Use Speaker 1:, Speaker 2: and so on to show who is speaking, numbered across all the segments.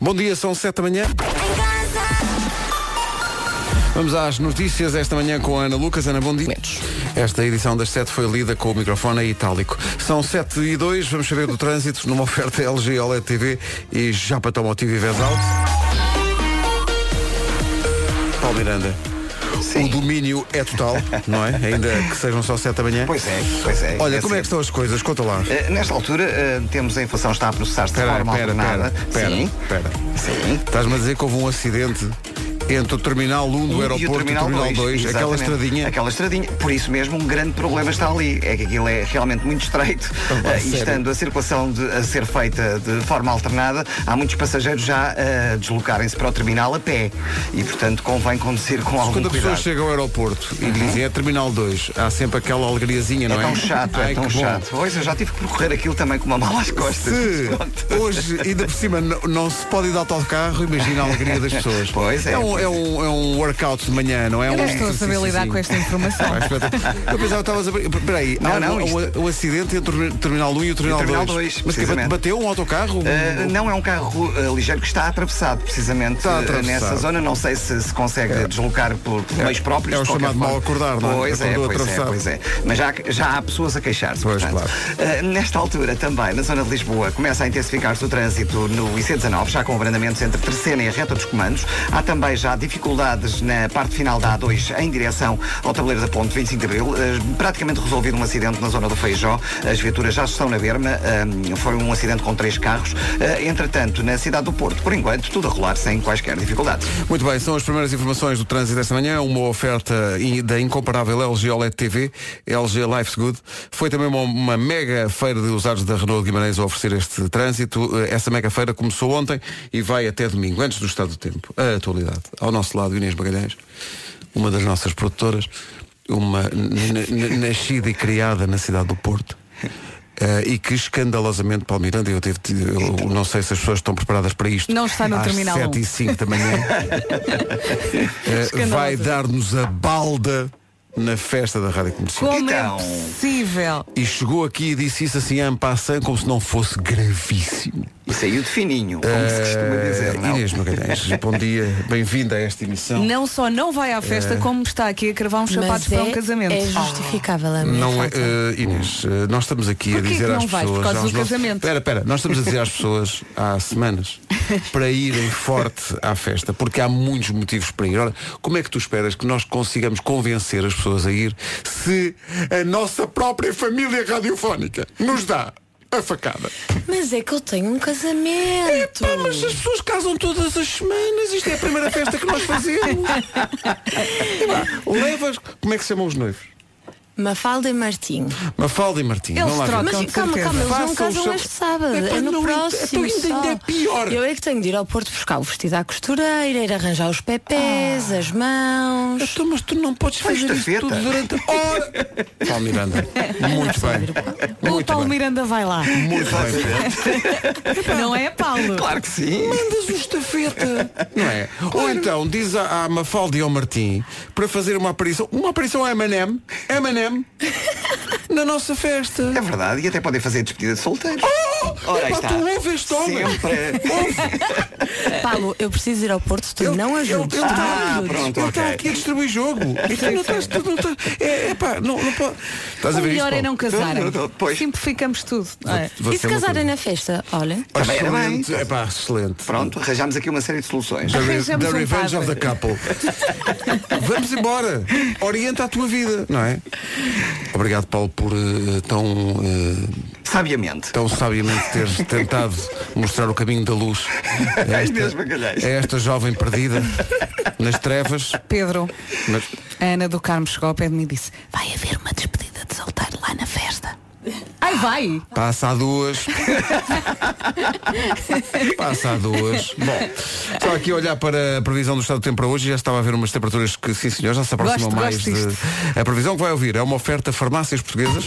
Speaker 1: Bom dia, são 7 da manhã. Vamos às notícias esta manhã com a Ana Lucas. Ana, bom dia. Esta edição das 7 foi lida com o microfone a itálico. São 7 e 2, vamos saber do trânsito numa oferta LG OLED TV e Japa Automotive e Vesalto. Paulo Miranda. O domínio é total, não é? Ainda que sejam só 7 da manhã.
Speaker 2: Pois é, pois é.
Speaker 1: Olha,
Speaker 2: É
Speaker 1: como é
Speaker 2: certo.
Speaker 1: que estão as coisas? Conta lá.
Speaker 2: Eh, Nesta altura, eh, temos a inflação está a processar-se de
Speaker 1: Espera,
Speaker 2: forma
Speaker 1: espera,
Speaker 2: alternada.
Speaker 1: espera,
Speaker 2: Sim,
Speaker 1: espera, espera.
Speaker 2: sim.
Speaker 1: Estás-me a dizer que houve um acidente entre o Terminal 1 do
Speaker 2: E
Speaker 1: aeroporto e o Terminal 2, aquela
Speaker 2: exatamente.
Speaker 1: estradinha.
Speaker 2: Aquela estradinha. Por isso mesmo, um grande problema está ali. É que aquilo é realmente muito estreito.
Speaker 1: pá,
Speaker 2: eh,
Speaker 1: sério?
Speaker 2: e estando a circulação de- a ser feita de forma alternada, há muitos passageiros já a deslocarem-se para o terminal a pé. E, portanto, convém conduzir com algum
Speaker 1: Quando a pessoa
Speaker 2: cuidado.
Speaker 1: chega ao aeroporto e dizem é Terminal 2, há sempre aquela alegriazinha,
Speaker 2: É
Speaker 1: não é?
Speaker 2: tão chato,
Speaker 1: Ai,
Speaker 2: é tão
Speaker 1: que bom.
Speaker 2: chato. Pois, eu já tive que percorrer aquilo também com uma mala às costas. Pronto.
Speaker 1: Se hoje, ainda por cima, não, não se pode ir de autocarro, imagina a alegria das pessoas.
Speaker 2: Pois é,
Speaker 1: um,
Speaker 2: pois
Speaker 1: é, um, é um workout de manhã, não é?
Speaker 3: Eu
Speaker 1: um
Speaker 3: não estou a saber
Speaker 1: exercício
Speaker 3: lidar
Speaker 1: assim.
Speaker 3: com esta informação.
Speaker 1: Pá, espetacular. Eu pensava que estavas a brin- Peraí,
Speaker 2: Não,
Speaker 1: há
Speaker 2: não,
Speaker 1: um-
Speaker 2: isto-
Speaker 1: o, acidente entre o Terminal 1 e o Terminal,
Speaker 2: Terminal
Speaker 1: 2.
Speaker 2: 2,
Speaker 1: Mas que,
Speaker 2: precisamente.
Speaker 1: bateu um autocarro?
Speaker 2: Uh, não é um carro uh, ligeiro que está atravessado, precisamente
Speaker 1: Está
Speaker 2: uh,
Speaker 1: atravessado.
Speaker 2: nessa zona. Não sei se se consegue deslocar por, por meios próprios.
Speaker 1: é o
Speaker 2: de qualquer
Speaker 1: chamado mal
Speaker 2: forma.
Speaker 1: acordar, não é?
Speaker 2: Pois é,
Speaker 1: Acordou
Speaker 2: pois é,
Speaker 1: atravessado.
Speaker 2: pois é. Mas já, já há pessoas a queixar-se.
Speaker 1: Pois,
Speaker 2: portanto. Uh, nesta altura, também, na zona de Lisboa, começa a intensificar-se o trânsito no IC19, já com abrandamentos entre Terceira e a reta dos comandos. Há também já dificuldades na parte final da A2 em direção ao tabuleiro da ponte 25 de Abril. Uh, praticamente resolvido um acidente na zona do Feijó. As viaturas já estão na berma. Um, foi um acidente com três carros. Uh, entretanto, na cidade do Porto, por enquanto, tudo a rolar sem quaisquer dificuldades.
Speaker 1: Muito bem, são as primeiras informações do trânsito desta manhã, uma oferta i- da incomparável LG OLED TV, LG Life's Good. Foi também uma, uma mega feira de usados da Renault de Guimarães a oferecer este trânsito. Eh, Essa mega feira começou ontem e vai até domingo, antes do estado do tempo. A atualidade. Ao nosso lado, Inês Magalhães, uma das nossas produtoras, uma n- n- nascida e criada na cidade do Porto. eh, e que escandalosamente, Paulo Miranda, eu, tive, eu não sei se as pessoas estão preparadas para isto.
Speaker 3: Não está no
Speaker 1: Às
Speaker 3: terminal
Speaker 1: 7 e
Speaker 3: um.
Speaker 1: 5 da manhã. Eh,
Speaker 3: Escandalosa.
Speaker 1: vai dar-nos a balda na festa da Rádio Comercial.
Speaker 3: Como
Speaker 2: Então.
Speaker 3: é possível?
Speaker 1: E chegou aqui e disse isso assim a passando como se não fosse gravíssimo.
Speaker 2: E saiu de fininho, como se costuma dizer.
Speaker 1: Eh,
Speaker 2: não?
Speaker 1: Inês Magalhães, bom dia, bem-vinda a esta emissão.
Speaker 3: Não só não vai
Speaker 1: É
Speaker 3: à festa, como está aqui a cravar uns sapatos
Speaker 4: Mas
Speaker 3: para um
Speaker 4: é-
Speaker 3: casamento.
Speaker 4: É justificável a minha
Speaker 1: Não é,
Speaker 4: falta.
Speaker 1: eh, Inês, eh, nós estamos aqui
Speaker 3: Porquê
Speaker 1: a dizer
Speaker 3: que não
Speaker 1: às
Speaker 3: vais? Por
Speaker 1: pessoas.
Speaker 3: causa
Speaker 1: aos
Speaker 3: do
Speaker 1: nossos-
Speaker 3: casamento?
Speaker 1: Espera, espera, nós estamos a dizer às pessoas há semanas para irem forte à festa, porque há muitos motivos para ir. Ora, como é que tu esperas que nós consigamos convencer as pessoas a ir se a nossa própria família radiofónica nos dá a facada?
Speaker 4: Mas é que eu tenho um casamento.
Speaker 1: Pá, mas as pessoas casam todas as semanas, isto é a primeira festa que nós fazemos. E pá, Levas, como é que se chamam os noivos?
Speaker 4: Mafalda e Martim.
Speaker 1: Mafalda e Martim.
Speaker 3: Eles
Speaker 1: vão lá ver.
Speaker 3: trocam.
Speaker 4: Mas
Speaker 3: com
Speaker 4: calma,
Speaker 3: certeza.
Speaker 4: calma, eles
Speaker 1: Façam
Speaker 4: não casam
Speaker 1: o
Speaker 4: este
Speaker 1: seu-
Speaker 4: sábado.
Speaker 1: Epá,
Speaker 4: É no
Speaker 1: não, então
Speaker 4: próximo.
Speaker 1: ainda- ainda
Speaker 4: só.
Speaker 1: é pior.
Speaker 4: Eu é que tenho de ir ao Porto buscar o vestido à costureira, ir arranjar os pepés, as mãos.
Speaker 1: Ah. Então, mas tu não podes
Speaker 2: Faz
Speaker 1: fazer isto
Speaker 2: estafeta.
Speaker 1: tudo durante a hora. Paulo Miranda, muito bem.
Speaker 3: o
Speaker 1: Muito
Speaker 3: Paulo
Speaker 1: bem.
Speaker 3: Miranda vai lá.
Speaker 1: Muito bem.
Speaker 3: Não é Paulo?
Speaker 2: Claro que sim.
Speaker 1: Mandas um estafeta. Não é? Ou então diz à, à Mafalda e ao Martim para fazer uma aparição, uma aparição a M&M, M&M, na nossa festa. Oh!
Speaker 2: É verdade, e até podem fazer despedida de solteiros. Ora, aí
Speaker 1: Epá,
Speaker 2: está.
Speaker 1: tu ouves Um este homem. Oh,
Speaker 2: Sempre.
Speaker 4: Paulo, eu preciso ir ao Porto, tu
Speaker 1: Ele-
Speaker 4: não
Speaker 1: ele-
Speaker 4: ajudes.
Speaker 1: Ele
Speaker 4: Tu
Speaker 1: está
Speaker 4: não
Speaker 2: Ah,
Speaker 4: ajudes.
Speaker 2: pronto. ok.
Speaker 1: aqui a distribuir jogo. E tu não estás- tu não estás- É, é pá, não, não pode. Estás a
Speaker 3: O
Speaker 1: ver isto,
Speaker 3: melhor é
Speaker 1: Paulo?
Speaker 3: não casarem.
Speaker 2: Não, não, não, pois.
Speaker 3: Simplificamos tudo. não é?
Speaker 1: Vou
Speaker 4: E
Speaker 1: ser
Speaker 4: se
Speaker 1: uma
Speaker 4: casarem
Speaker 1: coisa.
Speaker 4: na festa? Olha.
Speaker 2: Também era bem.
Speaker 1: excelente. É pá, excelente.
Speaker 2: Pronto, arranjámos aqui uma série de soluções.
Speaker 1: The, re-
Speaker 3: Arranjamos
Speaker 1: the
Speaker 3: um
Speaker 1: Revenge of
Speaker 3: padre.
Speaker 1: the Couple. Vamos embora. Orienta a tua vida, não é? Obrigado, Paulo, por eh, tão, eh,
Speaker 2: Sabiamente.
Speaker 1: tão sabiamente teres tentado mostrar o caminho da luz a
Speaker 2: Inês
Speaker 1: esta,
Speaker 2: Magalhães.
Speaker 1: a esta jovem perdida nas trevas.
Speaker 3: Pedro,
Speaker 1: Mas,
Speaker 3: a Ana do Carmo chegou ao pé de mim e disse vai haver uma despedida de solteiro lá na festa. Ai vai!
Speaker 1: passa a duas. passa a duas. Bom, estava aqui a olhar para a previsão do estado do tempo para hoje e já estava a ver umas temperaturas que, sim senhor, já se aproximam
Speaker 3: Gosto,
Speaker 1: mais
Speaker 3: gosto disto.
Speaker 1: de. A previsão que vai ouvir é uma oferta farmácias portuguesas.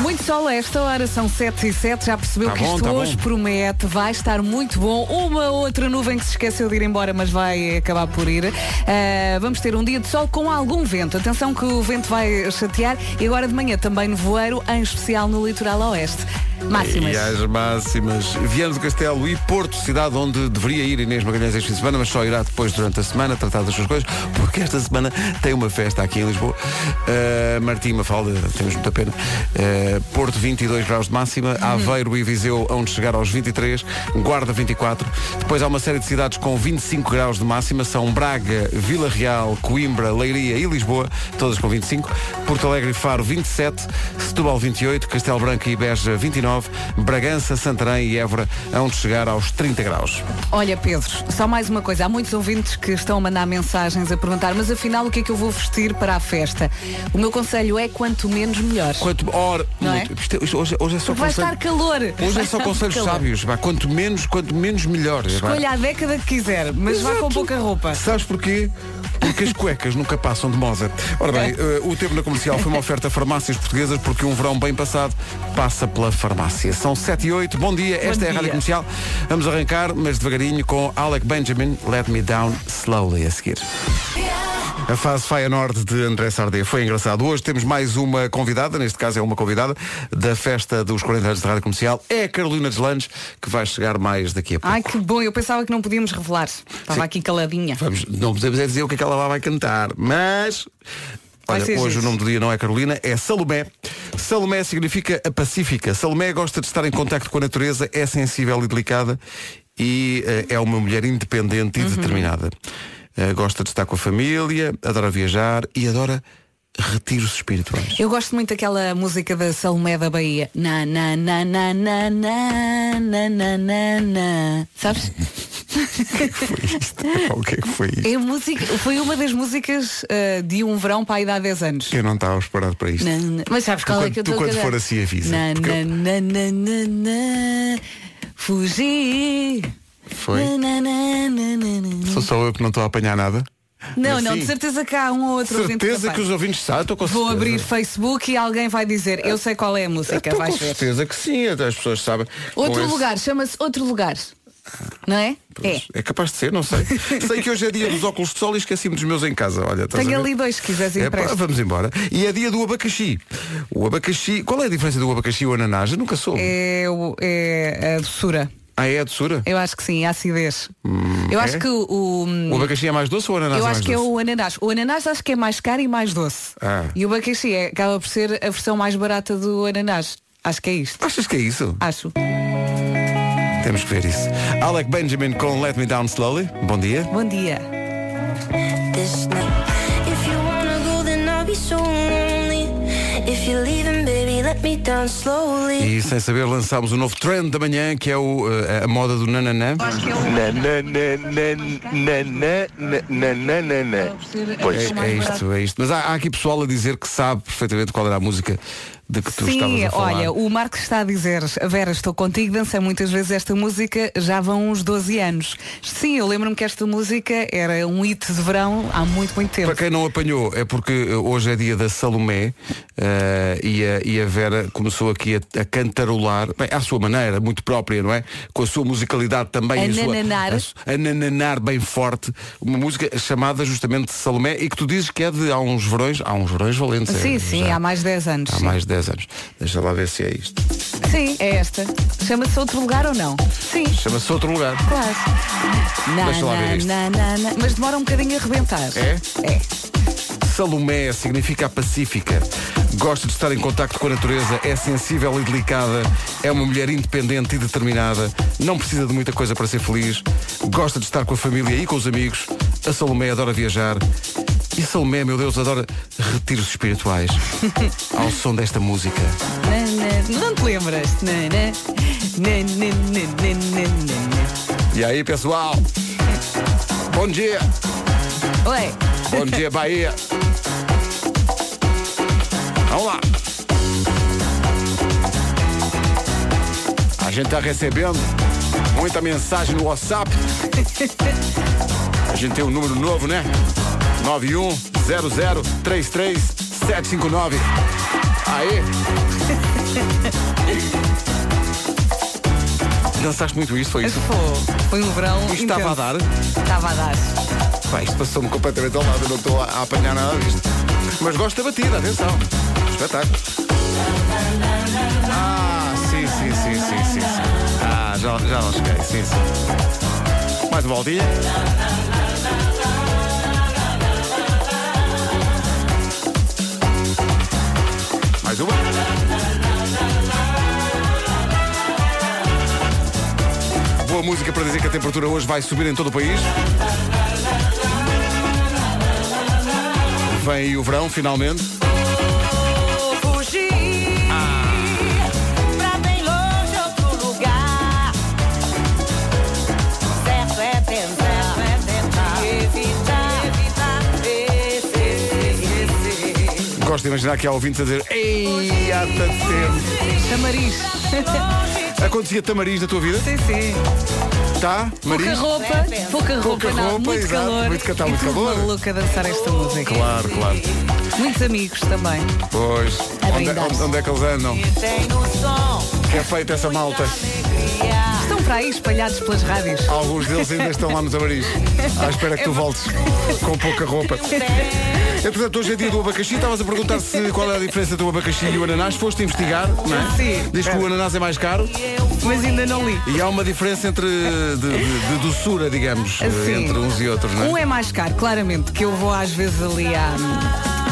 Speaker 3: Muito sol a esta hora, são 7 e 7 Já percebeu
Speaker 1: Tá
Speaker 3: que
Speaker 1: bom,
Speaker 3: isto
Speaker 1: tá bom.
Speaker 3: hoje promete Vai estar muito bom Uma outra nuvem que se esqueceu de ir embora Mas vai acabar por ir Ah, Vamos ter um dia de sol com algum vento Atenção que o vento vai chatear E agora de manhã também nevoeiro Em especial no litoral oeste Máximas.
Speaker 1: E às máximas. Viana do Castelo e Porto, cidade onde deveria ir Inês Magalhães este fim de semana, mas só irá depois durante a semana tratar das suas coisas, porque esta semana tem uma festa aqui em Lisboa. Uh, Martim Mafalda, temos muita pena. Uh, Porto, 22 graus de máxima. Aveiro e Viseu, onde chegar aos 23. Guarda, 24. Depois há uma série de cidades com 25 graus de máxima. São Braga, Vila Real, Coimbra, Leiria e Lisboa, todas com 25. Porto Alegre e Faro, 27. Setúbal, 28. Castelo Branco e Beja, 29. Bragança, Santarém e Évora, onde chegar aos 30 graus.
Speaker 3: Olha, Pedro, só mais uma coisa. Há muitos ouvintes que estão a mandar mensagens a perguntar, mas afinal o que é que eu vou vestir para a festa? O meu conselho é quanto menos melhor.
Speaker 1: Quanto, ora,
Speaker 3: Não é?
Speaker 1: muito, isto- isto- hoje, hoje é só
Speaker 3: Porque vai
Speaker 1: conselho-
Speaker 3: estar calor.
Speaker 1: Hoje
Speaker 3: Vai
Speaker 1: é só
Speaker 3: estar
Speaker 1: conselhos
Speaker 3: calor.
Speaker 1: sábios. vá, Quanto menos, quanto menos melhor. vá.
Speaker 3: Escolha a década que quiser, mas vá com
Speaker 1: Exato.
Speaker 3: pouca roupa.
Speaker 1: Sabes porquê? Porque as cuecas nunca passam de moda. Ora bem, eh, o tempo na comercial foi uma oferta a farmácias portuguesas porque um verão bem passado passa pela farmácia. São 7 e 8, bom dia, esta é a
Speaker 3: dia.
Speaker 1: Rádio Comercial. Vamos arrancar, mas devagarinho, com Alec Benjamin, Let Me Down Slowly a seguir. A fase Faia Norte de André Sardé foi engraçado. Hoje temos mais uma convidada, neste caso é uma convidada, da festa dos 40 anos de Rádio Comercial. É a Carolina Deslandes, que vai chegar mais daqui a pouco.
Speaker 3: Ai, que bom, eu pensava que não podíamos revelar. Estava aqui caladinha.
Speaker 1: Vamos, não podemos é dizer o que é que ela lá vai cantar, mas.
Speaker 3: Vai
Speaker 1: Olha,
Speaker 3: ser
Speaker 1: hoje
Speaker 3: giro.
Speaker 1: o nome do dia não é Carolina, é Salomé. Salomé significa a pacífica. Salomé gosta de estar em contacto com a natureza, é sensível e delicada e eh, é uma mulher independente e
Speaker 3: Uhum.
Speaker 1: determinada. Eh, gosta de estar com a família, adora viajar e adora retiros espirituais.
Speaker 3: Eu gosto muito daquela música da Salomé da Bahia. Na, na, na, na, na, na, na, na, na, na. Sabes?
Speaker 1: é Foi isto? Epá, o que é que foi isto?
Speaker 3: É música, foi uma das músicas ah, de um verão para aí de há 10 anos.
Speaker 1: Eu não estava preparado para isto.
Speaker 3: Na, na. Mas sabes qual é
Speaker 1: quando-
Speaker 3: que eu
Speaker 1: tu
Speaker 3: estou a
Speaker 1: quando
Speaker 3: cantar?
Speaker 1: for assim avisa,
Speaker 3: Na,
Speaker 1: porque eu-
Speaker 3: na, na, na, na, na. Fugi.
Speaker 1: Foi?
Speaker 3: Na, na, na, na, na, na.
Speaker 1: Sou só eu que não estou a apanhar nada?
Speaker 3: Não,
Speaker 1: Mas
Speaker 3: não,
Speaker 1: sim.
Speaker 3: de certeza que há um ou outro ouvinte
Speaker 1: Certeza
Speaker 3: apanha.
Speaker 1: que os ouvintes sabem, estou com
Speaker 3: Vou
Speaker 1: certeza.
Speaker 3: abrir Facebook e alguém vai dizer, eu sei qual é a música,
Speaker 1: Estou
Speaker 3: vais
Speaker 1: Então, com
Speaker 3: ver.
Speaker 1: certeza que sim, até as pessoas sabem. Com
Speaker 3: Outro
Speaker 1: esse-
Speaker 3: lugar, chama-se Outro Lugar. Não é?
Speaker 1: Pois,
Speaker 3: É.
Speaker 1: É. capaz de ser, não sei. sei que hoje é dia dos óculos de sol e esqueci-me dos meus em casa. Olha, estás
Speaker 3: Tenho
Speaker 1: a ver?
Speaker 3: ali dois, se quiseres
Speaker 1: É, pá,
Speaker 3: empresta.
Speaker 1: vamos embora. E é dia do abacaxi. O abacaxi. Qual é a diferença do abacaxi e o ananás? Eu nunca soube.
Speaker 3: É, o- é a doçura.
Speaker 1: Ah, é a doçura?
Speaker 3: Eu acho que sim, a acidez. eu acho
Speaker 1: é?
Speaker 3: que o.
Speaker 1: O abacaxi é mais doce ou o ananás
Speaker 3: eu
Speaker 1: é
Speaker 3: acho
Speaker 1: mais
Speaker 3: que é
Speaker 1: doce?
Speaker 3: o ananás. O ananás acho que é mais caro e mais doce.
Speaker 1: Ah.
Speaker 3: E o abacaxi é, acaba por ser a versão mais barata do ananás. Acho que é isto.
Speaker 1: Achas que é isso?
Speaker 3: Acho.
Speaker 1: Temos que ver isso. Alec Benjamin com Let Me Down Slowly. Bom dia.
Speaker 3: Bom dia.
Speaker 5: this night. If you wanna go, then I'll be so lonely. If you're leaving, baby, let me down slowly.
Speaker 1: E sem saber lançámos o novo trend da manhã que é o, eh, a moda do nananã.
Speaker 6: Na, na, na, na, na, na, na, na, na, na, na.
Speaker 1: É,
Speaker 6: Pois,
Speaker 1: é isto, é isto. Mas há, há aqui pessoal a dizer que sabe perfeitamente qual era a música de que tu estavas
Speaker 3: Sim,
Speaker 1: a falar.
Speaker 3: olha, o Marcos está a dizer, Vera, estou contigo, dancei muitas vezes esta música, já vão uns 12 anos. Sim, eu lembro-me que esta música era um hit de verão há muito, muito tempo.
Speaker 1: Para quem não apanhou, é porque eh, hoje é dia da Salomé eh, e, a, e a Vera começou aqui a, a cantarolar, bem, à sua maneira, muito própria, não é? Com a sua musicalidade também.
Speaker 3: A
Speaker 1: e sua-
Speaker 3: nananar.
Speaker 1: a su- a nananar bem forte. Uma música chamada justamente Salomé e que tu dizes que é de há uns verões, há uns verões valentes. é,
Speaker 3: Sim, sim,
Speaker 1: já
Speaker 3: há mais de 10 anos.
Speaker 1: há
Speaker 3: sim.
Speaker 1: mais de 10 anos. Deixa lá ver se é isto.
Speaker 3: Sim, é esta. Chama-se outro lugar ou não? Sim.
Speaker 1: Chama-se Outro Lugar.
Speaker 3: Claro. Na,
Speaker 1: Deixa lá ver isto.
Speaker 3: na, na, na, na. Mas demora um bocadinho a arrebentar.
Speaker 1: É?
Speaker 3: É.
Speaker 1: Salomé significa a pacífica. Gosta de estar em contacto com a natureza, é sensível e delicada, é uma mulher independente e determinada, não precisa de muita coisa para ser feliz, gosta de estar com a família e com os amigos. A Salomé adora viajar. E a Salomé, meu Deus, adora retiros espirituais ao som desta música.
Speaker 3: Né, Na, na. Não te lembras? Né, Na, na. Na, na, né, na,
Speaker 1: E aí, pessoal? Bom dia!
Speaker 3: na, na, na. Ué,
Speaker 1: Bom dia, Bahia. Vamos lá. A gente está recebendo muita mensagem no WhatsApp. A gente tem um número novo, né? 910033759. Aí. Dançaste muito isso, foi isso?
Speaker 3: foi, foi um verão.
Speaker 1: Isto estava a
Speaker 3: intenso.
Speaker 1: dar?
Speaker 3: Estava a dar.
Speaker 1: Pá, isto passou-me completamente ao lado, eu não estou a, a apanhar nada disto. Mas gosto da batida, atenção. Espetáculo. Ah, sim, sim,
Speaker 7: Ah,
Speaker 1: já, já não cheguei. Sim, sim. Mais uma voltinha. Mais uma. Boa música para dizer que a temperatura hoje vai subir em todo o país. Vem aí o verão, finalmente.
Speaker 8: Pra bem longe outro lugar. Certo é tentar, é tentar evitar, evitar esse, esse, esse.
Speaker 1: Gosto de imaginar que há ouvintes a dizer Ei, há tanto tempo.
Speaker 3: Chamariz.
Speaker 1: Acontecia tamariz na tua vida?
Speaker 3: sim, sim.
Speaker 1: Tá?
Speaker 3: Pouca
Speaker 1: Mariz?
Speaker 8: é
Speaker 3: roupa, pouca roupa,
Speaker 1: Pouca
Speaker 3: não,
Speaker 1: roupa,
Speaker 3: muito
Speaker 1: exato,
Speaker 3: calor.
Speaker 1: muito ca- tá
Speaker 3: E
Speaker 1: muito
Speaker 3: tudo
Speaker 1: calor.
Speaker 3: maluco a dançar esta música.
Speaker 1: Claro, claro.
Speaker 3: Muitos amigos também.
Speaker 1: Pois. Onde, é- onde- onde é que eles andam?
Speaker 8: E tem no som
Speaker 1: Que é feita essa malta?
Speaker 8: alegria.
Speaker 3: Estão para aí espalhados pelas rádios.
Speaker 1: Alguns deles ainda estão lá no tamariz. À espera que tu voltes com pouca roupa. Entretanto, hoje é dia do abacaxi. Estavas a perguntar se qual é a diferença do abacaxi e o ananás. Foste investigar, não é?
Speaker 3: Sim.
Speaker 1: Diz que o ananás é mais caro
Speaker 3: Mas ainda não li.
Speaker 1: e há uma diferença entre de, de- de doçura, digamos,
Speaker 3: Sim.
Speaker 1: entre uns e outros, não é?
Speaker 3: Um é mais caro, claramente, que eu vou às vezes ali à,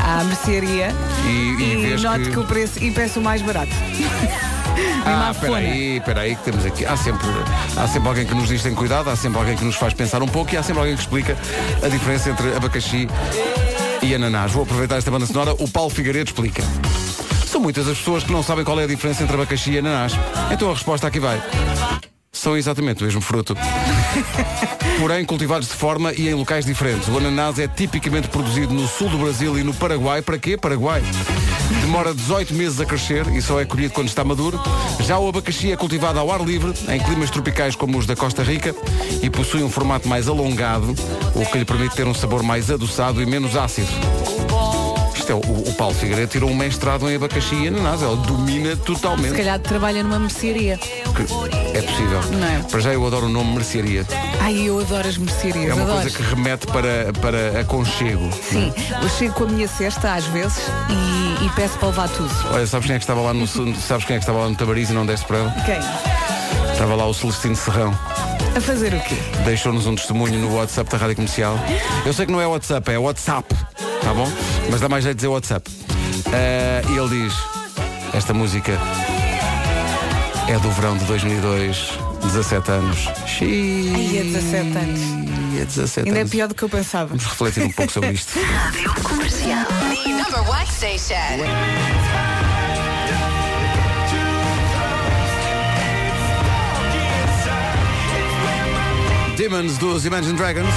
Speaker 3: à mercearia
Speaker 1: E- e vês
Speaker 3: noto
Speaker 1: que-
Speaker 3: que... o preço e peço o mais barato. Uma
Speaker 1: Ah,
Speaker 3: afona.
Speaker 1: peraí, peraí, que temos aqui. Há sempre, há sempre alguém que nos diz tem cuidado, há sempre alguém que nos faz pensar um pouco e há sempre alguém que explica a diferença entre abacaxi e ananás. Vou aproveitar esta banda sonora, o Paulo Figueiredo explica. São muitas as pessoas que não sabem qual é a diferença entre abacaxi e ananás. Então a resposta aqui vai. São exatamente o mesmo fruto. Porém, cultivados de forma e em locais diferentes. O ananás é tipicamente produzido no sul do Brasil e no Paraguai. Para quê? Paraguai. Demora 18 meses a crescer e só é colhido quando está maduro. Já o abacaxi é cultivado ao ar livre, em climas tropicais como os da Costa Rica, e possui um formato mais alongado, o que lhe permite ter um sabor mais adoçado e menos ácido. Isto é, o, o Paulo Figueiredo tirou um mestrado em abacaxi e ananás. Ele domina
Speaker 3: Se
Speaker 1: totalmente.
Speaker 3: calhar trabalha numa mercearia.
Speaker 1: Que é possível.
Speaker 3: Não é?
Speaker 1: Para já eu adoro o nome mercearia.
Speaker 3: Ai, eu adoro as mercearias,
Speaker 1: É uma
Speaker 3: adoro.
Speaker 1: coisa que remete para, para aconchego. é?
Speaker 3: Sim, eu chego com a minha cesta às vezes e, e peço para levar tudo.
Speaker 1: Olha, sabes quem é que estava lá no sabes quem é que estava lá no Tabariz e não deste para ela?
Speaker 3: Quem?
Speaker 1: Estava lá o Celestino Serrão.
Speaker 3: A fazer o quê?
Speaker 1: Deixou-nos um testemunho no WhatsApp da Rádio Comercial. Eu sei que não é WhatsApp, é WhatsApp, tá bom? Mas dá mais jeito de dizer WhatsApp. Eh, e ele diz, esta música é do verão de 2002, 17 anos. Xiii.
Speaker 3: Ai, é 17 anos.
Speaker 1: Ih, É 17
Speaker 3: Ainda é
Speaker 1: anos.
Speaker 3: pior do que eu pensava.
Speaker 1: Vamos refletir um pouco sobre isto.
Speaker 9: Number one station.
Speaker 1: Demons dos Imagine Dragons.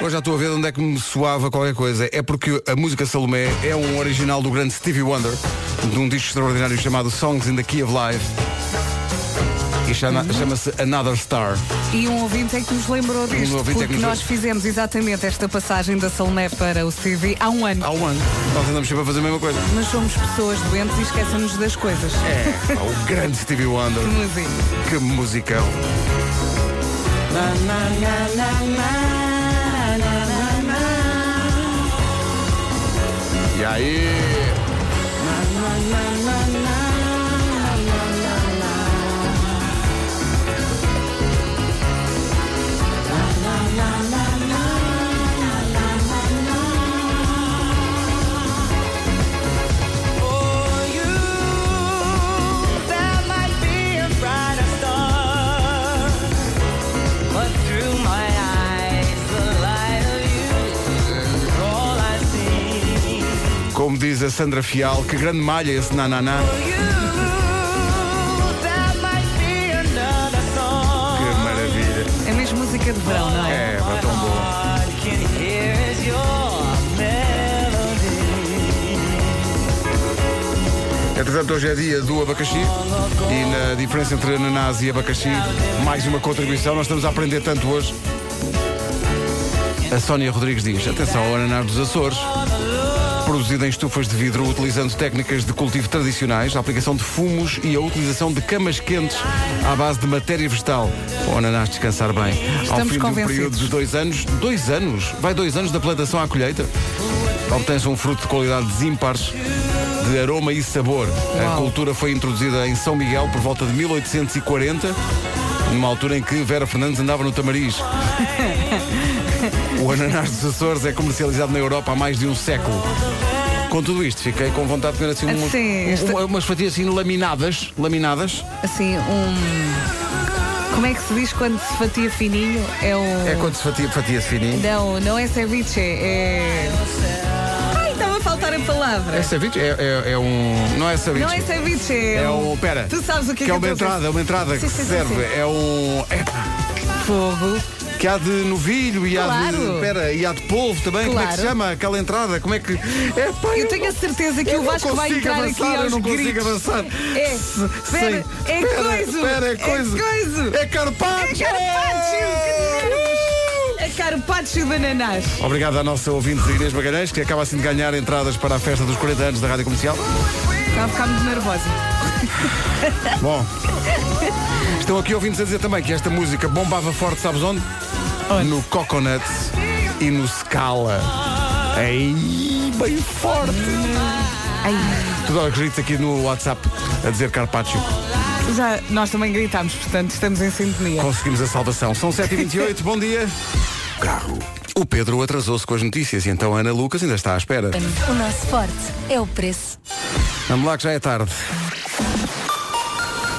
Speaker 1: Hoje já estou a ver onde é que me soava qualquer coisa. É porque a música Salomé é um original do grande Stevie Wonder, de um disco extraordinário chamado Songs in the Key of Life. E chama- chama-se Another Star.
Speaker 3: E um ouvinte é que nos lembrou disto,
Speaker 1: ouvinte é que
Speaker 3: porque
Speaker 1: nos
Speaker 3: nós fizemos exatamente esta passagem da Salomé para o CV há um ano.
Speaker 1: Há um ano. Nós andamos sempre a fazer a mesma coisa.
Speaker 3: Mas somos pessoas doentes e esquecemos das coisas.
Speaker 1: É, o grande Stevie Wonder.
Speaker 3: Música.
Speaker 1: Que musicão. E aí?
Speaker 8: For you, there might be a brighter star, but through my eyes, the light of you is all I see.
Speaker 1: Como diz a Sandra Fial, que grande malha esse nananá.
Speaker 8: For you, there might be another
Speaker 1: Que
Speaker 8: song.
Speaker 1: maravilha.
Speaker 3: É mesmo música de verão, não é?
Speaker 1: É, pá, tão bom.
Speaker 2: Ah,
Speaker 8: All I can hear is your melody.
Speaker 1: Entretanto, hoje é dia do abacaxi e na diferença entre ananás e abacaxi, mais uma contribuição. Nós estamos a aprender tanto hoje. A Sónia Rodrigues diz, atenção ao ananás dos Açores. Produzido em estufas de vidro, utilizando técnicas de cultivo tradicionais, a aplicação de fumos e a utilização de camas quentes à base de matéria vegetal. O ananás descansar bem. Ao
Speaker 3: Estamos
Speaker 1: fim de um
Speaker 3: convencidos.
Speaker 1: período de dois anos, dois anos, vai dois anos da plantação à colheita, obtém-se um fruto de qualidade ímpares de aroma e sabor. A cultura foi introduzida em São Miguel por volta de 1840, numa altura em que Vera Fernandes andava no Tamariz. O ananás dos Açores é comercializado na Europa há mais de um século. Com tudo isto, fiquei com vontade de comer assim uma-
Speaker 3: Sim, isto-
Speaker 1: uma- umas fatias assim laminadas, laminadas.
Speaker 3: Assim, um. Como é que se diz quando se fatia fininho? É um.
Speaker 1: É quando se fatia, fatia-se fininho.
Speaker 3: Não, não é ceviche, é. Ai, estava a faltar a palavra.
Speaker 1: É ceviche? É, é- é um... Não é ceviche.
Speaker 3: Não é ceviche, é.
Speaker 1: É
Speaker 3: um-
Speaker 1: o. Pera.
Speaker 3: Tu sabes o que é que
Speaker 1: é
Speaker 3: eu
Speaker 1: uma
Speaker 3: tô a
Speaker 1: entrada,
Speaker 3: pensar.
Speaker 1: é uma entrada
Speaker 3: Sim,
Speaker 1: que
Speaker 3: sim, sim,
Speaker 1: serve.
Speaker 3: sim.
Speaker 1: É um. é-
Speaker 3: Fogo.
Speaker 1: que há de novilho e há de.
Speaker 3: Claro.
Speaker 1: Pera, e há de polvo também. Como é que se
Speaker 3: Claro.
Speaker 1: chama aquela entrada? Como é que. É, pá,
Speaker 3: Eu tenho a certeza que
Speaker 1: eu
Speaker 3: o
Speaker 1: não
Speaker 3: Vasco vai
Speaker 1: consigo
Speaker 3: entrar
Speaker 1: avançar,
Speaker 3: aqui aos
Speaker 1: eu não consigo
Speaker 3: gritos.
Speaker 1: avançar.
Speaker 3: É.
Speaker 1: Se-
Speaker 3: Pera,
Speaker 1: sem-
Speaker 3: é
Speaker 1: pera,
Speaker 3: coiso.
Speaker 1: pera, é coiso.
Speaker 3: É coiso.
Speaker 1: É carpaccio!
Speaker 3: É
Speaker 1: É!
Speaker 3: carpaccio. A carpaccio de ananás.
Speaker 1: Obrigado à nossa ouvinte Inês Magalhães, que acaba assim de ganhar entradas para a festa dos 40 anos da Rádio Comercial.
Speaker 3: Estava Tá a ficar muito nervosa.
Speaker 1: Bom, estão aqui ouvintes a dizer também que esta música bombava forte, sabes onde? No Coconut e no Scala. Ei, bem forte! Tu dá gritos aqui no WhatsApp a dizer Carpaccio.
Speaker 3: Já, nós também gritámos, portanto, estamos em sintonia.
Speaker 1: Conseguimos a salvação. São 7h28, bom dia. Carro. O Pedro atrasou-se com as notícias e então a Ana Lucas ainda está à espera.
Speaker 9: O nosso forte é o preço.
Speaker 1: Vamos lá que já é tarde.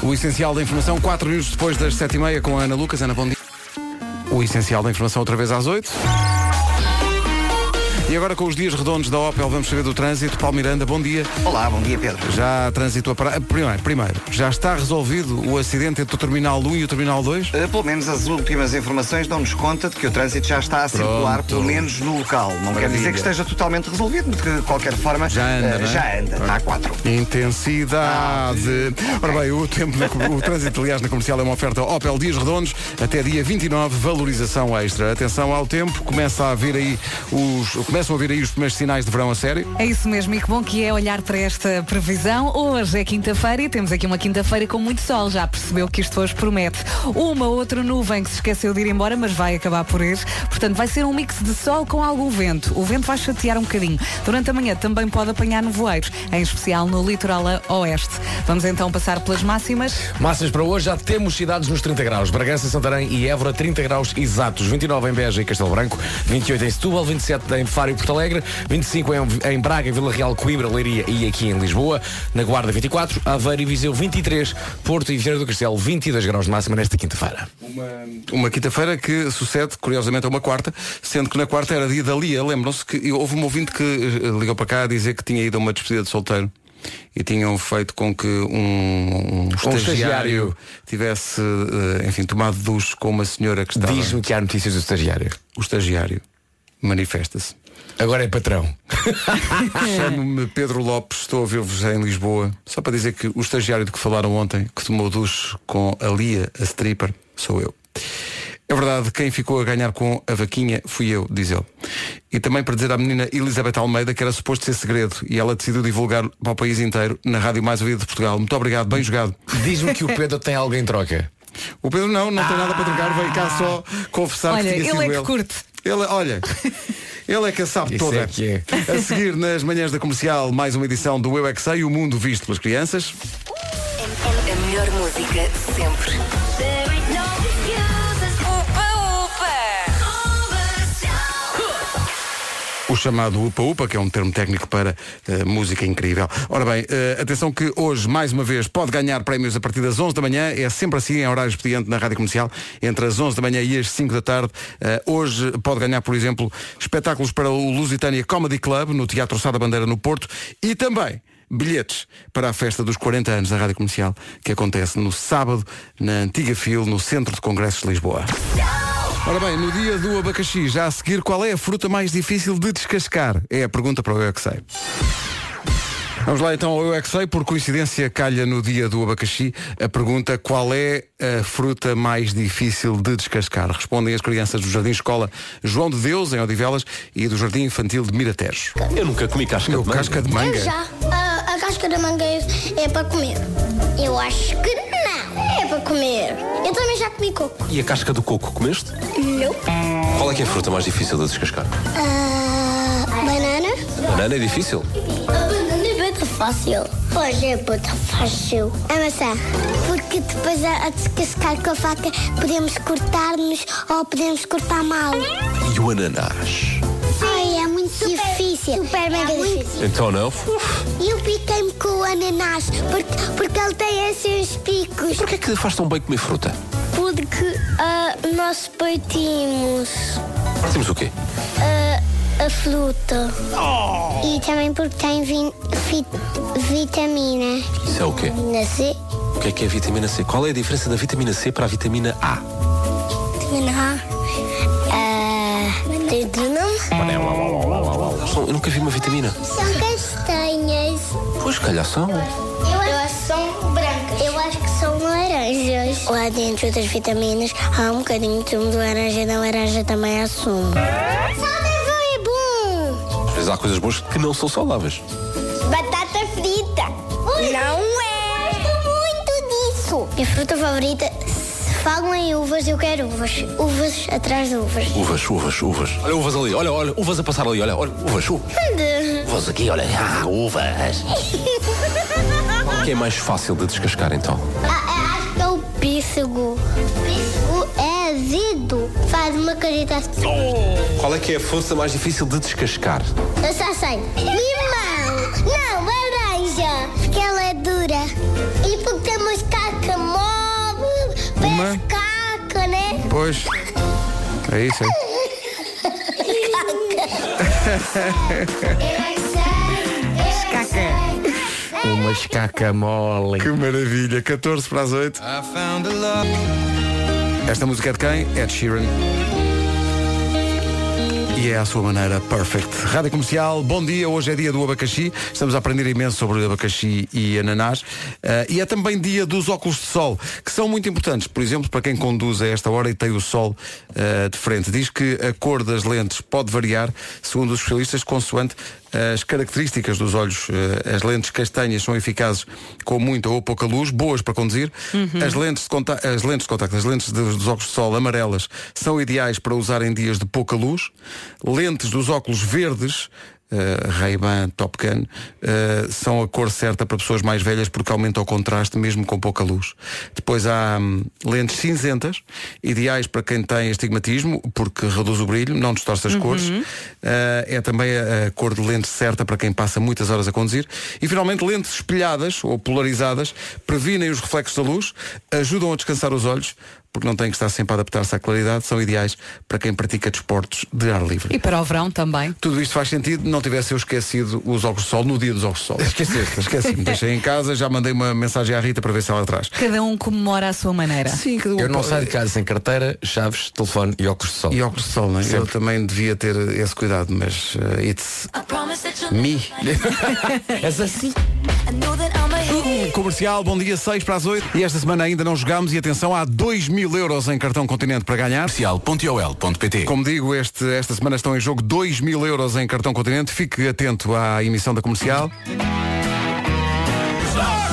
Speaker 1: O essencial da informação, 4 minutos depois das 7h30 com a Ana Lucas. Ana, bom dia. O essencial da informação outra vez às 8 E agora com os dias redondos da Opel, vamos saber do trânsito. Paulo Miranda, bom dia.
Speaker 2: Olá, bom dia, Pedro.
Speaker 1: Já trânsito a parar. Primeiro, primeiro, já está resolvido o acidente entre o Terminal 1 e o Terminal 2?
Speaker 2: Eh, Pelo menos as últimas informações dão-nos conta de que o trânsito já está a circular, pelo menos no local. Não quer dizer que esteja totalmente resolvido, de que, de qualquer forma
Speaker 1: Já anda,
Speaker 2: eh,
Speaker 1: não é?
Speaker 2: já anda, está a 4.
Speaker 1: Intensidade. Ora bem, o tempo, na co- o trânsito, aliás, na comercial é uma oferta Opel Dias Redondos até dia 29, valorização extra. Atenção ao tempo, começa a vir aí os, começam a vir aí os primeiros sinais de verão a sério.
Speaker 3: É isso mesmo, e que bom que é olhar para esta previsão. Hoje é quinta-feira e temos aqui uma quinta-feira com muito sol. Já percebeu que isto hoje promete. Uma outra nuvem que se esqueceu de ir embora, mas vai acabar por ir. Portanto, vai ser um mix de sol com algum vento. O vento vai chatear um bocadinho. Durante a manhã também pode apanhar nevoeiros, em especial no litoral a- oeste. Vamos então passar pelas máximas.
Speaker 10: Máximas para hoje, já temos cidades nos 30 graus. Bragança, Santarém e Évora, 30 graus exatos. 29 em Beja e Castelo Branco, 28 em Setúbal, 27 em Faro e Porto Alegre, 25 em, em Braga, Vila Real, Coimbra, Leiria e aqui em Lisboa. Na Guarda, 24. Aveiro e Viseu, 23. Porto e Vieira do Castelo, 22 graus de máxima nesta quinta-feira.
Speaker 1: Uma quinta-feira que sucede, curiosamente, a uma quarta, sendo que na quarta era dia da Lia. Lembram-se que houve um ouvinte que eh, ligou para cá a dizer que tinha ido a uma despedida de solteiro e tinham feito com que um, um estagiário,
Speaker 10: estagiário.
Speaker 1: tivesse, eh, enfim, tomado duche com uma senhora que estava...
Speaker 10: Diz-me que há notícias do estagiário.
Speaker 1: O estagiário manifesta-se.
Speaker 10: Agora é patrão.
Speaker 1: Chamo-me Pedro Lopes, estou a ouvir-vos em Lisboa. Só para dizer que o estagiário de que falaram ontem, que tomou duche com a Lia, a stripper, sou eu. É verdade, quem ficou a ganhar com a vaquinha fui eu, diz ele. E também para dizer à menina Elizabeth Almeida que era suposto ser segredo e ela decidiu divulgar para o país inteiro na rádio mais ouvida de Portugal. Muito obrigado, bem jogado.
Speaker 10: Diz-me que o Pedro tem algo em troca.
Speaker 1: O Pedro não, não tem nada para trocar, veio cá só confessar
Speaker 3: Ah. Olha,
Speaker 1: que tinha
Speaker 3: ele
Speaker 1: sido
Speaker 3: é que
Speaker 1: ele.
Speaker 3: curte.
Speaker 1: Ele, olha, ele é que a sabe
Speaker 10: Isso
Speaker 1: toda.
Speaker 10: é que é.
Speaker 1: A seguir, nas manhãs da comercial, mais uma edição do Eu é Que Sei, o mundo visto pelas crianças.
Speaker 9: A melhor música sempre.
Speaker 1: O chamado upa-upa, que é um termo técnico para eh, música incrível. Ora bem, eh, atenção que hoje, mais uma vez, pode ganhar prémios a partir das 11 da manhã. É sempre assim, em horário expediente na Rádio Comercial, entre as 11 da manhã e as 5 da tarde. Eh, hoje pode ganhar, por exemplo, espetáculos para o Lusitânia Comedy Club, no Teatro Sá da Bandeira, no Porto, e também bilhetes para a festa dos 40 anos da Rádio Comercial, que acontece no sábado, na Antiga Fil, no Centro de Congressos de Lisboa. Ora bem, no dia do abacaxi, já a seguir, qual é a fruta mais difícil de descascar? É a pergunta para o Eu É Que Sei. Vamos lá então ao Eu É Que Sei, por coincidência calha no dia do abacaxi a pergunta qual é a fruta mais difícil de descascar? Respondem as crianças do Jardim Escola João de Deus, em Odivelas, e do Jardim Infantil de Miratejo.
Speaker 11: Eu nunca comi casca
Speaker 1: Meu,
Speaker 11: de manga.
Speaker 1: casca de manga.
Speaker 5: ah, A, a casca da manga é, é para comer. Eu acho que não. É para comer. Eu também já comi coco.
Speaker 11: E a casca do coco, comeste?
Speaker 5: Não.
Speaker 11: Qual é que é a fruta mais difícil de descascar?
Speaker 5: Ah, banana?
Speaker 11: Banana é difícil?
Speaker 5: A banana é bem
Speaker 12: fácil. Pois é, puta fácil. A maçã. Porque depois a, a descascar com a faca podemos cortar-nos ou podemos cortar mal.
Speaker 11: E o ananás?
Speaker 12: Ai, é muito difícil. Super mega
Speaker 5: É
Speaker 12: difícil.
Speaker 11: Então não?
Speaker 12: Eu piquei-me com o ananás porque, porque ele tem assim uns picos.
Speaker 11: Porquê é que faz tão bem comer fruta?
Speaker 12: Porque ah, nós partimos
Speaker 11: Partimos o quê?
Speaker 12: ah, a fruta.
Speaker 11: Oh.
Speaker 12: E também porque tem vin- vi- vitamina.
Speaker 11: Isso é o quê?
Speaker 12: Vitamina C,
Speaker 11: O que é que é vitamina C? Qual é a diferença da vitamina C para a vitamina A?
Speaker 12: vitamina A. Ah, tem outro nome?
Speaker 11: é São- Eu nunca vi uma vitamina.
Speaker 12: São castanhas.
Speaker 11: Pois, se calhar são.
Speaker 12: Eu acho que são brancas. Eu acho que são laranjas. Lá dentro das vitaminas há um bocadinho de sumo de laranja e da laranja também há sumo. Saudável é bom!
Speaker 11: Às vezes há coisas boas que não são saudáveis.
Speaker 12: Batata frita. Não é! Gosto muito disso. Minha fruta favorita, se falam em uvas, eu quero uvas. Uvas atrás de uvas.
Speaker 11: Uvas, uvas, uvas. Olha uvas ali, olha, olha, uvas a passar ali, olha, olha, uvas, uvas. Uvas aqui, olha, ah, uvas. O que é mais fácil de descascar então?
Speaker 12: Acho que é o pêssego. Pêssego é azedo. Faz uma careta assim.
Speaker 11: Qual é que é a força mais difícil de descascar?
Speaker 12: Eu só sei. Limão! Não, laranja! Porque ela é dura. E porque temos caca mole,
Speaker 1: Uma?
Speaker 12: caca, né?
Speaker 1: Pois. É isso, é. Uma escaca mole. Que maravilha. 14 para as 8. Esta música é de quem? Ed Sheeran. E é à sua maneira perfect. Rádio Comercial, bom dia. Hoje é dia do abacaxi. Estamos a aprender imenso sobre abacaxi e ananás. Ah, e é também dia dos óculos de sol, que são muito importantes. Por exemplo, para quem conduz a esta hora e tem o sol ah, de frente. Diz que a cor das lentes pode variar, segundo os especialistas, consoante as características dos olhos. Ah, as lentes castanhas são eficazes com muita ou pouca luz, boas para conduzir. As lentes de contacto, as lentes de contacto, as lentes dos, dos óculos de sol amarelas são ideais para usar em dias de pouca luz. Lentes dos óculos verdes Uh, Ray-Ban, Top Gun eh, são a cor certa para pessoas mais velhas porque aumenta o contraste mesmo com pouca luz. Depois há hum, lentes cinzentas, ideais para quem tem astigmatismo porque reduz o brilho, não distorce as
Speaker 13: Uhum.
Speaker 1: cores. Eh, é também a, a cor de lente certa para quem passa muitas horas a conduzir. E finalmente lentes espelhadas ou polarizadas previnem os reflexos da luz, ajudam a descansar os olhos porque não têm que estar sempre a adaptar-se à claridade, são ideais para quem pratica desportos de ar livre.
Speaker 3: E para o verão também.
Speaker 1: Tudo isto faz sentido, não tivesse eu esquecido os óculos de sol no dia dos óculos de sol. Esqueceste? Esqueci-me, deixei em casa, já mandei uma mensagem à Rita para ver se ela traz.
Speaker 3: Cada um comemora à sua maneira.
Speaker 1: Sim, cada um
Speaker 10: Eu não saio de casa sem carteira, chaves, telefone e óculos de sol.
Speaker 1: E óculos de sol, não é? Eu também devia ter esse cuidado, mas uh, it's me. És assim. Comercial, bom dia, 6 para as 8. E esta semana ainda não jogámos e atenção, há 2 mil euros em cartão continente para ganhar. Comercial.ol.pt Como digo, este, esta semana estão em jogo 2 mil euros em cartão continente. Fique atento à emissão da comercial.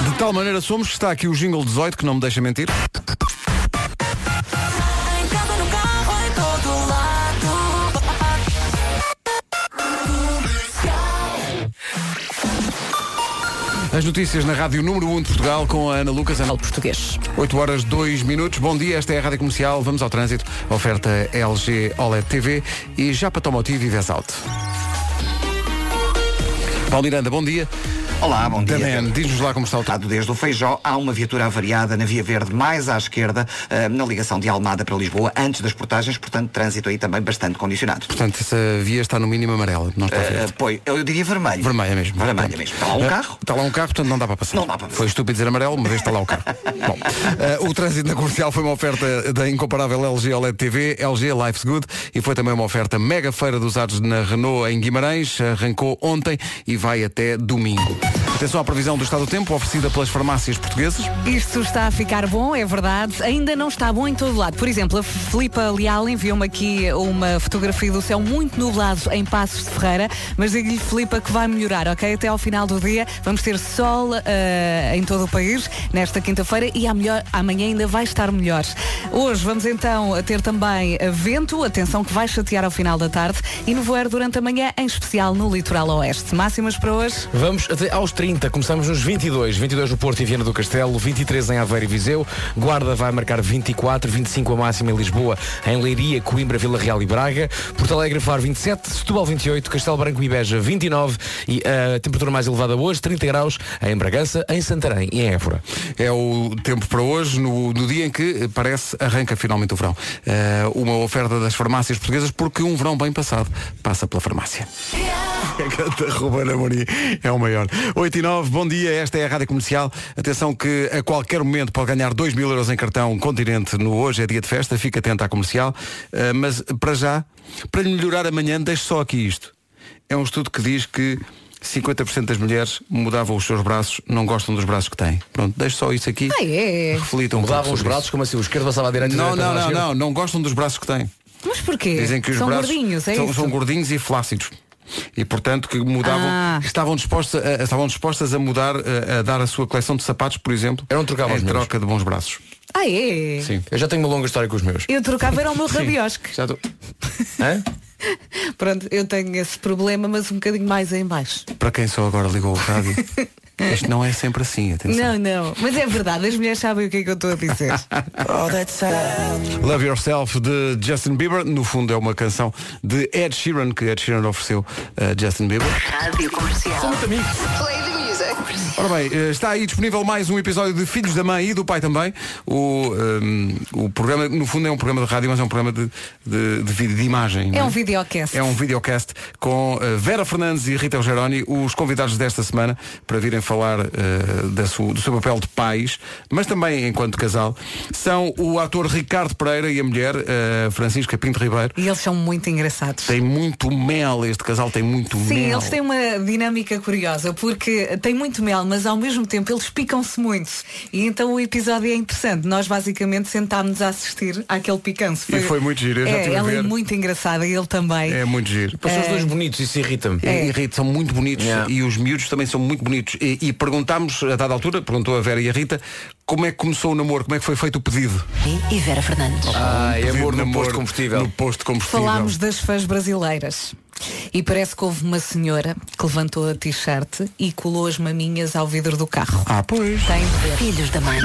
Speaker 1: De tal maneira somos que está aqui o jingle 18, que não me deixa mentir. As notícias na Rádio Número 1 de Portugal com a Ana Lucas. Ana Português. 8 horas 2 minutos. Bom dia, esta é a Rádio Comercial. Vamos ao trânsito. Oferta LG OLED TV e já para Tomotivo e Vesalto. Paulo Miranda, bom dia.
Speaker 2: Olá, Tá, bom dia.
Speaker 1: diz-nos lá como está o
Speaker 2: trânsito. Desde o Feijó há uma viatura avariada na Via Verde mais à esquerda, eh, na ligação de Almada para Lisboa, antes das portagens, portanto, trânsito aí também bastante condicionado.
Speaker 1: Portanto, essa via está no mínimo amarela. Não está
Speaker 2: Eh,
Speaker 1: verde.
Speaker 2: pois, eu diria vermelho.
Speaker 1: Vermelha mesmo.
Speaker 2: Vermelha mesmo. Está lá um
Speaker 1: Eh,
Speaker 2: carro.
Speaker 1: Está lá um carro, portanto não dá para passar. Não dá para Foi estúpido dizer amarelo, uma vez está lá o carro. Bom, eh, o trânsito na comercial foi uma oferta da incomparável LG OLED TV, LG Life's Good e foi também uma oferta mega feira dos usados na Renault em Guimarães. Arrancou ontem e vai até domingo. Atenção à previsão do estado do tempo oferecida pelas farmácias portuguesas.
Speaker 3: Isto está a ficar bom, é verdade. Ainda não está bom em todo lado. Por exemplo, a Filipa Leal enviou-me aqui uma fotografia do céu muito nublado em Passos de Ferreira, mas digo-lhe, Filipa, que vai melhorar, ok? Até ao final do dia vamos ter sol eh, em todo o país nesta quinta-feira e à melhor- amanhã ainda vai estar melhor. Hoje vamos então a ter também eh, vento, atenção que vai chatear ao final da tarde, e nevoeiro durante a manhã, em especial no litoral oeste. Máximas para hoje?
Speaker 10: Vamos até ao aos 30. Começamos nos 22. 22 no Porto e Viana do Castelo, 23 em Aveiro e Viseu. Guarda vai marcar 24, 25 a máxima em Lisboa, em Leiria, Coimbra, Vila Real e Braga. Porto Alegre, Faro 27, Setúbal 28, Castelo Branco e Beja 29 e a temperatura mais elevada hoje, 30 graus em Bragança, em Santarém e em Évora.
Speaker 1: É o tempo para hoje, no, no dia em que eh, parece arranca finalmente o verão. Eh, uma oferta das farmácias portuguesas, porque um verão bem passado passa pela farmácia. Canta Ruben Amorim é o maior. 8 e 9, bom dia, esta é a Rádio Comercial. Atenção que a qualquer momento pode ganhar 2 mil euros em cartão Continente no Hoje é Dia de Festa, fica atento à comercial. Eh, mas para já, para lhe melhorar amanhã, deixe só aqui isto. É um estudo que diz que 50% das mulheres mudavam os seus braços, não gostam dos braços que têm. Pronto, deixe só isso aqui.
Speaker 3: Ah, é?
Speaker 1: Reflitam um
Speaker 10: Mudavam
Speaker 1: pouco
Speaker 10: os
Speaker 1: sobre
Speaker 10: braços,
Speaker 1: isso.
Speaker 10: como assim? O esquerdo passava à direita e a
Speaker 1: Não,
Speaker 10: direita
Speaker 1: não,
Speaker 10: à
Speaker 1: não,
Speaker 10: esquerda?
Speaker 1: não, não gostam dos braços que têm.
Speaker 3: Mas porquê?
Speaker 1: Dizem que os
Speaker 3: São
Speaker 1: braços
Speaker 3: gordinhos, é
Speaker 1: são,
Speaker 3: isso?
Speaker 1: são gordinhos e flácidos. E portanto que mudavam,
Speaker 3: Ah.
Speaker 1: estavam, dispostas a, estavam dispostas a mudar, a, a dar a sua coleção de sapatos, por exemplo, Eram
Speaker 10: trocavam
Speaker 1: em
Speaker 10: os meus.
Speaker 1: troca de bons braços.
Speaker 3: Ah, é?
Speaker 1: Sim.
Speaker 10: Eu já tenho uma longa história com os meus.
Speaker 3: Eu trocava era o meu
Speaker 1: Sim.
Speaker 3: rabiosque.
Speaker 1: Já estou.
Speaker 3: Pronto, eu tenho esse problema, mas um bocadinho mais em baixo.
Speaker 1: Para quem só agora ligou o rádio, isto não é sempre assim, atenção.
Speaker 3: Não, não. Mas é verdade, as mulheres sabem o que é que eu estou a dizer. Oh,
Speaker 1: Love Yourself de Justin Bieber, no fundo é uma canção de Ed Sheeran que Ed Sheeran ofereceu a Justin Bieber.
Speaker 8: Rádio Comercial. Play the music.
Speaker 1: Ora bem, eh, está aí disponível mais um episódio de Filhos da Mãe e do Pai também. O, ehm, o programa, no fundo, é um programa de rádio, mas é um programa de, de, de vídeo, de imagem. não
Speaker 3: É um videocast.
Speaker 1: É um videocast com eh, Vera Fernandes e Rita Geroni, os convidados desta semana, para virem falar eh, da su- do seu papel de pais, mas também enquanto casal, são o ator Ricardo Pereira e a mulher eh, Francisca Pinto Ribeiro.
Speaker 3: E eles são muito engraçados.
Speaker 1: Tem muito mel, este casal tem muito mel.
Speaker 3: Sim, eles têm uma dinâmica curiosa, porque tem muito mel, mas ao mesmo tempo eles picam-se muito. E então o episódio é interessante. Nós basicamente sentámos a assistir àquele picanço.
Speaker 1: E foi muito giro, eu já
Speaker 3: é,
Speaker 1: estive a
Speaker 3: ela é
Speaker 1: ver.
Speaker 3: muito engraçada e ele também.
Speaker 1: É muito giro.
Speaker 3: Pois são os É. dois
Speaker 1: bonitos, isso irrita-me.
Speaker 3: É.
Speaker 1: Irrita, são muito bonitos
Speaker 10: Yeah.
Speaker 1: e os miúdos também são muito bonitos. E, e perguntámos, a dada altura, perguntou a Vera e a Rita, como é que começou o namoro, como é que foi feito o pedido?
Speaker 4: E Vera Fernandes.
Speaker 1: Ah,
Speaker 10: é amor no posto de
Speaker 1: combustível. No posto de combustível.
Speaker 3: Falámos das fãs brasileiras. E parece que houve uma senhora que levantou a t-shirt e colou as maminhas ao vidro do carro.
Speaker 1: Ah, pois.
Speaker 3: Tem de ver.
Speaker 4: Filhos da mãe.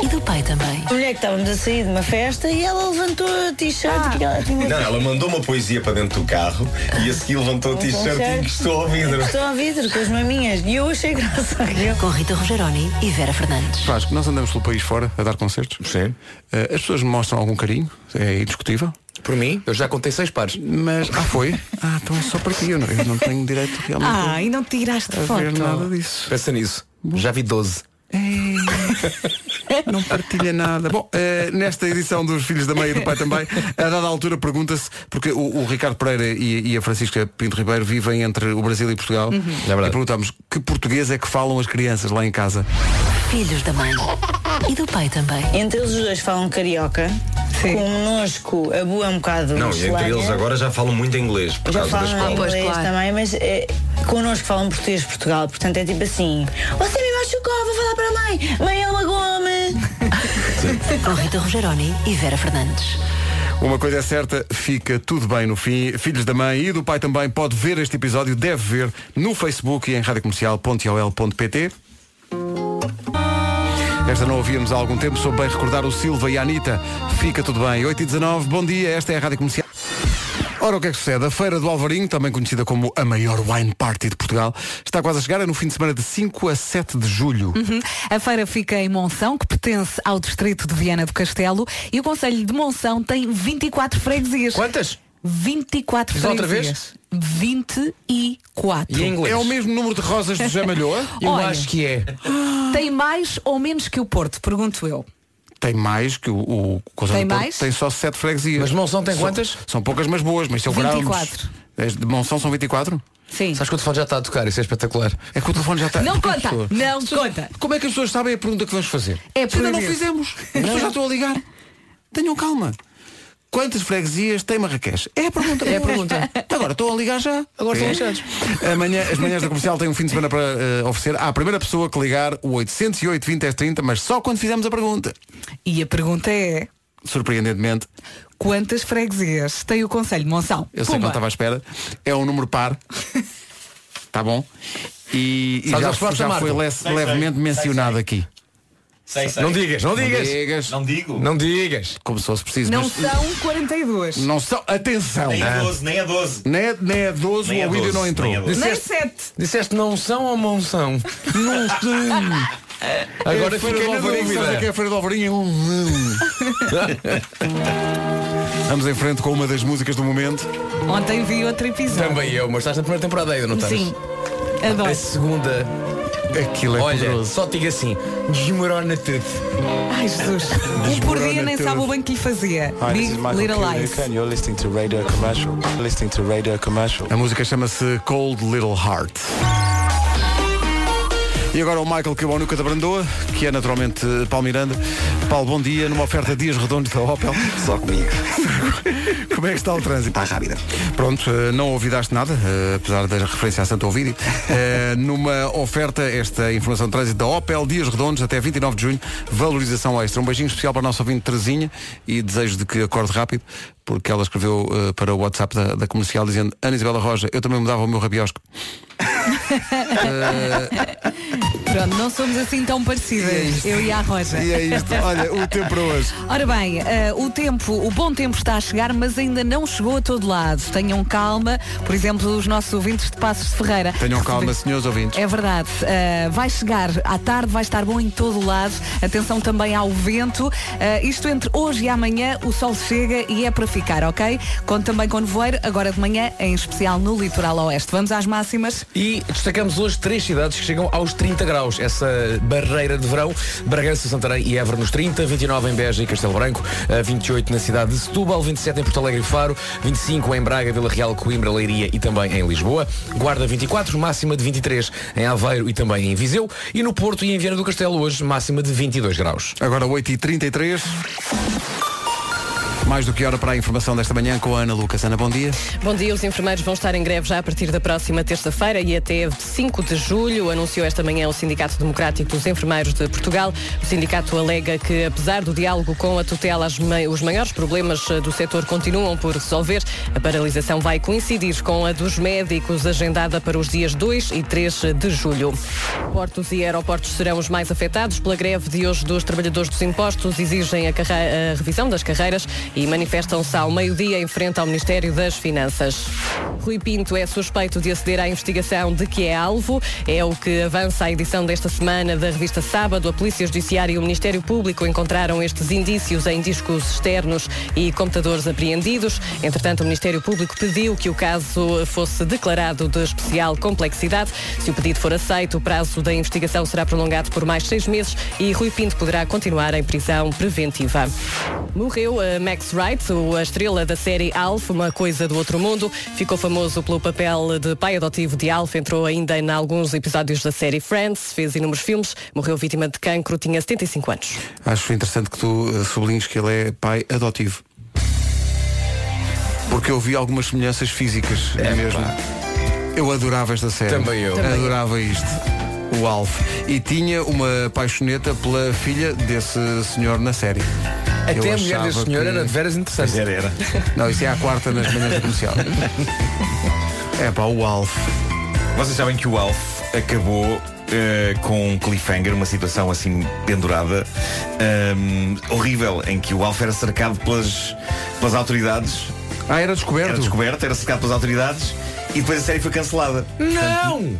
Speaker 4: E do pai também.
Speaker 13: A mulher é que estávamos a sair de uma festa e ela levantou a t-shirt
Speaker 4: Ah.
Speaker 13: que ela tinha.
Speaker 7: Não, ela mandou uma poesia para dentro do carro e a seguir levantou o
Speaker 13: Um
Speaker 7: t-shirt e
Speaker 13: concerto.
Speaker 7: encostou ao vidro.
Speaker 13: Estou a vidro com as maminhas e eu achei graça.
Speaker 4: Com Rita Rogeroni e Vera Fernandes.
Speaker 1: Faz que nós andamos pelo país fora a dar concertos. Sim. as pessoas mostram algum carinho, é indiscutível. Por mim, eu já contei seis pares. Mas, ah, foi? ah, então é só para ti, eu não, eu não tenho direito realmente.
Speaker 3: Ah, e não te tiraste
Speaker 1: a
Speaker 3: foto.
Speaker 1: ver nada disso. É.
Speaker 10: Pensa nisso. Já vi 12.
Speaker 1: Não partilha nada. Bom, eh, nesta edição dos Filhos da Mãe e do Pai também, a dada altura pergunta-se, porque o, o Ricardo Pereira e, e a Francisca Pinto Ribeiro vivem entre o Brasil e Portugal.
Speaker 4: Uhum.
Speaker 10: É
Speaker 1: E perguntámos que português é que falam as crianças lá em casa.
Speaker 4: Filhos da mãe. E do pai também.
Speaker 13: Entre eles os dois falam carioca. Conosco a boa é um bocado.
Speaker 7: Não, e entre
Speaker 13: chilena.
Speaker 7: eles agora já falam muito inglês por
Speaker 13: né? Já
Speaker 7: causa da
Speaker 13: falam
Speaker 7: escola.
Speaker 13: inglês Ah, também, mas é, connosco falam português de Portugal, portanto é tipo assim. Você me machucou, vou falar para a mãe. Mãe, é ela magoou-me.
Speaker 4: Com Rita Rogeroni e Vera Fernandes.
Speaker 1: Uma coisa é certa, fica tudo bem no fim. Filhos da Mãe e do Pai também pode ver este episódio, deve ver no Facebook e em radiocomercial.ol.pt. Esta não ouvíamos há algum tempo, sou bem recordar o Silva e a Anitta. Fica tudo bem. 8 e 19 bom dia, esta é a Rádio Comercial. Ora, o que é que sucede? A Feira do Alvarinho, também conhecida como a maior wine party de Portugal, está quase a chegar, é no fim de semana de 5 a 7 de julho.
Speaker 3: Uhum. A feira fica em Monção, que pertence ao distrito de Viana do Castelo, e o Conselho de Monção tem 24 freguesias. Quantas? 24
Speaker 10: Diz lá outra
Speaker 3: freguesias.
Speaker 10: vez.
Speaker 3: 24.
Speaker 10: E em inglês? É o
Speaker 1: mesmo número de rosas do Zé Malhoa?
Speaker 10: Eu acho que é.
Speaker 3: Tem mais ou menos que o Porto, pergunto eu.
Speaker 1: Tem mais que o, o Conselho
Speaker 3: Tem
Speaker 1: do Porto,
Speaker 3: mais?
Speaker 1: Tem só 7 freguesias. Mas
Speaker 10: Monção tem
Speaker 1: são,
Speaker 10: quantas?
Speaker 1: São poucas, mas boas, mas são
Speaker 3: 24.
Speaker 1: grandes. As De Monção são 24?
Speaker 3: Sim.
Speaker 1: Sabes que o telefone já está a tocar, isso é espetacular. É que o telefone já está
Speaker 3: Não
Speaker 1: Porque as
Speaker 3: conta,
Speaker 1: pessoas-
Speaker 3: não conta.
Speaker 1: Como é que as pessoas sabem a pergunta que vamos fazer?
Speaker 3: É
Speaker 1: Se ainda não
Speaker 3: proibido.
Speaker 1: fizemos. As pessoas já estão a ligar. Tenham calma. Quantas freguesias tem Marrakech? É a pergunta. Então
Speaker 8: É a pergunta.
Speaker 1: Agora estou a ligar já.
Speaker 8: Agora
Speaker 1: É.
Speaker 8: estão
Speaker 1: Amanhã, as manhãs da comercial têm um fim de semana para eh, oferecer à primeira pessoa que ligar o 808 20 30, mas só quando fizermos a pergunta.
Speaker 3: E a pergunta é,
Speaker 1: Surpreendentemente,
Speaker 3: quantas freguesias tem o Conselho de Monção?
Speaker 1: eu sei que
Speaker 3: Pumba.
Speaker 1: não estava à espera. É um número par. Tá bom? E, e
Speaker 10: Sabes a
Speaker 1: já,
Speaker 10: resposta,
Speaker 1: já
Speaker 10: Marco?
Speaker 1: foi le-
Speaker 10: Sei, sei.
Speaker 1: levemente
Speaker 10: Sei,
Speaker 1: mencionado aqui.
Speaker 10: Sei, sei. Não digas, não digas. Não digo. Não digas.
Speaker 1: Como se fosse preciso.
Speaker 3: Não
Speaker 1: tá mas-
Speaker 3: são 42.
Speaker 1: Não são. Atenção.
Speaker 10: é
Speaker 3: Nem a
Speaker 1: 12, nem a 12. Nem, é- nem a 12
Speaker 10: Nem a
Speaker 1: o vídeo
Speaker 10: 12,
Speaker 1: não entrou.
Speaker 10: nem é a 12. Nem Disseste-
Speaker 3: sete.
Speaker 10: Disseste não são oh, ou não são? Não são. Agora
Speaker 1: É Feira
Speaker 10: fiquei
Speaker 1: do
Speaker 10: na
Speaker 1: Alvarinho, sabes o que
Speaker 10: dúvida.
Speaker 1: é a Feira do Alvarinho? É um- Vamos em frente com uma das músicas do momento.
Speaker 3: Ontem vi outro episódio.
Speaker 10: Também é eu, mas estás na primeira temporada ainda, não
Speaker 1: tá
Speaker 10: estás?
Speaker 3: Sim. Adoro.
Speaker 10: A segunda.
Speaker 1: Aquilo é
Speaker 10: Olha, só te digo assim, desmorona tudo.
Speaker 3: Ai Jesus. Um por dia nem sabe o bem que lhe fazia. Big Little Lies.
Speaker 1: A música chama-se eh, Cold Little Heart. E agora o Michael Kiwanuka da Brandoa, que é naturalmente eh, Paulo Miranda. eh, Paulo, bom dia, numa oferta Dias Redondos da Opel.
Speaker 2: Só comigo.
Speaker 1: Como é que está o trânsito?
Speaker 2: Está rápida.
Speaker 1: Pronto, eh, não ouvidaste nada, eh, apesar da referência a Santo Ovídio. Eh, Numa oferta, esta é informação de trânsito da Opel, Dias Redondos, até 29 de junho, valorização extra. Um beijinho especial para a nossa ouvinte Terezinha e desejo de que acorde rápido, porque ela escreveu eh, para o WhatsApp da, da comercial dizendo Ana Isabela Roja, eu também mudava o meu rabiosco. Eh,
Speaker 3: Pronto, não somos assim tão parecidas, eu e a Rosa.
Speaker 1: é E é isto. Olha, o tempo para hoje.
Speaker 3: Ora bem, eh, o tempo, o bom tempo está a chegar, mas ainda não chegou a todo lado. Tenham calma, por exemplo, os nossos ouvintes de Passos de Ferreira.
Speaker 1: Tenham calma, senhores ouvintes.
Speaker 3: É verdade. Uh, vai chegar à tarde, vai estar bom em todo o lado. Atenção também ao vento. Uh, isto entre hoje e amanhã, o sol chega e é para ficar, ok? Conto também com nevoeiro, agora de manhã, em especial no litoral oeste. Vamos às máximas.
Speaker 10: E destacamos hoje três cidades que chegam aos 30 graus. Essa barreira de verão, Bragança, Santarém e Évora nos 30, 29 em Beja e Castelo Branco, eh, 28 na cidade de Setúbal, 27 em Porto Alegre e Faro, 25 em Braga, Vila Real, Coimbra, Leiria e também em Lisboa, Guarda 24, máxima de 23 em Aveiro e também em Viseu e no Porto e em Viana do Castelo hoje máxima de 22 graus.
Speaker 1: Agora 8h33. Mais do que hora para a informação desta manhã com a Ana Lucas. Ana, bom dia.
Speaker 14: Bom dia, os enfermeiros vão estar em greve já a partir da próxima terça-feira e até 5 de julho, anunciou esta manhã o Sindicato Democrático dos Enfermeiros de Portugal. O sindicato alega que, apesar do diálogo com a tutela, as mai- os maiores problemas eh, do setor continuam por resolver. A paralisação vai coincidir com a dos médicos, agendada para os dias 2 e 3 de julho. Portos e aeroportos serão os mais afetados pela greve de hoje dos trabalhadores dos impostos, exigem a, carre- a revisão das carreiras e manifestam-se ao meio-dia em frente ao Ministério das Finanças. Rui Pinto é suspeito de aceder à investigação de que é alvo. É o que avança a edição desta semana da revista Sábado. A Polícia Judiciária e o Ministério Público encontraram estes indícios em discos externos e computadores apreendidos. Entretanto, o Ministério Público pediu que o caso fosse declarado de especial complexidade. Se o pedido for aceito, o prazo da investigação será prolongado por mais seis meses e Rui Pinto poderá continuar em prisão preventiva. Morreu eh, Max Wright, o- a estrela da série Alf, uma coisa do outro mundo. Ficou famoso pelo papel de pai adotivo de Alf, entrou ainda em alguns episódios da série Friends, fez inúmeros filmes, morreu vítima de cancro, tinha 75 anos.
Speaker 1: Acho interessante que tu eh, sublinhes que ele é pai adotivo. Porque eu vi algumas semelhanças físicas é mesmo. Eu adorava esta série.
Speaker 10: Também eu. Também.
Speaker 1: Adorava isto. O Alf. E tinha uma paixoneta pela filha desse senhor na série.
Speaker 10: Até
Speaker 1: Eu
Speaker 10: a mulher
Speaker 1: achava
Speaker 10: desse senhor
Speaker 1: que-
Speaker 10: era de veras interessante. Era, era.
Speaker 1: Não, isso é à quarta nas manhãs da comercial. É pá, o Alf.
Speaker 7: Vocês sabem que o Alf acabou eh, com um cliffhanger, uma situação assim pendurada, ehm, horrível, em que o Alf era cercado pelas, pelas autoridades.
Speaker 1: Ah, era descoberto?
Speaker 7: Era descoberto, era cercado pelas autoridades e depois a série foi cancelada.
Speaker 10: Não!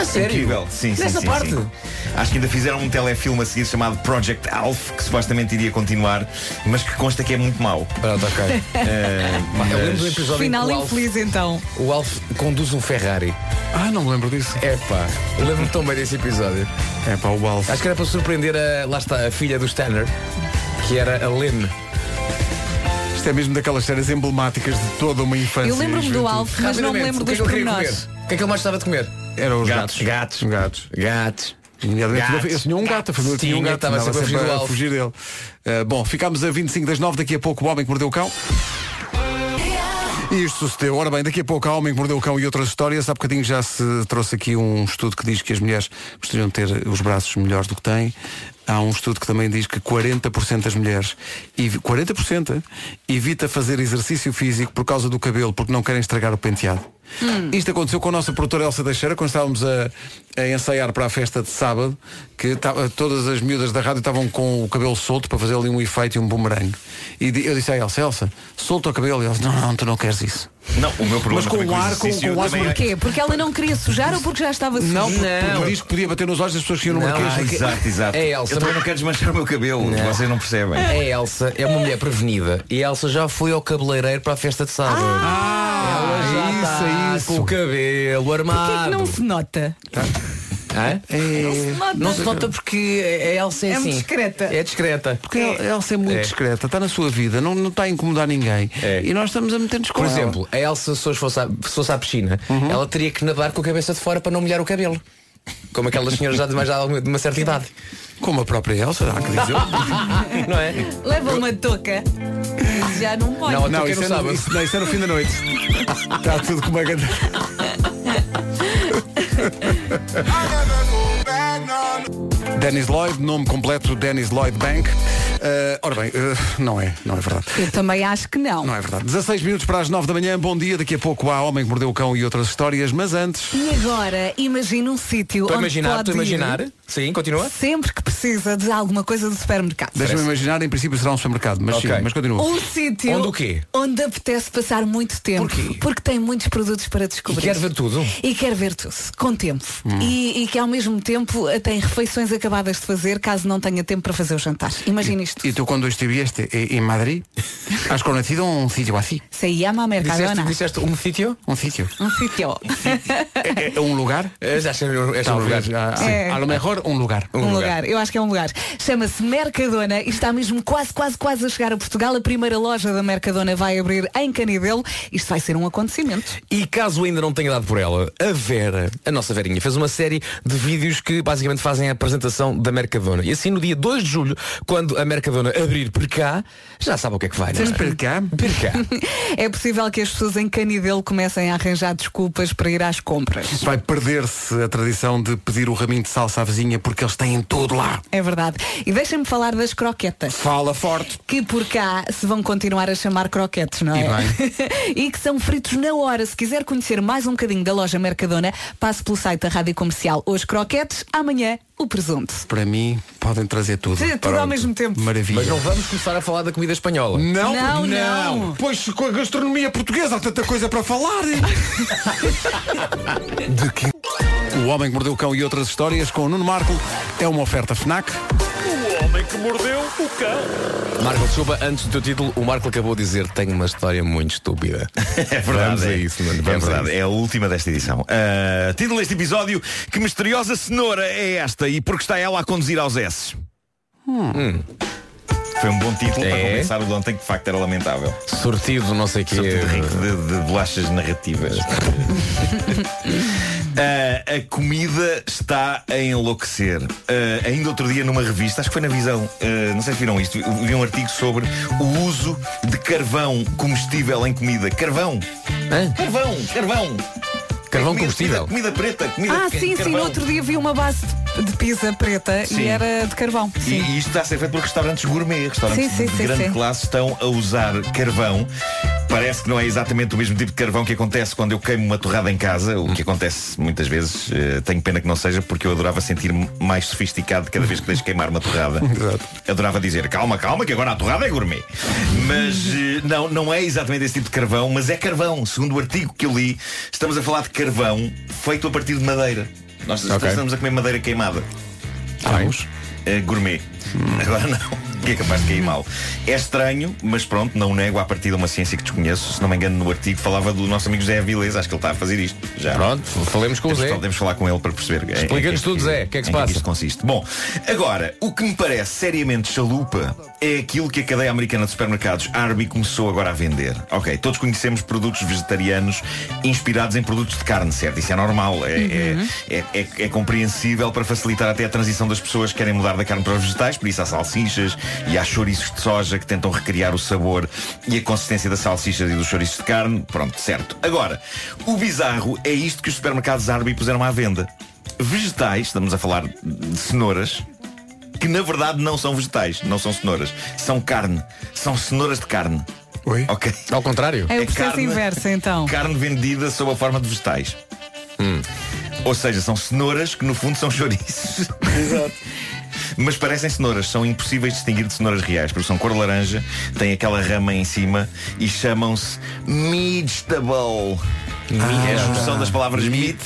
Speaker 10: A sério?
Speaker 7: Incrível. Sim, sim,
Speaker 10: Nessa
Speaker 7: sim,
Speaker 10: parte?
Speaker 7: sim. Acho que ainda fizeram um telefilme a seguir chamado Project Alf, que supostamente iria continuar, mas que consta que é muito mau.
Speaker 10: Pronto, ok.
Speaker 7: Eh,
Speaker 10: Eu lembro do episódio em
Speaker 3: Final
Speaker 10: que o Alf-
Speaker 3: infeliz então.
Speaker 10: O Alf conduz um Ferrari.
Speaker 1: Ah, não me lembro disso.
Speaker 10: É pá, eu lembro-me tão bem desse episódio.
Speaker 1: É pá, o Alf.
Speaker 10: Acho que era para surpreender a, lá está, a filha do Stanner, que era a Lynn.
Speaker 1: Isto é mesmo daquelas séries emblemáticas de toda uma infância.
Speaker 3: Eu lembro-me
Speaker 1: e
Speaker 3: do
Speaker 1: juventude.
Speaker 3: Alf, mas não me lembro
Speaker 10: o que é
Speaker 3: dos
Speaker 10: que eu queria
Speaker 3: pormenores.
Speaker 10: comer? O que é que ele mais gostava de comer?
Speaker 1: Eram os
Speaker 10: gatos.
Speaker 1: Gatos. Gatos.
Speaker 10: Gatos.
Speaker 1: Nomeadamente,
Speaker 10: Gatos.
Speaker 1: Eu tinha um gato, a família tinha um
Speaker 10: Tinha,
Speaker 1: gato,
Speaker 10: estava sempre a fugir do
Speaker 1: a
Speaker 10: Alf.
Speaker 1: fugir dele. Uh, bom, ficámos a 25 das 9, daqui a pouco o Homem que Mordeu o Cão. E isto sucedeu. Ora bem, daqui a pouco há Homem que Mordeu o Cão e outras histórias. Há bocadinho já se trouxe aqui um estudo que diz que as mulheres gostariam de ter os braços melhores do que têm. Há um estudo que também diz que 40% das mulheres, e 40% eh, evita fazer exercício físico por causa do cabelo, porque não querem estragar o penteado. Isto aconteceu com a nossa produtora Elsa Teixeira quando estávamos a, a ensaiar para a festa de sábado, que tava- todas as miúdas da rádio estavam com o cabelo solto para fazer ali um efeito e um bumerangue. E di- eu disse à Elsa, Elsa, solta o cabelo. E ela disse, não, não, tu não queres isso.
Speaker 7: Não, o meu problema
Speaker 1: Mas com
Speaker 7: também
Speaker 1: o ar, com,
Speaker 7: exercício
Speaker 1: com o ar
Speaker 7: também é-
Speaker 3: Porquê? Porque ela não queria sujar ou porque já estava suja?
Speaker 1: Não, porque porque diz que podia bater nos olhos das pessoas É, que iam no
Speaker 7: Não,
Speaker 1: Marquês.
Speaker 7: ah, exato, exato.
Speaker 15: É
Speaker 7: Eu também não quero desmanchar o meu cabelo, vocês não percebem.
Speaker 15: A Elsa é uma mulher prevenida e a Elsa já foi ao cabeleireiro para a festa de sábado. Ah, Ela já
Speaker 7: é
Speaker 15: está com o cabelo
Speaker 3: Porquê
Speaker 15: armado.
Speaker 3: que não se nota?
Speaker 7: Tá.
Speaker 15: Hã?
Speaker 1: Não
Speaker 7: É,
Speaker 1: se nota.
Speaker 15: Não se nota porque a Elsa é,
Speaker 1: É
Speaker 15: assim.
Speaker 1: muito discreta.
Speaker 15: É discreta.
Speaker 1: Porque a Elsa é muito
Speaker 15: É.
Speaker 1: discreta, está na sua vida, não, não está a incomodar ninguém.
Speaker 7: É.
Speaker 1: E nós estamos a meter-nos com
Speaker 15: Por
Speaker 1: ela. Uhum.
Speaker 15: exemplo, a Elsa, se hoje fosse à, se fosse à piscina, ela teria que nadar com a cabeça de fora para não molhar o cabelo. Como aquelas senhoras já de, mais, já de uma certa idade.
Speaker 1: Como a própria Elsa, há que
Speaker 15: dizer. não é?
Speaker 3: Leva uma touca. Já não pode.
Speaker 1: não, isso
Speaker 15: um
Speaker 1: é no- isso- não, isso é no fim da noite. Está tudo com uma grande. Dennis Lloyd, nome completo Dennis Lloyd Bank. Eh, ora bem, eh, não é, não é verdade.
Speaker 3: Eu também acho que não.
Speaker 1: Não é verdade. 16 minutos para as 9 da manhã, bom dia. Daqui a pouco há Homem que Mordeu o Cão e outras histórias, mas antes.
Speaker 3: E agora, imagina um sítio
Speaker 15: Estou a
Speaker 3: onde
Speaker 15: imaginar,
Speaker 3: pode
Speaker 15: estou a imaginar.
Speaker 3: ir
Speaker 15: Sim, continua.
Speaker 3: sempre que precisa de alguma coisa do supermercado.
Speaker 1: Deixa-me imaginar, em princípio será um supermercado, mas
Speaker 15: Ok.
Speaker 1: sim, mas continua.
Speaker 3: Um sítio
Speaker 1: Onde o quê?
Speaker 3: onde apetece passar muito tempo. Porque tem muitos produtos para descobrir.
Speaker 15: quer ver tudo?
Speaker 3: E quer ver tudo, com tempo. E, e que ao mesmo tempo eh, tem refeições acabadas de fazer, caso não tenha tempo para fazer o jantar. Imagina isto.
Speaker 1: E tu quando estiveste eh, em Madrid, has conhecido um sítio assim?
Speaker 3: Se llama Mercadona.
Speaker 15: disseste um sítio?
Speaker 1: Um sítio.
Speaker 3: Um sítio.
Speaker 1: É um lugar?
Speaker 15: Já sei, é um
Speaker 1: Talvez,
Speaker 15: lugar.
Speaker 1: ah,
Speaker 3: Sim.
Speaker 1: A lo mejor um lugar.
Speaker 3: Um, lugar. eu acho que é um lugar. Chama-se Mercadona e está mesmo quase, quase, quase a chegar a Portugal. A primeira loja da Mercadona vai abrir em Canidelo. Isto vai ser um acontecimento.
Speaker 15: E caso ainda não tenha dado por ela, a Vera, a nossa Verinha, fez uma série de vídeos que basicamente fazem a apresentação da Mercadona. E assim no dia 2 de julho, quando a Mercadona abrir por cá, já sabe o que é que vai, não é?
Speaker 1: Fez por cá?
Speaker 15: Per cá.
Speaker 3: É possível que as pessoas em Canidelo comecem a arranjar desculpas para ir às compras.
Speaker 1: Vai perder-se a tradição de pedir o raminho de salsa à vizinha porque eles têm tudo lá.
Speaker 3: É verdade. E deixem-me falar das croquetas.
Speaker 1: Fala forte.
Speaker 3: Que por cá se vão continuar a chamar croquetes, não é? E, que são fritos na hora. Se quiser conhecer mais um bocadinho da loja Mercadona, passe pelo site da Rádio Comercial. Hoje croquetes, amanhã o presunto.
Speaker 1: Para mim, podem trazer tudo.
Speaker 3: Sim, tudo ao mesmo tempo.
Speaker 1: Maravilha.
Speaker 15: Mas não vamos começar a falar da comida espanhola.
Speaker 1: Não,
Speaker 3: Não, não.
Speaker 1: Pois com a gastronomia portuguesa há tanta coisa para falar. De que... O Homem que Mordeu o Cão e outras histórias com o Nuno Marco é uma oferta FNAC.
Speaker 8: O homem que mordeu o cão.
Speaker 15: Marco, desculpa, antes do teu título, o Marco acabou de dizer tenho uma história muito estúpida.
Speaker 7: É verdade.
Speaker 15: Vamos a
Speaker 7: é.
Speaker 15: isso, mano.
Speaker 7: É
Speaker 15: Vamos a
Speaker 7: verdade.
Speaker 15: isso.
Speaker 7: É a última desta edição. Ah, título deste episódio, que misteriosa cenoura é esta e porque está ela a conduzir aos S?
Speaker 15: Hum.
Speaker 7: Hum. Foi um bom título para
Speaker 15: É.
Speaker 7: compensar o de ontem, que de facto era lamentável.
Speaker 15: Sortido, não sei o quê.
Speaker 7: Sortido rico de, de bolachas narrativas. Ah, a comida está a enlouquecer. Ah, ainda outro dia numa revista, acho que foi na Visão, ah, não sei se viram isto, vi um artigo sobre o uso de carvão comestível em comida. Carvão! Carvão! Carvão! Carvão comestível? Comida, preta, comida
Speaker 3: Ah,
Speaker 7: de
Speaker 3: sim, sim,
Speaker 7: carvão.
Speaker 3: no outro dia vi uma base de- de pizza preta
Speaker 7: Sim.
Speaker 3: e era de carvão.
Speaker 7: E, e isto está a ser feito por restaurantes gourmet, restaurantes
Speaker 3: Sim, sim,
Speaker 7: de
Speaker 3: sim,
Speaker 7: grande
Speaker 3: sim.
Speaker 7: classe estão a usar carvão. Parece que não é exatamente o mesmo tipo de carvão que acontece quando eu queimo uma torrada em casa, o que acontece muitas vezes, eh, tenho pena que não seja, porque eu adorava sentir-me mais sofisticado cada vez que deixo queimar uma torrada. Adorava dizer, calma, calma, que agora a torrada é gourmet. Mas eh, não, não é exatamente esse tipo de carvão, mas é carvão. Segundo o artigo que eu li, estamos a falar de carvão feito a partir de madeira. Nós
Speaker 15: Ok.
Speaker 7: estamos a comer madeira queimada.
Speaker 1: Vamos.
Speaker 7: Eh, gourmet. Agora não. Que é capaz de cair mal. É estranho, mas pronto, não nego à partida uma ciência que desconheço. Se não me engano, no artigo falava do nosso amigo Zé Avilés. Acho que ele está a fazer isto. Já. Pronto, falemos com
Speaker 15: Zé.
Speaker 7: Podemos falar com ele para perceber. em- em
Speaker 15: Explica-nos
Speaker 7: é
Speaker 15: tudo, Zé. O que é que se
Speaker 7: em
Speaker 15: passa?
Speaker 7: isto consiste. Bom, agora, o que me parece seriamente chalupa é aquilo que a cadeia americana de supermercados Arby começou agora a vender. Ok, todos conhecemos produtos vegetarianos inspirados em produtos de carne, certo? Isso é normal, é,
Speaker 8: Uhum.
Speaker 3: né?
Speaker 7: é- é- é- é compreensível para facilitar até a transição das pessoas que querem mudar da carne para os vegetais, por isso há salsichas e há chouriços de soja que tentam recriar o sabor e a consistência das salsichas e dos chouriços de carne. Pronto, certo. Agora, o bizarro é isto que os supermercados Arby puseram à venda vegetais, estamos a falar de cenouras, que na verdade não são vegetais, não são cenouras. São carne. São cenouras de carne.
Speaker 1: Oi?
Speaker 7: Ok.
Speaker 15: Ao contrário.
Speaker 3: É o processo inverso, então.
Speaker 7: Carne vendida sob a forma de vegetais. Ou seja, são cenouras que no fundo são chouriços. Exato. Mas parecem cenouras, são impossíveis de distinguir de cenouras reais, porque são cor laranja, têm aquela rama em cima e chamam-se meatstable. é a junção das palavras meat,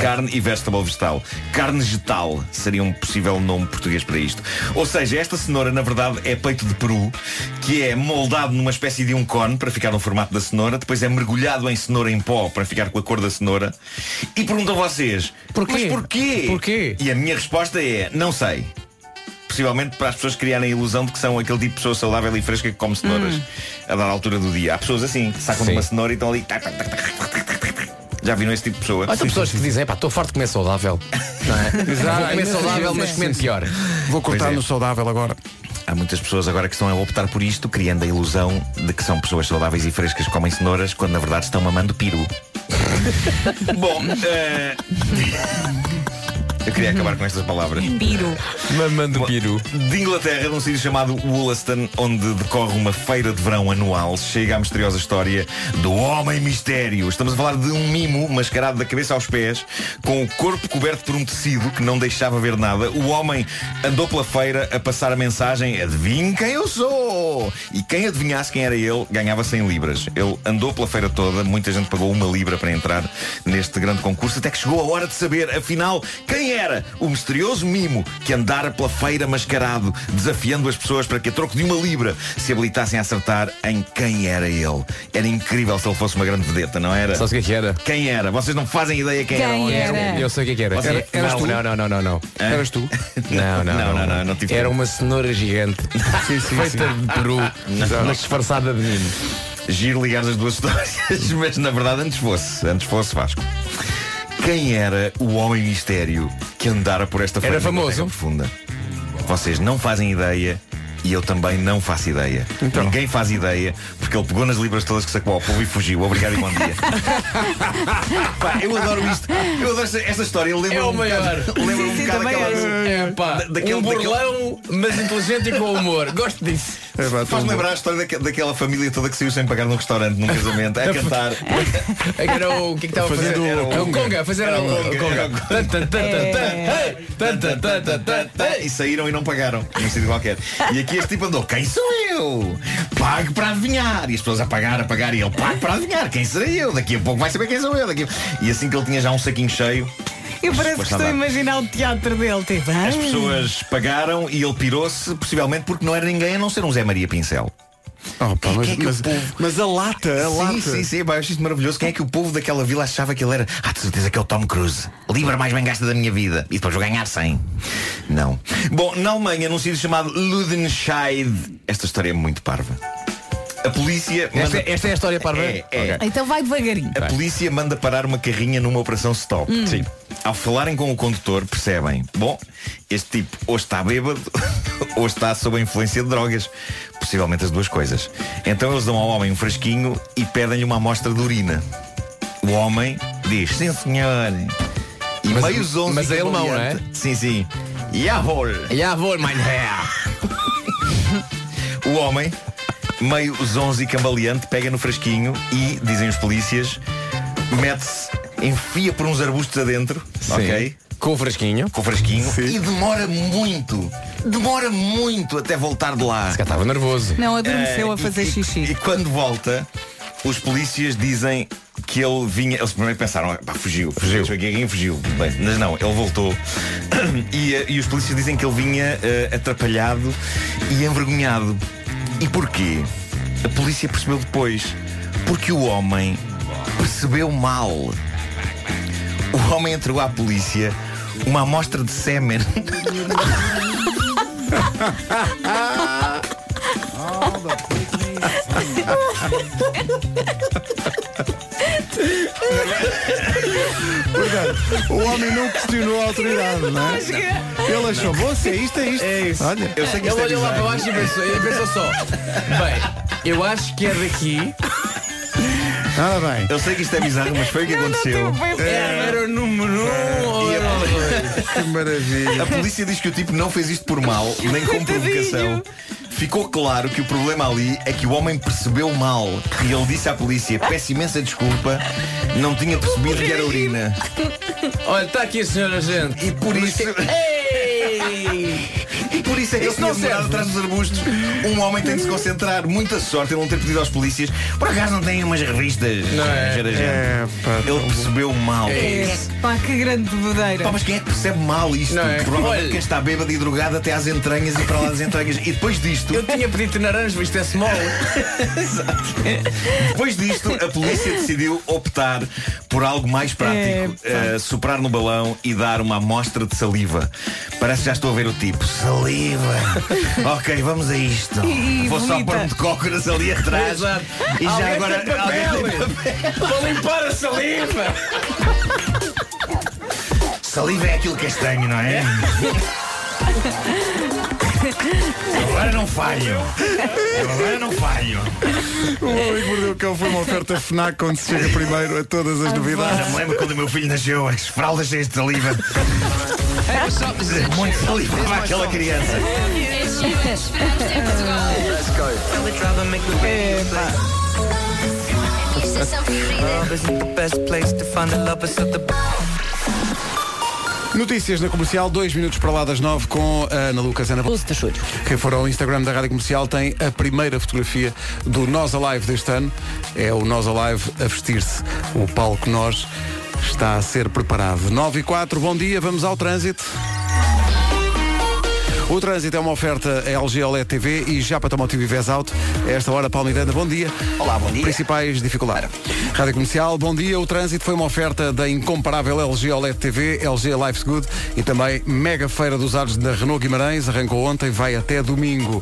Speaker 7: carne e vegetable vegetal. Carne vegetal seria um possível nome português para isto. Ou seja, esta cenoura na verdade é peito de peru, que é moldado numa espécie de um cone para ficar no formato da cenoura, depois é mergulhado em cenoura em pó para ficar com a cor da cenoura. E perguntam vocês,
Speaker 15: Porquê?
Speaker 7: mas porquê? Porquê? E a minha resposta é, não sei. Possivelmente para as pessoas criarem a ilusão de que são aquele tipo de pessoa saudável e fresca que come cenouras
Speaker 15: Hum.
Speaker 7: a dada altura do dia. Há pessoas assim, que sacam
Speaker 15: Sim.
Speaker 7: de uma cenoura e estão ali. tac, tac, tac, tac, tac, tac, tac, tac. Já viram esse tipo de pessoa?
Speaker 15: Ou então pessoas que dizem, pá, estou farto de comer saudável. Não é? Vou comer saudável, mas comendo pior.
Speaker 1: Vou cortar
Speaker 7: Pois é.
Speaker 1: no saudável agora.
Speaker 7: Há muitas pessoas agora que estão a optar por isto, criando a ilusão de que são pessoas saudáveis e frescas que comem cenouras, quando na verdade estão mamando peru. Bom, eh, eu queria acabar com estas palavras.
Speaker 3: Piro.
Speaker 15: Mamando peru.
Speaker 7: De Inglaterra, num sítio chamado Wollaston, onde decorre uma feira de verão anual, chega a misteriosa história do Homem Mistério. Estamos a falar de um mimo mascarado da cabeça aos pés, com o corpo coberto por um tecido que não deixava ver nada. O homem andou pela feira a passar a mensagem Adivinhe quem eu sou! E quem adivinhasse quem era ele ganhava 100 libras. Ele andou pela feira toda, muita gente pagou uma libra para entrar neste grande concurso, até que chegou a hora de saber, afinal, quem era o misterioso mimo que andara pela feira mascarado, desafiando as pessoas para que a troco de uma libra se habilitassem a acertar em quem era ele. Era incrível se ele fosse uma grande vedeta, não era?
Speaker 15: Sabes o que é que era?
Speaker 7: Quem era? Vocês não fazem ideia quem,
Speaker 15: Quem
Speaker 7: era.
Speaker 15: era? Eu sei o que é que era.
Speaker 7: Vocês-
Speaker 15: Era- eras
Speaker 7: não,
Speaker 15: tu?
Speaker 7: não,
Speaker 15: não, não, não, não.
Speaker 7: É?
Speaker 15: Eras tu? Não, não, não, não,
Speaker 7: tive
Speaker 15: Era
Speaker 7: tempo.
Speaker 15: uma cenoura gigante. feita de peru, mas disfarçada de mim.
Speaker 7: Giro ligar as duas histórias, mas na verdade antes fosse, antes fosse Vasco. Quem era o homem mistério que andara por esta
Speaker 15: Era
Speaker 7: feira da
Speaker 15: famoso?
Speaker 7: Terra profunda? Vocês não fazem ideia e eu também não faço ideia.
Speaker 15: Então.
Speaker 7: Ninguém faz ideia porque ele pegou nas libras todas que sacou ao povo e fugiu. Obrigado e bom dia.
Speaker 8: Ah,
Speaker 7: Pá, Ah, eu adoro isto. Eu adoro esta, esta história. Eu lembro
Speaker 15: É o
Speaker 7: um bocado-
Speaker 15: maior.
Speaker 7: lembro um bocado daquela-
Speaker 15: É, pá,
Speaker 7: da- daquele-
Speaker 15: um burlão, mas inteligente e com humor. Gosto disso.
Speaker 7: Faz-me lembrar a história daque- daquela família toda que saiu sem pagar num restaurante, num
Speaker 15: É
Speaker 7: casamento, a cantar.
Speaker 15: Era o o que é que estava a
Speaker 7: Fazer
Speaker 15: fazer?
Speaker 7: do-
Speaker 15: Era o Conga, fazer
Speaker 7: Era
Speaker 15: o
Speaker 7: o Conga, era o
Speaker 15: Conga. Tan, tan, tan, tan, tan.
Speaker 3: É.
Speaker 15: Hey!
Speaker 7: E saíram e não pagaram Num sítio qualquer E aqui este tipo andou Quem sou eu? Pago para adivinhar E as pessoas a pagar, a pagar E ele pago para adivinhar Quem serei eu? Daqui a pouco vai saber quem sou eu daqui a- E assim que ele tinha já um saquinho cheio
Speaker 3: Eu parece que
Speaker 7: Pois
Speaker 3: estou a
Speaker 7: nada.
Speaker 3: imaginar o teatro dele. Tipo,
Speaker 7: As
Speaker 3: "Ah,
Speaker 7: pessoas pagaram e ele pirou-se Possivelmente porque não era ninguém A não ser um Zé Maria Pincel
Speaker 1: mas-
Speaker 7: Quem é que o
Speaker 1: Oh, mas-
Speaker 7: povo-
Speaker 1: mas a lata, a
Speaker 7: sim,
Speaker 1: lata.
Speaker 7: Sim, sim, pá, eu acho isto maravilhoso. Quem é que o povo daquela vila achava que ele era? Ah, de certeza que é o Tom Cruise. Libra mais bem gasta da minha vida. E depois vou ganhar 100. Não. Bom, na Alemanha, num sítio chamado Ludenscheid. Esta história é muito parva. A polícia.
Speaker 15: Esta- esta é a história parva?
Speaker 7: É, é.
Speaker 3: Então vai devagarinho.
Speaker 7: A polícia manda parar uma carrinha numa operação stop.
Speaker 3: Hum. Sim.
Speaker 7: Ao falarem com o condutor, percebem, bom, este tipo ou está bêbado ou está sob a influência de drogas. Possivelmente as duas coisas. Então eles dão ao homem um frasquinho e pedem-lhe uma amostra de urina. O homem diz, sim senhor. E
Speaker 15: Mas-
Speaker 7: meio zonzo
Speaker 15: mas é
Speaker 7: e
Speaker 15: alemão, não é?
Speaker 7: cambaleante. Sim, sim. Jawohl.
Speaker 15: Jawohl, mein Herr.
Speaker 7: O homem, meio zonzo e cambaleante, pega no frasquinho e, dizem os polícias, mete-se, enfia por uns arbustos adentro, ok?
Speaker 15: Com o frasquinho.
Speaker 7: Com o frasquinho. E demora muito. Demora muito até voltar de lá. Se
Speaker 15: estava nervoso.
Speaker 3: Não, adormeceu a fazer
Speaker 7: xixi. E, quando volta, os polícias dizem que ele vinha. Eles primeiro pensaram, "Ah, pá, fugiu, fugiu. Quem fugiu? Bem, mas não, ele voltou. E, eh, e os polícias dizem que ele vinha eh, atrapalhado e envergonhado. E porquê? A polícia percebeu depois. Porque o homem percebeu mal. O homem entregou à polícia uma amostra de sêmen.
Speaker 1: Portanto, o homem não questionou a autoridade, não é? Ele achou, vou ser isto, é isto. Olha,
Speaker 15: Eu sei que Ele olhou lá para baixo e pensou, e pensou só Bem, eu acho que é daqui
Speaker 1: Nada bem.
Speaker 7: Eu sei que isto é bizarro, mas foi o que aconteceu.
Speaker 15: Era o número um.
Speaker 1: Que maravilha.
Speaker 7: A polícia diz que o tipo não fez isto por mal, nem com provocação. Ficou claro que o problema ali é que o homem percebeu mal. E ele disse à polícia, peço imensa desculpa, não tinha percebido que era urina.
Speaker 15: Olha, está aqui a senhora gente.
Speaker 7: E por isso. E por isso é que ele
Speaker 15: Isso
Speaker 7: tinha
Speaker 15: não serve.
Speaker 7: demorado atrás dos arbustos. Um homem tem de se concentrar. Muita sorte ele não ter pedido aos polícias. Por acaso não têm umas revistas?
Speaker 15: Não é?
Speaker 7: Gera gente.
Speaker 1: É, pá,
Speaker 7: ele percebeu mal.
Speaker 3: É, pá, que grande bodeira.
Speaker 7: Pá, mas quem é que percebe mal isto?
Speaker 15: Não é?
Speaker 7: Provavelmente
Speaker 15: Olha.
Speaker 7: quem está bêbado e drogado até às entranhas e para lá das entranhas. E depois disto,
Speaker 15: Eu tinha pedido naranja, mas isto é small.
Speaker 7: depois disto, a polícia decidiu optar por algo mais
Speaker 8: É,
Speaker 7: prático. Eh, soprar no balão e dar uma amostra de saliva. Parece que já estou a ver o tipo. Saliva. ok, vamos a isto.
Speaker 8: E- e
Speaker 7: Vou só
Speaker 8: vomita.
Speaker 7: pôr-me de cócoras ali atrás.
Speaker 8: Exato.
Speaker 7: E já
Speaker 8: Alguém
Speaker 7: agora.
Speaker 8: tem papel?
Speaker 7: alguém tem
Speaker 8: Vou limpar a saliva.
Speaker 7: Saliva é aquilo castanho, não é? Agora não falho. Agora não falho.
Speaker 1: O Homem que Mordeu o Cão foi uma oferta FNAC onde se chega primeiro a todas as
Speaker 7: Já
Speaker 1: novidades.
Speaker 7: me lembro quando o meu filho nasceu, as fraldas cheias de saliva. Muito saliva para aquela criança.
Speaker 1: Notícias na comercial, dois minutos para lá das nove com a Ana Lucas Ana
Speaker 14: 12 de julho.
Speaker 1: Quem for ao Instagram da Rádio Comercial tem a primeira fotografia do Nós Alive deste ano. É o Nós Alive a vestir-se. O palco Nós está a ser preparado. 9 e 4, bom dia, vamos ao trânsito. O trânsito é uma oferta LG OLED TV e já para Automotive e Vez Auto. A Esta hora, Paulo Miranda, bom dia. Olá, bom dia. Principais dificuldades. Rádio Comercial, bom dia. O trânsito foi uma oferta da incomparável LG OLED TV, LG Life's Good e também mega feira dos usados da Renault Guimarães. Arrancou ontem, vai até domingo.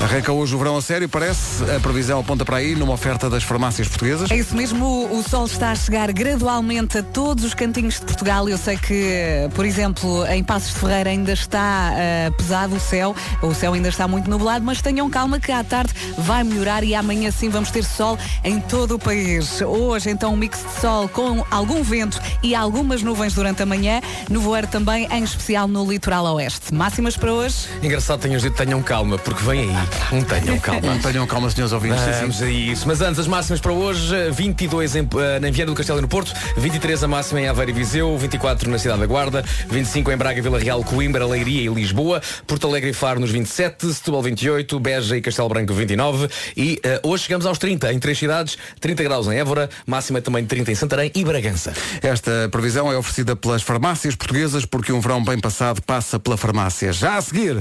Speaker 1: Arranca hoje o verão a sério, parece. A previsão aponta para aí numa oferta das farmácias portuguesas.
Speaker 3: É isso mesmo, o, o sol está a chegar gradualmente a todos os cantinhos de Portugal. Eu sei que, por exemplo, em Passos de Ferreira ainda está eh, pesado o céu, o céu ainda está muito nublado, mas tenham calma que à tarde vai melhorar e amanhã sim vamos ter sol em todo o país. Hoje, então, um mix de sol com algum vento e algumas nuvens durante a manhã, nevoeiro também, em especial no litoral oeste. Máximas para hoje?
Speaker 15: Engraçado tenhas dito tenham calma, porque vem aí. Não tenham calma.
Speaker 1: Tenham calma, senhores ouvintes. Sim, sim.
Speaker 15: Vamos a isso. Mas antes, as máximas para hoje, eh, 22 em, eh, na Viana do Castelo e no Porto, 23 a máxima em Aveiro e Viseu, 24 na Cidade da Guarda, 25 em Braga, Vila Real, Coimbra, Leiria e Lisboa, Porto Alegre e Faro nos 27, Setúbal 28, Beja e Castelo Branco 29 e eh, hoje chegamos aos 30 em três cidades, 30 graus em Évora, máxima também de 30 em Santarém e Bragança.
Speaker 1: Esta previsão é oferecida pelas farmácias portuguesas porque um verão bem passado passa pela farmácia. Já a seguir.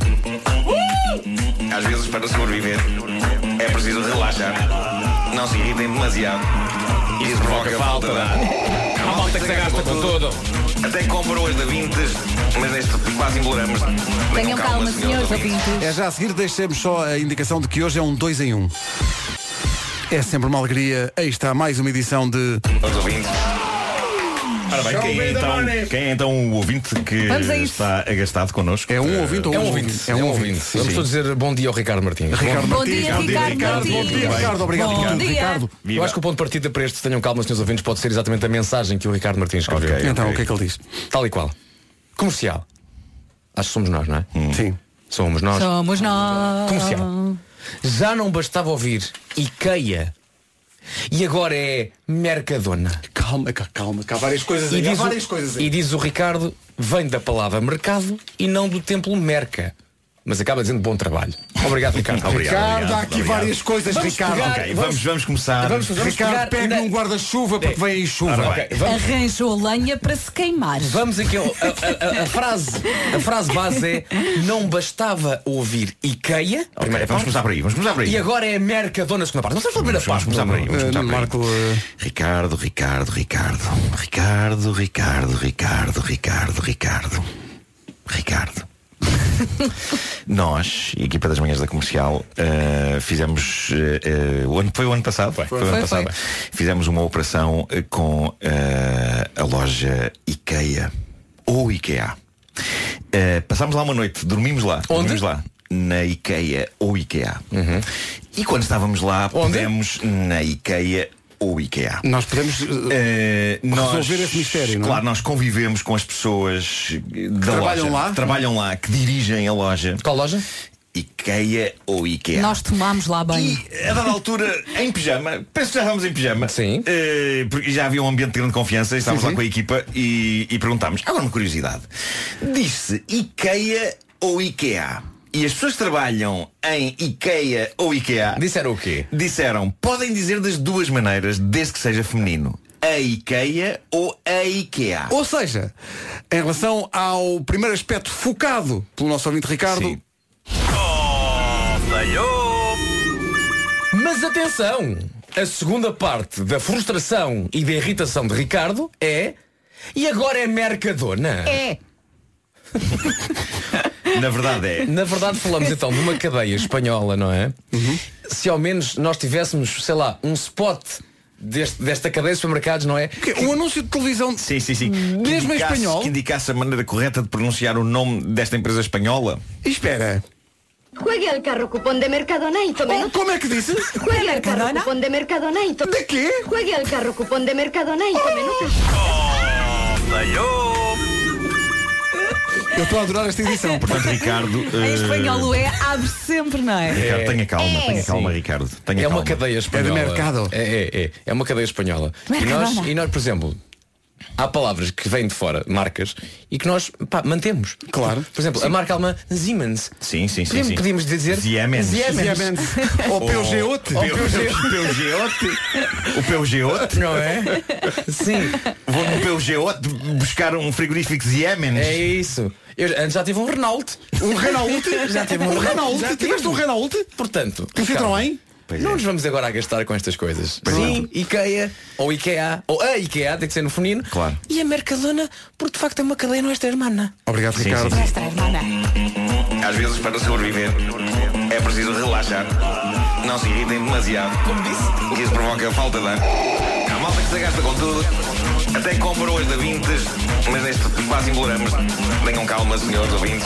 Speaker 7: Às vezes, para sobreviver, é preciso relaxar. Não se irritem demasiado. Isso provoca falta de ar. A malta que se gasta com tudo. Até compro hoje da Vintes, mas neste quase embolamos.
Speaker 3: Tenham calma, senhores ouvintes.
Speaker 1: É já a seguir, deixemos só a indicação de que hoje é um 2 em 1. Um. É sempre uma alegria. Aí está mais uma edição de.
Speaker 7: Os ouvintes. Ora bem, quem é, então, quem é então o ouvinte que
Speaker 1: Vamos a isso.
Speaker 7: está agastado connosco?
Speaker 1: É um ouvinte ou
Speaker 7: Eh,
Speaker 1: um ouvinte? É um ouvinte.
Speaker 15: Vamos todos dizer bom dia ao Ricardo Martins.
Speaker 1: Ricardo
Speaker 15: Bom-
Speaker 1: Martins.
Speaker 15: dia, Ricardo Martins.
Speaker 1: Bom dia, Ricardo. Obrigado,
Speaker 15: Bom
Speaker 1: Ricardo.
Speaker 15: dia.
Speaker 1: Ricardo.
Speaker 15: Eu acho que o ponto de partida para este Tenham Calma, senhores ouvintes, pode ser exatamente a mensagem que o Ricardo Martins escreveu.
Speaker 1: Ok, Então, ok. o que é que ele diz?
Speaker 15: Tal e qual. Comercial. Acho que somos nós, não é?
Speaker 1: Sim.
Speaker 15: Somos nós.
Speaker 3: Somos nós.
Speaker 15: Comercial. Já não bastava ouvir IKEA e agora é Mercadona.
Speaker 1: Calma, ca- calma, que há várias coisas aí. Há várias coisas aí.
Speaker 15: E diz o Ricardo, vem da palavra mercado e não do templo Merca. Mas acaba dizendo bom trabalho. Obrigado, Ricardo.
Speaker 1: Ricardo, há aqui várias coisas,
Speaker 15: Vamos
Speaker 1: Ricardo.
Speaker 15: pegar-
Speaker 7: Ok, vamos, vamos começar.
Speaker 15: Vamos- vamos pegar
Speaker 1: Ricardo, pega
Speaker 15: na-
Speaker 1: num guarda-chuva porque vem aí chuva.
Speaker 7: Ora bem.
Speaker 3: Arranjou lenha para se queimar.
Speaker 15: Vamos aqui, ao- a, a- a- a frase, a frase base é Não bastava ouvir IKEA a
Speaker 7: Ok,
Speaker 15: primeira
Speaker 7: vamos começar por aí, vamos começar por aí.
Speaker 15: E agora é Mercadona, a segunda parte eh, Não sei se é a primeira
Speaker 7: Vamos
Speaker 15: parte
Speaker 7: começar por aí. Vamos começar por aí.
Speaker 1: Marco,
Speaker 7: Ricardo, Ricardo, Ricardo. Ricardo, Ricardo, Ricardo, Ricardo, Ricardo. Ricardo. Nós, a equipa das manhãs da comercial, eh, fizemos. eh, eh, o ano, foi o ano passado? Foi, o ano
Speaker 3: Foi,
Speaker 7: passado. Fizemos uma operação eh, com eh, a loja IKEA. Ou IKEA. Eh, passámos lá uma noite, dormimos lá. Dormimos lá. Na
Speaker 3: Uhum.
Speaker 7: IKEA ou IKEA. E quando estávamos lá, pudemos na IKEA ou IKEA.
Speaker 1: Nós podemos
Speaker 7: eh, nós-
Speaker 1: resolver esse mistério, não é?
Speaker 7: Claro, nós convivemos com as pessoas eh, da
Speaker 1: trabalham
Speaker 7: loja,
Speaker 1: lá?
Speaker 7: que trabalham lá, que dirigem a loja.
Speaker 15: Qual loja?
Speaker 7: IKEA ou IKEA.
Speaker 3: Nós tomámos lá bem.
Speaker 7: A É dada altura, em pijama, penso que já estávamos em pijama. Sim. porque já havia um ambiente de grande confiança, e estávamos
Speaker 11: Sim,
Speaker 7: lá
Speaker 11: sim.
Speaker 7: com a equipa e, e perguntámos. Agora uma curiosidade. Diz-se IKEA ou IKEA? E as pessoas que trabalham em IKEA ou IKEA
Speaker 15: Disseram o quê?
Speaker 7: Disseram, podem dizer das duas maneiras, desde que seja feminino. A IKEA ou a IKEA.
Speaker 1: Ou seja, em relação ao primeiro aspecto focado pelo nosso ouvinte Ricardo,
Speaker 15: Mas atenção! A segunda parte da frustração e da irritação de Ricardo é. E agora é Mercadona?
Speaker 8: É.
Speaker 7: Na verdade é.
Speaker 15: Na verdade falamos então de uma cadeia espanhola, não é?
Speaker 1: Uhum.
Speaker 15: Se ao menos nós tivéssemos, sei lá, um spot deste- desta cadeia de supermercados, não é?
Speaker 1: Um anúncio de televisão.
Speaker 7: Sim, sim, sim. Mesmo espanhol. Que indicasse a maneira correta de pronunciar o nome desta empresa espanhola.
Speaker 1: Espera.
Speaker 16: Juegue al carro cupón de Mercadona y tome...
Speaker 1: ¿Cómo, es que dices?
Speaker 16: Juegue al carro cupón de Mercadona y tome...
Speaker 1: ¿De qué? ¡Oh!
Speaker 16: Juegue al carro cupón de Mercadona y tome notas.
Speaker 1: eu estou a adorar esta edição.
Speaker 7: Portanto, Ricardo.
Speaker 3: Em
Speaker 7: eh,
Speaker 3: espanhol o E abre sempre, não é?
Speaker 7: Ricardo, tenha calma,
Speaker 3: É.
Speaker 7: tenha calma,
Speaker 15: Sim.
Speaker 7: Ricardo.
Speaker 15: é
Speaker 7: Tenha
Speaker 15: uma
Speaker 7: calma.
Speaker 15: cadeia espanhola. É, é, é. É uma cadeia espanhola. E
Speaker 7: Mercadona.
Speaker 15: nós, e nós, por exemplo, há palavras que vêm de fora, marcas, e que nós pá, mantemos. Claro. Por exemplo, a marca alemã Siemens.
Speaker 7: Sim, sim, sim.
Speaker 15: Podíamos-
Speaker 7: sim.
Speaker 15: podíamos dizer
Speaker 7: Siemens.
Speaker 15: Siemens. Siemens. Ou Peugeot.
Speaker 7: Ou
Speaker 15: Ou
Speaker 7: Peugeot. O Peugeot.
Speaker 15: Não é? Sim.
Speaker 7: Vou no Peugeot buscar um frigorífico Siemens.
Speaker 15: É isso. Eu já- antes já tive um Renault.
Speaker 1: Um Renault?
Speaker 15: já tive um,
Speaker 1: Um Renault?
Speaker 15: Já
Speaker 1: Tiveste
Speaker 15: tive.
Speaker 1: um Renault?
Speaker 15: Portanto.
Speaker 1: Que fica
Speaker 15: calma.
Speaker 1: bem?
Speaker 15: Um não nos vamos agora a gastar com estas coisas. Sim, IKEA, ou IKEA, ou a IKEA, tem que ser no feminino. Claro. E a Mercadona, porque de facto é uma cadeia nuestra hermana.
Speaker 1: Obrigado,
Speaker 7: Sim,
Speaker 1: Ricardo.
Speaker 17: é
Speaker 7: sim,
Speaker 3: hermana.
Speaker 7: Às vezes, para sobreviver, é preciso relaxar. Não se irritem demasiado. Como disse. Que isso provoca falta de ar. Há malta que se gasta com tudo. Até compra hoje da Vintes, mas neste quase imploramos. Tenham calma, senhores ouvintes.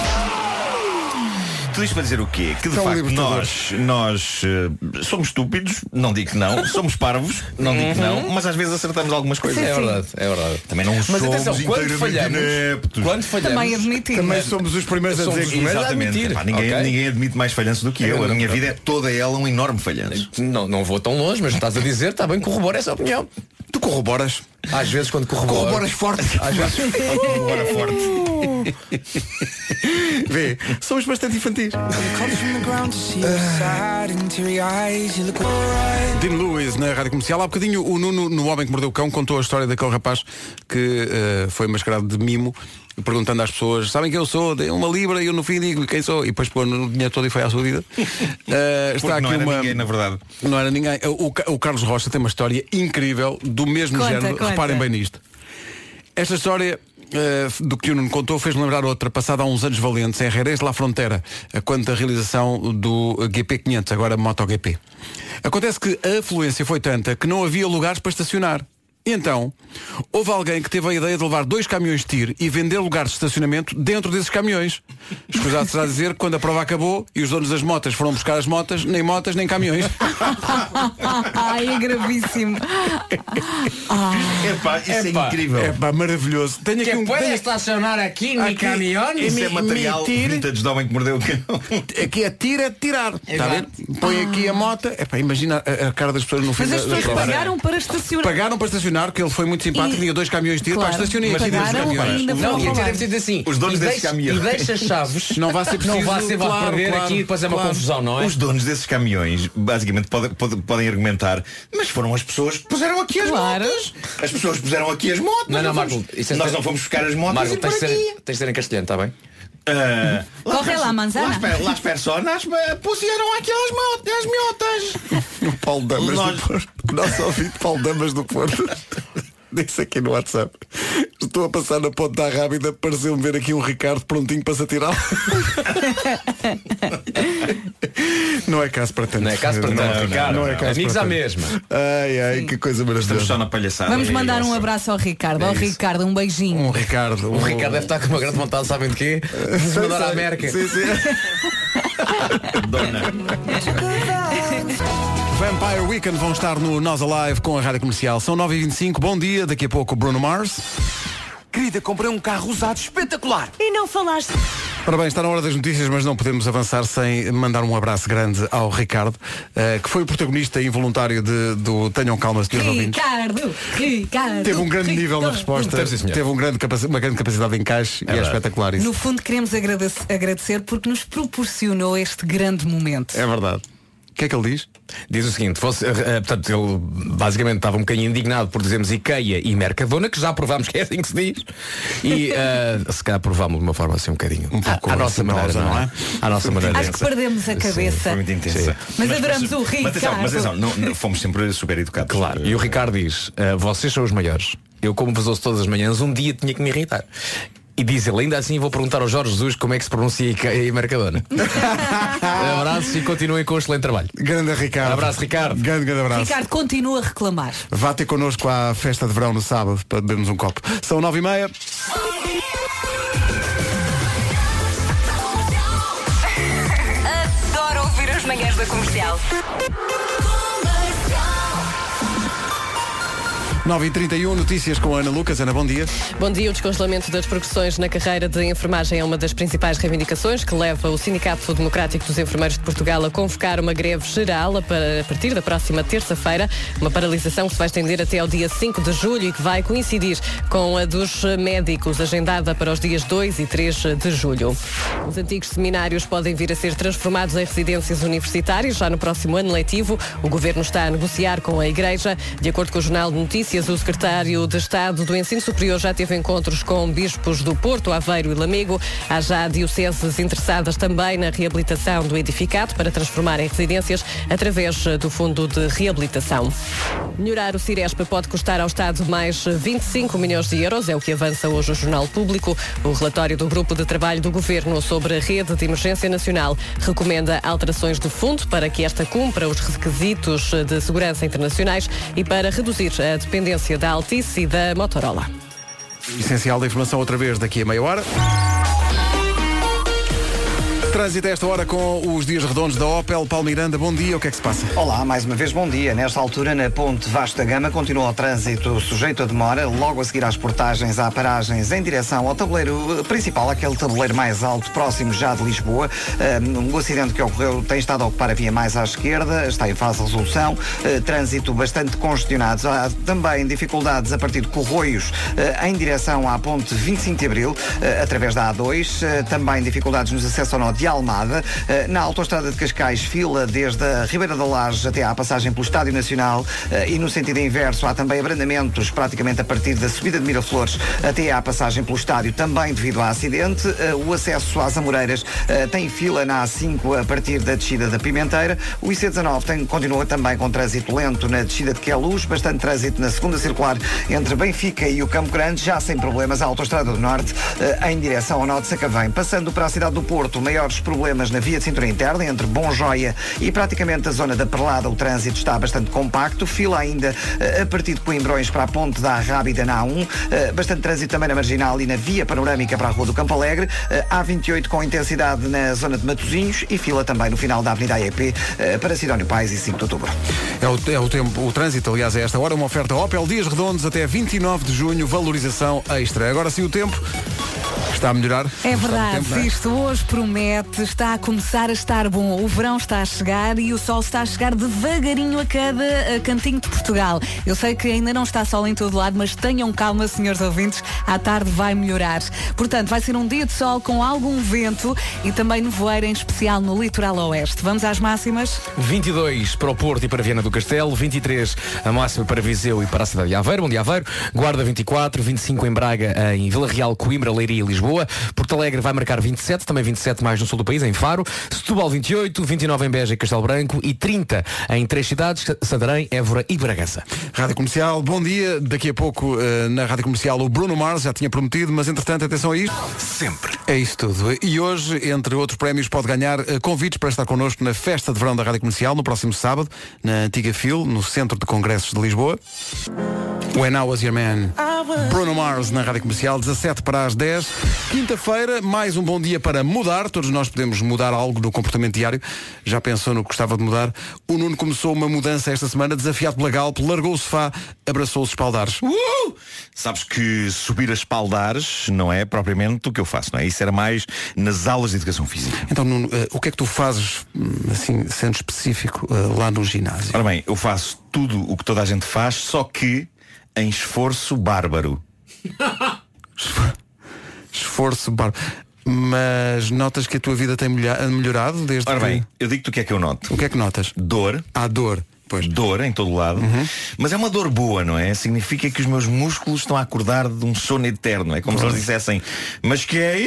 Speaker 7: Tudo isto para dizer o quê? Que de facto nós, nós eh, somos estúpidos, não digo que não, somos parvos, não digo que
Speaker 2: Uhum.
Speaker 7: não, mas às vezes acertamos algumas coisas.
Speaker 15: É verdade, é verdade.
Speaker 7: Também não
Speaker 15: Mas
Speaker 7: somos
Speaker 15: atenção, quando
Speaker 7: inteiramente
Speaker 15: falhamos,
Speaker 7: ineptos.
Speaker 15: quando falhamos, Também admitimos.
Speaker 1: Também somos os primeiros a
Speaker 15: Somos
Speaker 1: dizer
Speaker 15: os
Speaker 1: que
Speaker 15: primeiros a
Speaker 7: Exatamente.
Speaker 15: admitir.
Speaker 7: Epá, ninguém,
Speaker 15: Ok.
Speaker 7: ninguém admite mais falhanço do que eu. A minha vida é toda ela um enorme falhanço.
Speaker 15: Não, não vou tão longe, mas estás a dizer, está bem, corrobora essa opinião.
Speaker 1: Tu corroboras?
Speaker 15: Às vezes quando corroboro.
Speaker 1: Corroboras forte.
Speaker 15: Às vezes
Speaker 7: corrobora
Speaker 15: forte.
Speaker 1: Vê, somos bastante infantis. Dean Lewis na Rádio Comercial. Há bocadinho o Nuno, no Homem que Mordeu o Cão, contou a história daquele rapaz que eh, foi mascarado de mimo, perguntando às pessoas, sabem quem eu sou? Dê uma libra e eu no fim digo quem sou. E depois pôr no dinheiro todo e foi à sua vida. Eh,
Speaker 7: Porque não era ninguém, na verdade.
Speaker 1: Não era ninguém. O, Ca- o Carlos Rocha tem uma história incrível do mesmo
Speaker 7: Conta,
Speaker 1: género.
Speaker 7: conta.
Speaker 1: Reparem bem nisto. Esta história eh, do que o Nuno contou fez-me lembrar outra, passada há uns anos valentes, em Jerez de la Frontera, eh, quanto à realização do eh, GP500, agora MotoGP. Acontece que a afluência foi tanta que não havia lugares para estacionar. E então, houve alguém que teve a ideia de levar dois caminhões de tiro e vender lugares de estacionamento dentro desses caminhões. Escusado será dizer que quando a prova acabou e os donos das motas foram buscar as motas, nem motas nem caminhões.
Speaker 3: Ai, é gravíssimo.
Speaker 17: Ah.
Speaker 7: Epá, isso é incrível.
Speaker 1: Epá, maravilhoso. Tenho
Speaker 15: é
Speaker 1: aqui um tenho-
Speaker 15: estacionar aqui,
Speaker 1: Aqui,
Speaker 7: Isso é
Speaker 1: me-
Speaker 7: material
Speaker 1: me tire.
Speaker 7: vintage de homem que mordeu o cão.
Speaker 1: Aqui é tira, tirar. Está a ver? Põe aqui a moto. Epá, imagina a, a cara das pessoas no fim
Speaker 3: Mas
Speaker 1: da,
Speaker 3: as
Speaker 1: da
Speaker 3: pessoas
Speaker 1: prova.
Speaker 3: pagaram para estacionar.
Speaker 1: Pagaram para estacionar, que ele foi muito simpático,
Speaker 3: E-
Speaker 1: tinha dois caminhões de tiro,
Speaker 3: Claro.
Speaker 1: pá, estacionei aqui dois
Speaker 3: Pagaram
Speaker 1: caminhões.
Speaker 3: ainda
Speaker 15: Não, e até deve ter dito assim.
Speaker 1: Os donos
Speaker 15: e
Speaker 1: desses
Speaker 15: deixa-
Speaker 1: caminhões.
Speaker 15: E deixa as chaves.
Speaker 1: Não vai ser preciso,
Speaker 15: Não vai ser vai
Speaker 1: claro,
Speaker 15: perder
Speaker 1: claro,
Speaker 15: aqui e depois é uma
Speaker 1: claro.
Speaker 15: confusão, não é?
Speaker 7: Os donos desses caminhões, basicamente, podem, podem, podem argumentar, mas foram as pessoas que puseram aqui as motas. As pessoas puseram aqui as motas.
Speaker 15: Não, não,
Speaker 7: fomos-
Speaker 15: Marco, isso é-
Speaker 7: nós não fomos buscar as motas.
Speaker 15: Marco,
Speaker 7: e
Speaker 15: tens
Speaker 7: por
Speaker 15: de ser-
Speaker 7: aqui. Ah,
Speaker 15: tens de ser em castelhano, está bem?
Speaker 3: Corre lá, manzana.
Speaker 7: Las personas eh, pusieron aquí las motas, miotas.
Speaker 1: O Paulo Damas do Porto. O nosso ouvinte Paulo Damas do Porto. Disse aqui no WhatsApp. Estou a passar na ponte da rábida, pareceu-me ver aqui um Ricardo prontinho para se atirar. não é caso para tanto.
Speaker 15: Não é caso para tanto, Ricardo.
Speaker 1: é
Speaker 15: Amigos à mesma.
Speaker 1: Ai, ai, que coisa maravilhosa.
Speaker 7: Estamos só na palhaçada.
Speaker 3: Vamos mandar um abraço ao Ricardo.
Speaker 1: É
Speaker 3: ao
Speaker 1: isso.
Speaker 3: Ricardo, um beijinho.
Speaker 1: Um Ricardo.
Speaker 15: O Ricardo deve estar com uma grande vontade, sabem de quê? De se mandar à América.
Speaker 1: Sim, sim.
Speaker 7: Dona.
Speaker 1: Vampire Weekend vão estar no Nós Alive com a Rádio Comercial. São 9h25, bom dia, daqui a pouco Bruno Mars.
Speaker 17: Querida, comprei um carro usado espetacular. E não falaste.
Speaker 1: Ora bem, está na hora das notícias, mas não podemos avançar sem mandar um abraço grande ao Ricardo, eh, que foi o protagonista involuntário de- do Tenham Calma, Senhores Ouvintes.
Speaker 8: Ricardo, Ricardo.
Speaker 1: Teve um grande nível na resposta,
Speaker 15: Deve ser, senhor.
Speaker 1: teve um grande capaci- uma grande capacidade de encaixe e é
Speaker 15: verdade.
Speaker 1: espetacular isso.
Speaker 3: No fundo, queremos agradece- agradecer porque nos proporcionou este grande momento.
Speaker 1: É verdade. O que é que ele diz?
Speaker 15: Diz o seguinte, fosse, eh, eh, portanto, ele basicamente estava um bocadinho indignado por dizermos Ikea e Mercadona, que já provámos que é assim que se diz, e eh, se calhar provámos de uma forma assim um bocadinho. à, à nossa maneira,
Speaker 7: assim,
Speaker 15: não
Speaker 7: não
Speaker 15: é?
Speaker 7: é?
Speaker 15: À nossa maneira.
Speaker 3: Acho que perdemos a cabeça.
Speaker 7: Foi muito intensa.
Speaker 3: Mas adoramos o Ricardo.
Speaker 7: Mas atenção, mas atenção, não- não- fomos sempre super educados.
Speaker 15: Claro. E o Ricardo diz, eh, vocês são os maiores. Eu como vos ouço todas as manhãs, um dia tinha que me irritar. E diz ele, ainda assim vou perguntar ao Jorge Jesus como é que se pronuncia Ikea e Mercadona. Abraços e continuem com o excelente trabalho.
Speaker 1: Grande Ricardo.
Speaker 15: Um Abraço, Ricardo.
Speaker 1: Grande, grande abraço.
Speaker 3: Ricardo continua a reclamar.
Speaker 1: Vá ter connosco à festa de verão no sábado para bebermos um copo. São nove e meia.
Speaker 8: Adoro ouvir as manhãs da comercial.
Speaker 1: 9 e 31 notícias com a Ana Lucas. Ana, bom dia.
Speaker 14: Bom dia. O descongelamento das progressões na carreira de enfermagem é uma das principais reivindicações que leva o Sindicato Democrático dos Enfermeiros de Portugal a convocar uma greve geral a par- a partir da próxima terça-feira. Uma paralisação que se vai estender até ao dia 5 de julho e que vai coincidir com a dos médicos, agendada para os dias 2 e 3 de julho. Os antigos seminários podem vir a ser transformados em residências universitárias já no próximo ano letivo. O governo está a negociar com a Igreja. De acordo com o Jornal de Notícias, o secretário de Estado do Ensino Superior já teve encontros com bispos do Porto, Aveiro e Lamego. Há já dioceses interessadas também na reabilitação do edificado para transformar em residências através eh, do Fundo de Reabilitação. Melhorar o Cirespa pode custar ao Estado mais eh, 25 milhões de euros, é o que avança hoje o Jornal Público. O relatório do Grupo de Trabalho do Governo sobre a Rede de Emergência Nacional recomenda alterações de fundo para que esta cumpra os requisitos eh, de segurança internacionais e para reduzir a dependência da Altice e da Motorola.
Speaker 1: Essencial da informação outra vez daqui a meia hora. Trânsito a esta hora com os dias redondos da Opel. Paulo Miranda, bom dia. O que é que se passa?
Speaker 2: Olá, mais uma vez bom dia. Nesta altura, na ponte Vasco da Gama, continua o trânsito sujeito a demora. Logo a seguir às portagens, há paragens em direção ao tabuleiro eh, principal, aquele tabuleiro mais alto, próximo já de Lisboa. Um, o acidente que ocorreu tem estado a ocupar a via mais à esquerda, está em fase de resolução. Eh, trânsito bastante congestionado. Há também dificuldades a partir de Corroios eh, em direção à ponte 25 de Abril, eh, através da A2. Eh, também dificuldades nos acessos ao nó de Almada. Eh, na autoestrada de Cascais, fila desde a Ribeira da Laje até à passagem pelo Estádio Nacional eh, e no sentido inverso há também abrandamentos praticamente a partir da subida de Miraflores até à passagem pelo Estádio, também devido a acidente. Eh, o acesso às Amoreiras eh, tem fila na A5 a partir da descida da Pimenteira. O IC19 tem- continua também com trânsito lento na descida de Queluz, bastante trânsito na segunda circular entre Benfica e o Campo Grande, já sem problemas a autoestrada do Norte eh, em direção ao Norte de Sacavém. Passando para a cidade do Porto, maiores problemas na via de cintura interna entre Bom Joia e praticamente a zona da Perlada. O trânsito está bastante compacto. Fila ainda eh, a partir de Coimbrões para a ponte da Rábida na A1. eh, Bastante trânsito também na Marginal e na via panorâmica para a Rua do Campo Alegre. Eh, A28 com intensidade na zona de Matosinhos e fila também no final da Avenida AEP eh, para Sidónio Pais e 5 de Outubro.
Speaker 1: É o, é o tempo, o trânsito, aliás, a esta hora, uma oferta Opel, dias redondos até 29 de junho, valorização extra. Agora sim o tempo está a melhorar.
Speaker 3: É
Speaker 1: Está no
Speaker 3: verdade,
Speaker 1: tempo, não é?
Speaker 3: isto hoje promete, está a começar a estar bom. O verão está a chegar e o sol está a chegar devagarinho a cada eh, cantinho de Portugal. Eu sei que ainda não está sol em todo lado, mas tenham calma, senhores ouvintes, à tarde vai melhorar. Portanto, vai ser um dia de sol com algum vento e também nevoeiro, em especial no litoral oeste. Vamos às máximas?
Speaker 15: 22 para o Porto e para Viana do Castelo, 23 a máxima para Viseu e para a cidade de Aveiro, bom dia Aveiro, Guarda 24, 25 em Braga, em Vila Real, Coimbra, Leiria e Lisboa, Porto Alegre vai marcar 27, também 27 mais no sul do país, em Faro, Setúbal 28, 29 em Beja e Castelo Branco e 30 em três cidades, Santarém, Évora e Bragança.
Speaker 1: Rádio Comercial, bom dia. Daqui a pouco eh, na Rádio Comercial o Bruno Mars já tinha prometido, mas entretanto, atenção a isto.
Speaker 17: Sempre.
Speaker 1: É isso tudo. E hoje, entre outros prémios, pode ganhar eh, convites para estar connosco na festa de verão da Rádio Comercial, no próximo sábado, na Antiga Fil, no Centro de Congressos de Lisboa. When I Was Your Man. Bruno Mars na Rádio Comercial, 17 para as 10. Quinta-feira, mais um bom dia para mudar. Todos nós podemos mudar algo no comportamento diário. Já pensou no que gostava de mudar? O Nuno começou uma mudança esta semana, desafiado pela Galp, largou o sofá, abraçou os espaldares.
Speaker 7: Uh! Sabes que subir a espaldares não é propriamente o que eu faço, não é? Isso era mais nas aulas de educação física.
Speaker 1: Então, Nuno, eh, o que é que tu fazes, hum, assim, sendo específico, eh, lá no ginásio?
Speaker 7: Ora bem, eu faço tudo o que toda a gente faz, só que em esforço bárbaro.
Speaker 1: Esforço, barba. Mas notas que a tua vida tem melha- melhorado desde
Speaker 7: Ora
Speaker 1: que-
Speaker 7: bem, eu digo-te o que é que eu noto.
Speaker 1: O que é que notas?
Speaker 7: Dor.
Speaker 1: Há dor. Pois. Uhum.
Speaker 7: Dor em todo lado. Mas é uma dor boa, não é? Significa que os meus músculos estão a acordar de um sono eterno. É como se eles dissessem, mas que é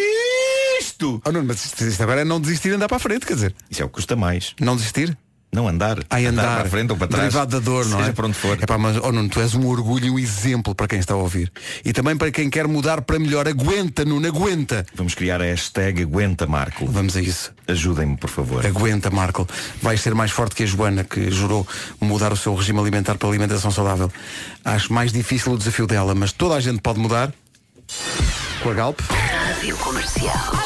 Speaker 7: isto?
Speaker 1: Oh, não, mas isto, isto agora é não desistir e andar para a frente, quer dizer.
Speaker 7: Isso é o que custa mais.
Speaker 1: Não desistir?
Speaker 7: Não andar.
Speaker 1: Ai, andar,
Speaker 7: para a frente ou para trás.
Speaker 1: Derivado da dor, não
Speaker 7: Seja
Speaker 1: é?
Speaker 7: para onde for.
Speaker 1: É pá, mas, oh, Nuno, tu és um orgulho e um exemplo para quem está a ouvir. E também para quem quer mudar para melhor. Aguenta, Nuno, aguenta.
Speaker 7: Vamos criar a hashtag Aguenta Marco.
Speaker 1: Vamos a isso.
Speaker 7: Ajudem-me, por favor.
Speaker 1: Aguenta, Marco. Vais ser mais forte que a Joana, que jurou mudar o seu regime alimentar para alimentação saudável. Acho mais difícil o desafio dela, mas toda a gente pode mudar. Com a Galp.
Speaker 8: Rádio Comercial.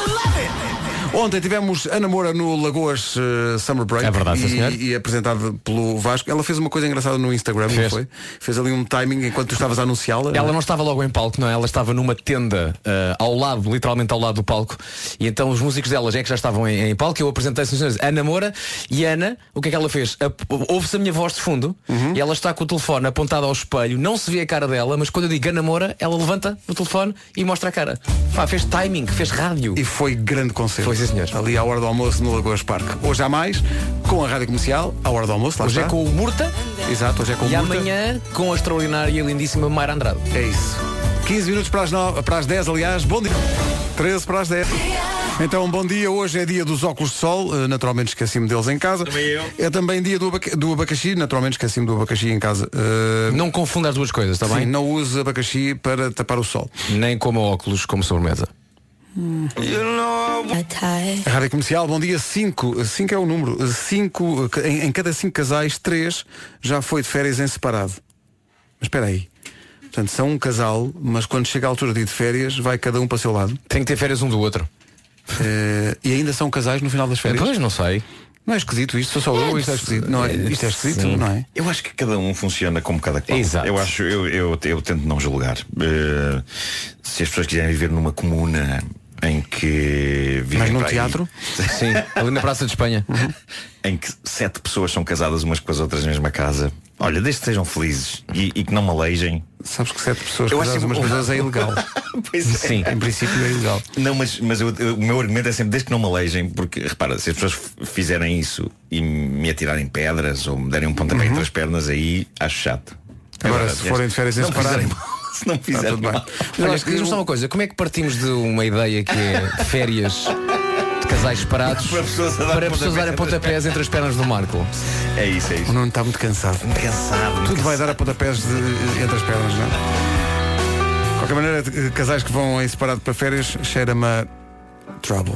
Speaker 1: Ontem tivemos Ana Moura no Lagoas eh, Summer Break.
Speaker 15: É verdade, sim, senhor.
Speaker 1: e, e apresentado pelo Vasco. Ela fez uma coisa engraçada no Instagram, não
Speaker 15: Fez.
Speaker 1: foi? Fez ali um timing enquanto tu estavas a anunciá-la. é?
Speaker 15: Ela não estava logo em palco, não, é? ela estava numa tenda ah, ao lado, literalmente ao lado do palco. E então os músicos delas é que já estavam em, em palco. Eu apresentei senhores Ana Moura e Ana, o que é que ela fez? Ap- Ouve-se a minha voz de fundo
Speaker 1: Uhum.
Speaker 15: e ela está com o telefone apontado ao espelho, não se vê a cara dela, mas quando eu digo Ana Moura, ela levanta o telefone e mostra a cara. Pá, fez timing, fez rádio.
Speaker 1: E foi grande concerto. Foi, sim, senhor. Ali à hora do almoço no Lagoas Parque. Hoje há mais, com a Rádio Comercial, à hora do almoço, lá
Speaker 15: Hoje é
Speaker 1: está.
Speaker 15: com o Murta
Speaker 1: Exato, hoje é com o
Speaker 15: e
Speaker 1: Murta.
Speaker 15: amanhã com a extraordinária e lindíssima Mara Andrade.
Speaker 1: É isso. 15 minutos para as, no... para as 10, aliás. Bom dia. 13 para as 10. Então, bom dia. Hoje é dia dos óculos de sol. Eh, Naturalmente esqueci-me deles em casa. Também eu. É também dia do, abaca- do abacaxi. Naturalmente esqueci-me do abacaxi em casa.
Speaker 15: Não confunda as duas coisas, está bem?
Speaker 1: Eh, Não use abacaxi para tapar o sol.
Speaker 15: Nem como óculos, como sobremesa.
Speaker 1: A Rádio Comercial, bom dia. 5. 5 é o número. 5. Em, em cada 5 casais, 3 já foi de férias em separado. Mas espera aí. Portanto, são um casal, mas quando chega a altura de ir de férias, vai cada um para o seu lado. Eh,
Speaker 15: Tem que ter férias um do outro. Eh,
Speaker 1: e ainda são casais no final das férias?
Speaker 15: Pois, não sei. eh,
Speaker 1: Não é esquisito isto? Sou só eu, isto é esquisito. Não é, isto é esquisito,
Speaker 7: Sim.
Speaker 1: não é?
Speaker 7: Eu acho que cada um funciona como cada qual. Eu acho, eu, eu, eu tento não julgar. Eh, se as pessoas quiserem viver numa comuna em que vivem
Speaker 15: Mas num
Speaker 7: para aí-
Speaker 15: teatro? Sim, ali na Praça de Espanha.
Speaker 7: em que sete pessoas são casadas umas com as outras na mesma casa. Olha, desde que sejam felizes e, e que não me aleijem.
Speaker 1: Sabes que sete pessoas
Speaker 7: Eu
Speaker 1: casadas
Speaker 7: acho que-
Speaker 1: umas com as outras é ilegal.
Speaker 7: Pois é.
Speaker 1: Sim, em princípio é ilegal.
Speaker 7: Não, mas, mas eu- eu- o meu argumento é sempre desde que não me aleijem, porque repara, se as pessoas f- fizerem isso e me atirarem pedras ou me derem um pontapé entre as pernas, aí acho chato.
Speaker 1: Uhum. Agora,
Speaker 7: É verdade,
Speaker 1: se forem de férias em
Speaker 7: não
Speaker 1: separado.
Speaker 7: fizerem mal, Se não
Speaker 1: Está
Speaker 7: fizerem
Speaker 1: tudo bem.
Speaker 7: mal.
Speaker 1: Olha,
Speaker 15: Tá Olha, diz-me só uma coisa, como é que partimos de uma ideia que é férias de casais separados para
Speaker 7: pessoas a dar
Speaker 1: é,
Speaker 15: pessoas a darem pontapés entre as pernas do Marco?
Speaker 7: É isso, é isso.
Speaker 1: O Nuno está muito cansado.
Speaker 7: cansado.
Speaker 1: Tudo vai dar a pontapés de, entre as pernas, não é? De qualquer maneira, eh, casais que vão em separado para férias, cheira-me a trouble.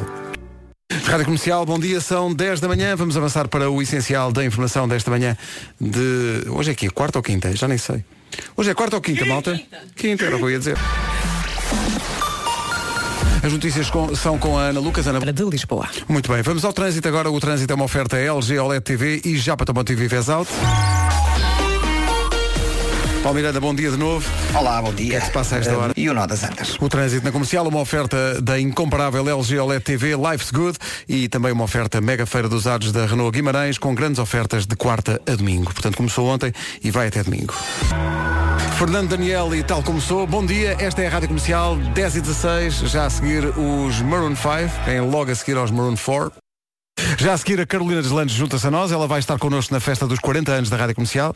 Speaker 1: Rádio Comercial, bom dia, são 10 da manhã, vamos avançar para o essencial da informação desta manhã de... Hoje é aqui, quarta ou quinta? Já nem sei. Hoje é quarta ou quinta, malta? Quinta, era o que eu ia dizer. As notícias com- são com a Ana Lucas, Ana
Speaker 14: de Lisboa.
Speaker 1: Muito bem, vamos ao trânsito agora. O trânsito é uma oferta LG OLED TV e já para TV Vez Out. Paulo Miranda, bom dia de novo.
Speaker 2: Olá, bom dia. O que é que se
Speaker 1: passa a esta hora?
Speaker 2: E o nó das antas.
Speaker 1: O trânsito na comercial, uma oferta da incomparável LG OLED TV Life's Good e também uma oferta mega feira dos usados da Renault Guimarães com grandes ofertas de quarta a domingo. Portanto, começou ontem e vai até domingo. Fernando Daniel e tal começou. Bom dia, esta é a Rádio Comercial 10 e 16, já a seguir os Maroon 5, em logo a seguir aos Maroon 4. Já a seguir a Carolina Deslandes junta-se a nós, ela vai estar connosco na festa dos 40 anos da Rádio Comercial.